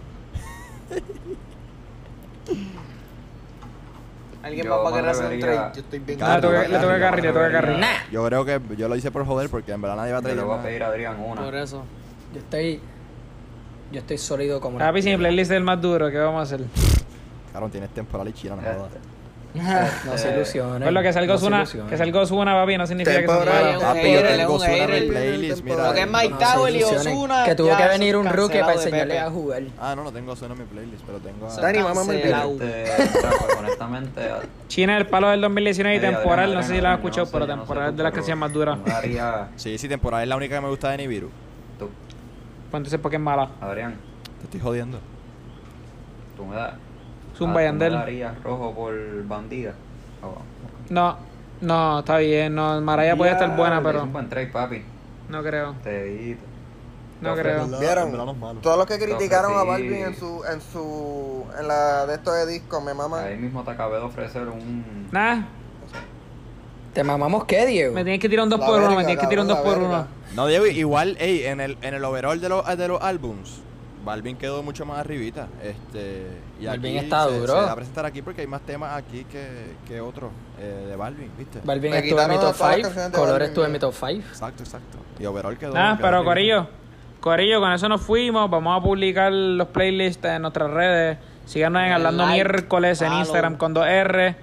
[SPEAKER 5] Alguien
[SPEAKER 7] Yo
[SPEAKER 5] más va a querer
[SPEAKER 7] me
[SPEAKER 5] hacer un
[SPEAKER 7] atrevería-
[SPEAKER 5] trade. Yo estoy bien.
[SPEAKER 1] No, le toca le toca a Carrie, le toca a Carrie.
[SPEAKER 6] Nah.
[SPEAKER 2] Yo creo que yo lo hice por joder porque en verdad nadie va a
[SPEAKER 7] Yo
[SPEAKER 2] traer.
[SPEAKER 7] le voy a
[SPEAKER 2] nada.
[SPEAKER 7] pedir a Adrián
[SPEAKER 9] Por
[SPEAKER 7] una.
[SPEAKER 9] eso.
[SPEAKER 6] Yo estoy. Yo estoy sólido como.
[SPEAKER 1] Papi, si mi playlist es el más duro, ¿qué vamos a hacer?
[SPEAKER 2] Cabrón, tienes temporal y china, no
[SPEAKER 7] Este.
[SPEAKER 2] jodas.
[SPEAKER 6] No se ilusiones.
[SPEAKER 1] Pues lo que salga
[SPEAKER 6] no se
[SPEAKER 1] Osuna,
[SPEAKER 6] ilusiones.
[SPEAKER 1] que salga Osuna, papi, no significa que sea
[SPEAKER 3] Temporada.
[SPEAKER 1] malo.
[SPEAKER 2] Papi,
[SPEAKER 5] hater,
[SPEAKER 2] yo
[SPEAKER 5] él es
[SPEAKER 2] tengo
[SPEAKER 5] un
[SPEAKER 2] Ozuna en
[SPEAKER 5] hater.
[SPEAKER 2] mi playlist, mira.
[SPEAKER 5] Lo que es Mike
[SPEAKER 6] No se
[SPEAKER 5] Tower y
[SPEAKER 6] ilusionen.
[SPEAKER 5] Ozuna.
[SPEAKER 6] Que tuvo
[SPEAKER 5] ya,
[SPEAKER 6] que
[SPEAKER 5] eso
[SPEAKER 6] venir
[SPEAKER 5] es
[SPEAKER 6] un rookie para
[SPEAKER 5] cancelado de
[SPEAKER 6] enseñarle
[SPEAKER 5] Pepe.
[SPEAKER 6] a jugar.
[SPEAKER 2] Ah, no, no tengo Ozuna en mi playlist, pero tengo a...
[SPEAKER 5] Eso es
[SPEAKER 3] Dani, mámame el pelo.
[SPEAKER 5] cancelado.
[SPEAKER 7] Este, o sea, pues, honestamente, a-
[SPEAKER 1] China el palo del 2019 y
[SPEAKER 7] Ey,
[SPEAKER 1] temporal,
[SPEAKER 7] Adrián,
[SPEAKER 1] no sé si
[SPEAKER 7] Adrián,
[SPEAKER 1] la has
[SPEAKER 7] Adrián,
[SPEAKER 1] escuchado,
[SPEAKER 7] yo no sé,
[SPEAKER 1] pero
[SPEAKER 7] yo no sé
[SPEAKER 1] temporal
[SPEAKER 7] tú,
[SPEAKER 1] es de las
[SPEAKER 7] pero
[SPEAKER 1] canciones más duras.
[SPEAKER 7] no haría
[SPEAKER 2] Sí, sí, temporal es la única que me gusta de Nibiru.
[SPEAKER 7] tú,
[SPEAKER 1] Pues entonces, ¿por qué es mala?
[SPEAKER 7] Adrián?
[SPEAKER 2] Te estoy jodiendo.
[SPEAKER 7] Tú me das.
[SPEAKER 1] Zumba
[SPEAKER 7] ah,
[SPEAKER 1] y
[SPEAKER 7] tú me
[SPEAKER 1] Andel.
[SPEAKER 7] darías rojo por bandida. Oh.
[SPEAKER 1] No, no, está bien, no, Maraya puede estar buena,
[SPEAKER 7] Diablo, hice
[SPEAKER 1] pero
[SPEAKER 7] Un buen trade, papi.
[SPEAKER 1] no creo,
[SPEAKER 7] Te di.
[SPEAKER 1] no
[SPEAKER 7] Te
[SPEAKER 1] creo.
[SPEAKER 7] ofrezco.
[SPEAKER 3] ¿Vieron? Todos los que criticaron a
[SPEAKER 7] sí.
[SPEAKER 3] Balvin en su, en su, en la de estos de discos, me
[SPEAKER 7] Ahí
[SPEAKER 3] maman.
[SPEAKER 7] mismo te acabé de ofrecer un.
[SPEAKER 1] Nah,
[SPEAKER 6] ¿Te mamamos qué, Diego?
[SPEAKER 1] me tienes que tirar un 2
[SPEAKER 3] La
[SPEAKER 1] por 1 me
[SPEAKER 3] verga,
[SPEAKER 1] tienes que tirar un 2
[SPEAKER 3] cabrón,
[SPEAKER 1] por
[SPEAKER 3] la
[SPEAKER 1] 1
[SPEAKER 3] verga.
[SPEAKER 2] No, Diego, igual, ey, en el, en el overall de los, de los álbums, Balvin quedó mucho más arribita. Este, y
[SPEAKER 6] Balvin
[SPEAKER 2] aquí
[SPEAKER 6] está
[SPEAKER 2] se,
[SPEAKER 6] duro.
[SPEAKER 2] se va a presentar aquí porque hay más temas aquí que, que otros eh, de Balvin, ¿viste?
[SPEAKER 6] Balvin
[SPEAKER 3] Me
[SPEAKER 6] estuvo en mi
[SPEAKER 3] quitaron
[SPEAKER 6] top
[SPEAKER 3] todas las
[SPEAKER 6] 5.
[SPEAKER 3] canciones de
[SPEAKER 6] Color
[SPEAKER 3] Balvin,
[SPEAKER 6] estuvo en mi
[SPEAKER 3] mira.
[SPEAKER 6] top 5.
[SPEAKER 2] Exacto, exacto. Y overall quedó...
[SPEAKER 1] Nah,
[SPEAKER 2] quedó
[SPEAKER 1] Ah, pero
[SPEAKER 2] arribita.
[SPEAKER 1] Corillo, Corillo, con eso nos fuimos. Vamos a publicar los playlists en nuestras redes. Síganos en Hablando
[SPEAKER 9] Like,
[SPEAKER 1] Miércoles en
[SPEAKER 3] Ah,
[SPEAKER 9] follow.
[SPEAKER 1] Instagram con 2R.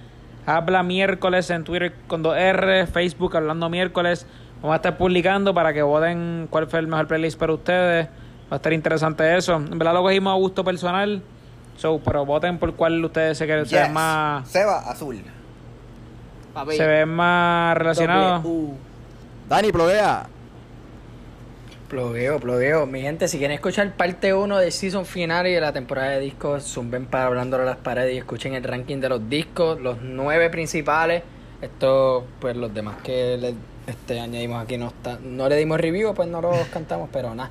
[SPEAKER 1] Habla Miércoles en Twitter con 2R. Facebook Hablando Miércoles. Vamos a estar publicando para que voten cuál fue el mejor playlist para ustedes. Va a estar interesante eso. En verdad lo cogimos a gusto personal. So, pero voten por cuál ustedes se, que
[SPEAKER 3] Yes.
[SPEAKER 1] más,
[SPEAKER 3] Seba, azul.
[SPEAKER 9] Papi,
[SPEAKER 1] se ven más relacionados.
[SPEAKER 3] Uh.
[SPEAKER 9] W.
[SPEAKER 2] Dani, plovea.
[SPEAKER 6] Plogueo, plogueo. Mi gente, si quieren escuchar parte 1 del season final y de la temporada de discos, zumben para hablando a las paredes y escuchen el ranking de los discos, los nueve principales. Esto, pues los demás que le este, añadimos aquí no está, no le dimos review, pues no los cantamos, pero nada.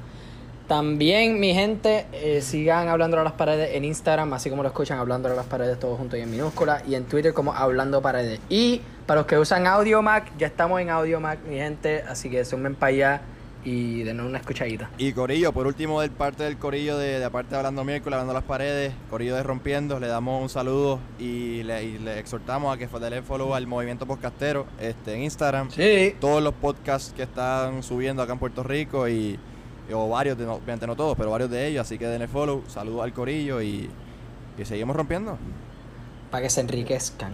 [SPEAKER 6] También, mi gente, eh, sigan hablando a las paredes en Instagram, así como lo escuchan hablando a las paredes todo junto y en minúscula, y en Twitter como hablando paredes. Y para los que usan Audio Mac, ya estamos en Audio Mac, mi gente, así que sumen para allá y denos una escuchadita.
[SPEAKER 2] Y Corillo, por último, del parte del Corillo de, de aparte de hablando miércoles, hablando las paredes, Corillo de Rompiendo, le damos un saludo y le, y le exhortamos a que denle follow al movimiento podcastero este, en Instagram.
[SPEAKER 6] Sí.
[SPEAKER 2] Todos los podcasts que están subiendo acá en Puerto Rico y, y- o varios, de, no, obviamente no todos, pero varios de ellos, así que denle follow, saludos al Corillo y, y seguimos rompiendo.
[SPEAKER 6] Para que se enriquezcan.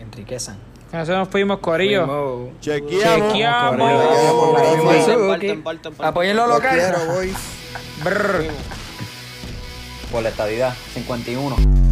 [SPEAKER 6] Enriquezan.
[SPEAKER 1] Con eso nos fuimos, Corillo.
[SPEAKER 6] Fuimos.
[SPEAKER 2] Chequeamos.
[SPEAKER 1] Chequeamos.
[SPEAKER 3] Fuimos.
[SPEAKER 9] Partan, partan, partan.
[SPEAKER 6] Apoyen lo
[SPEAKER 3] Los
[SPEAKER 6] local.
[SPEAKER 3] quiero, boys.
[SPEAKER 1] Brr.
[SPEAKER 7] Por la estadidad, 51.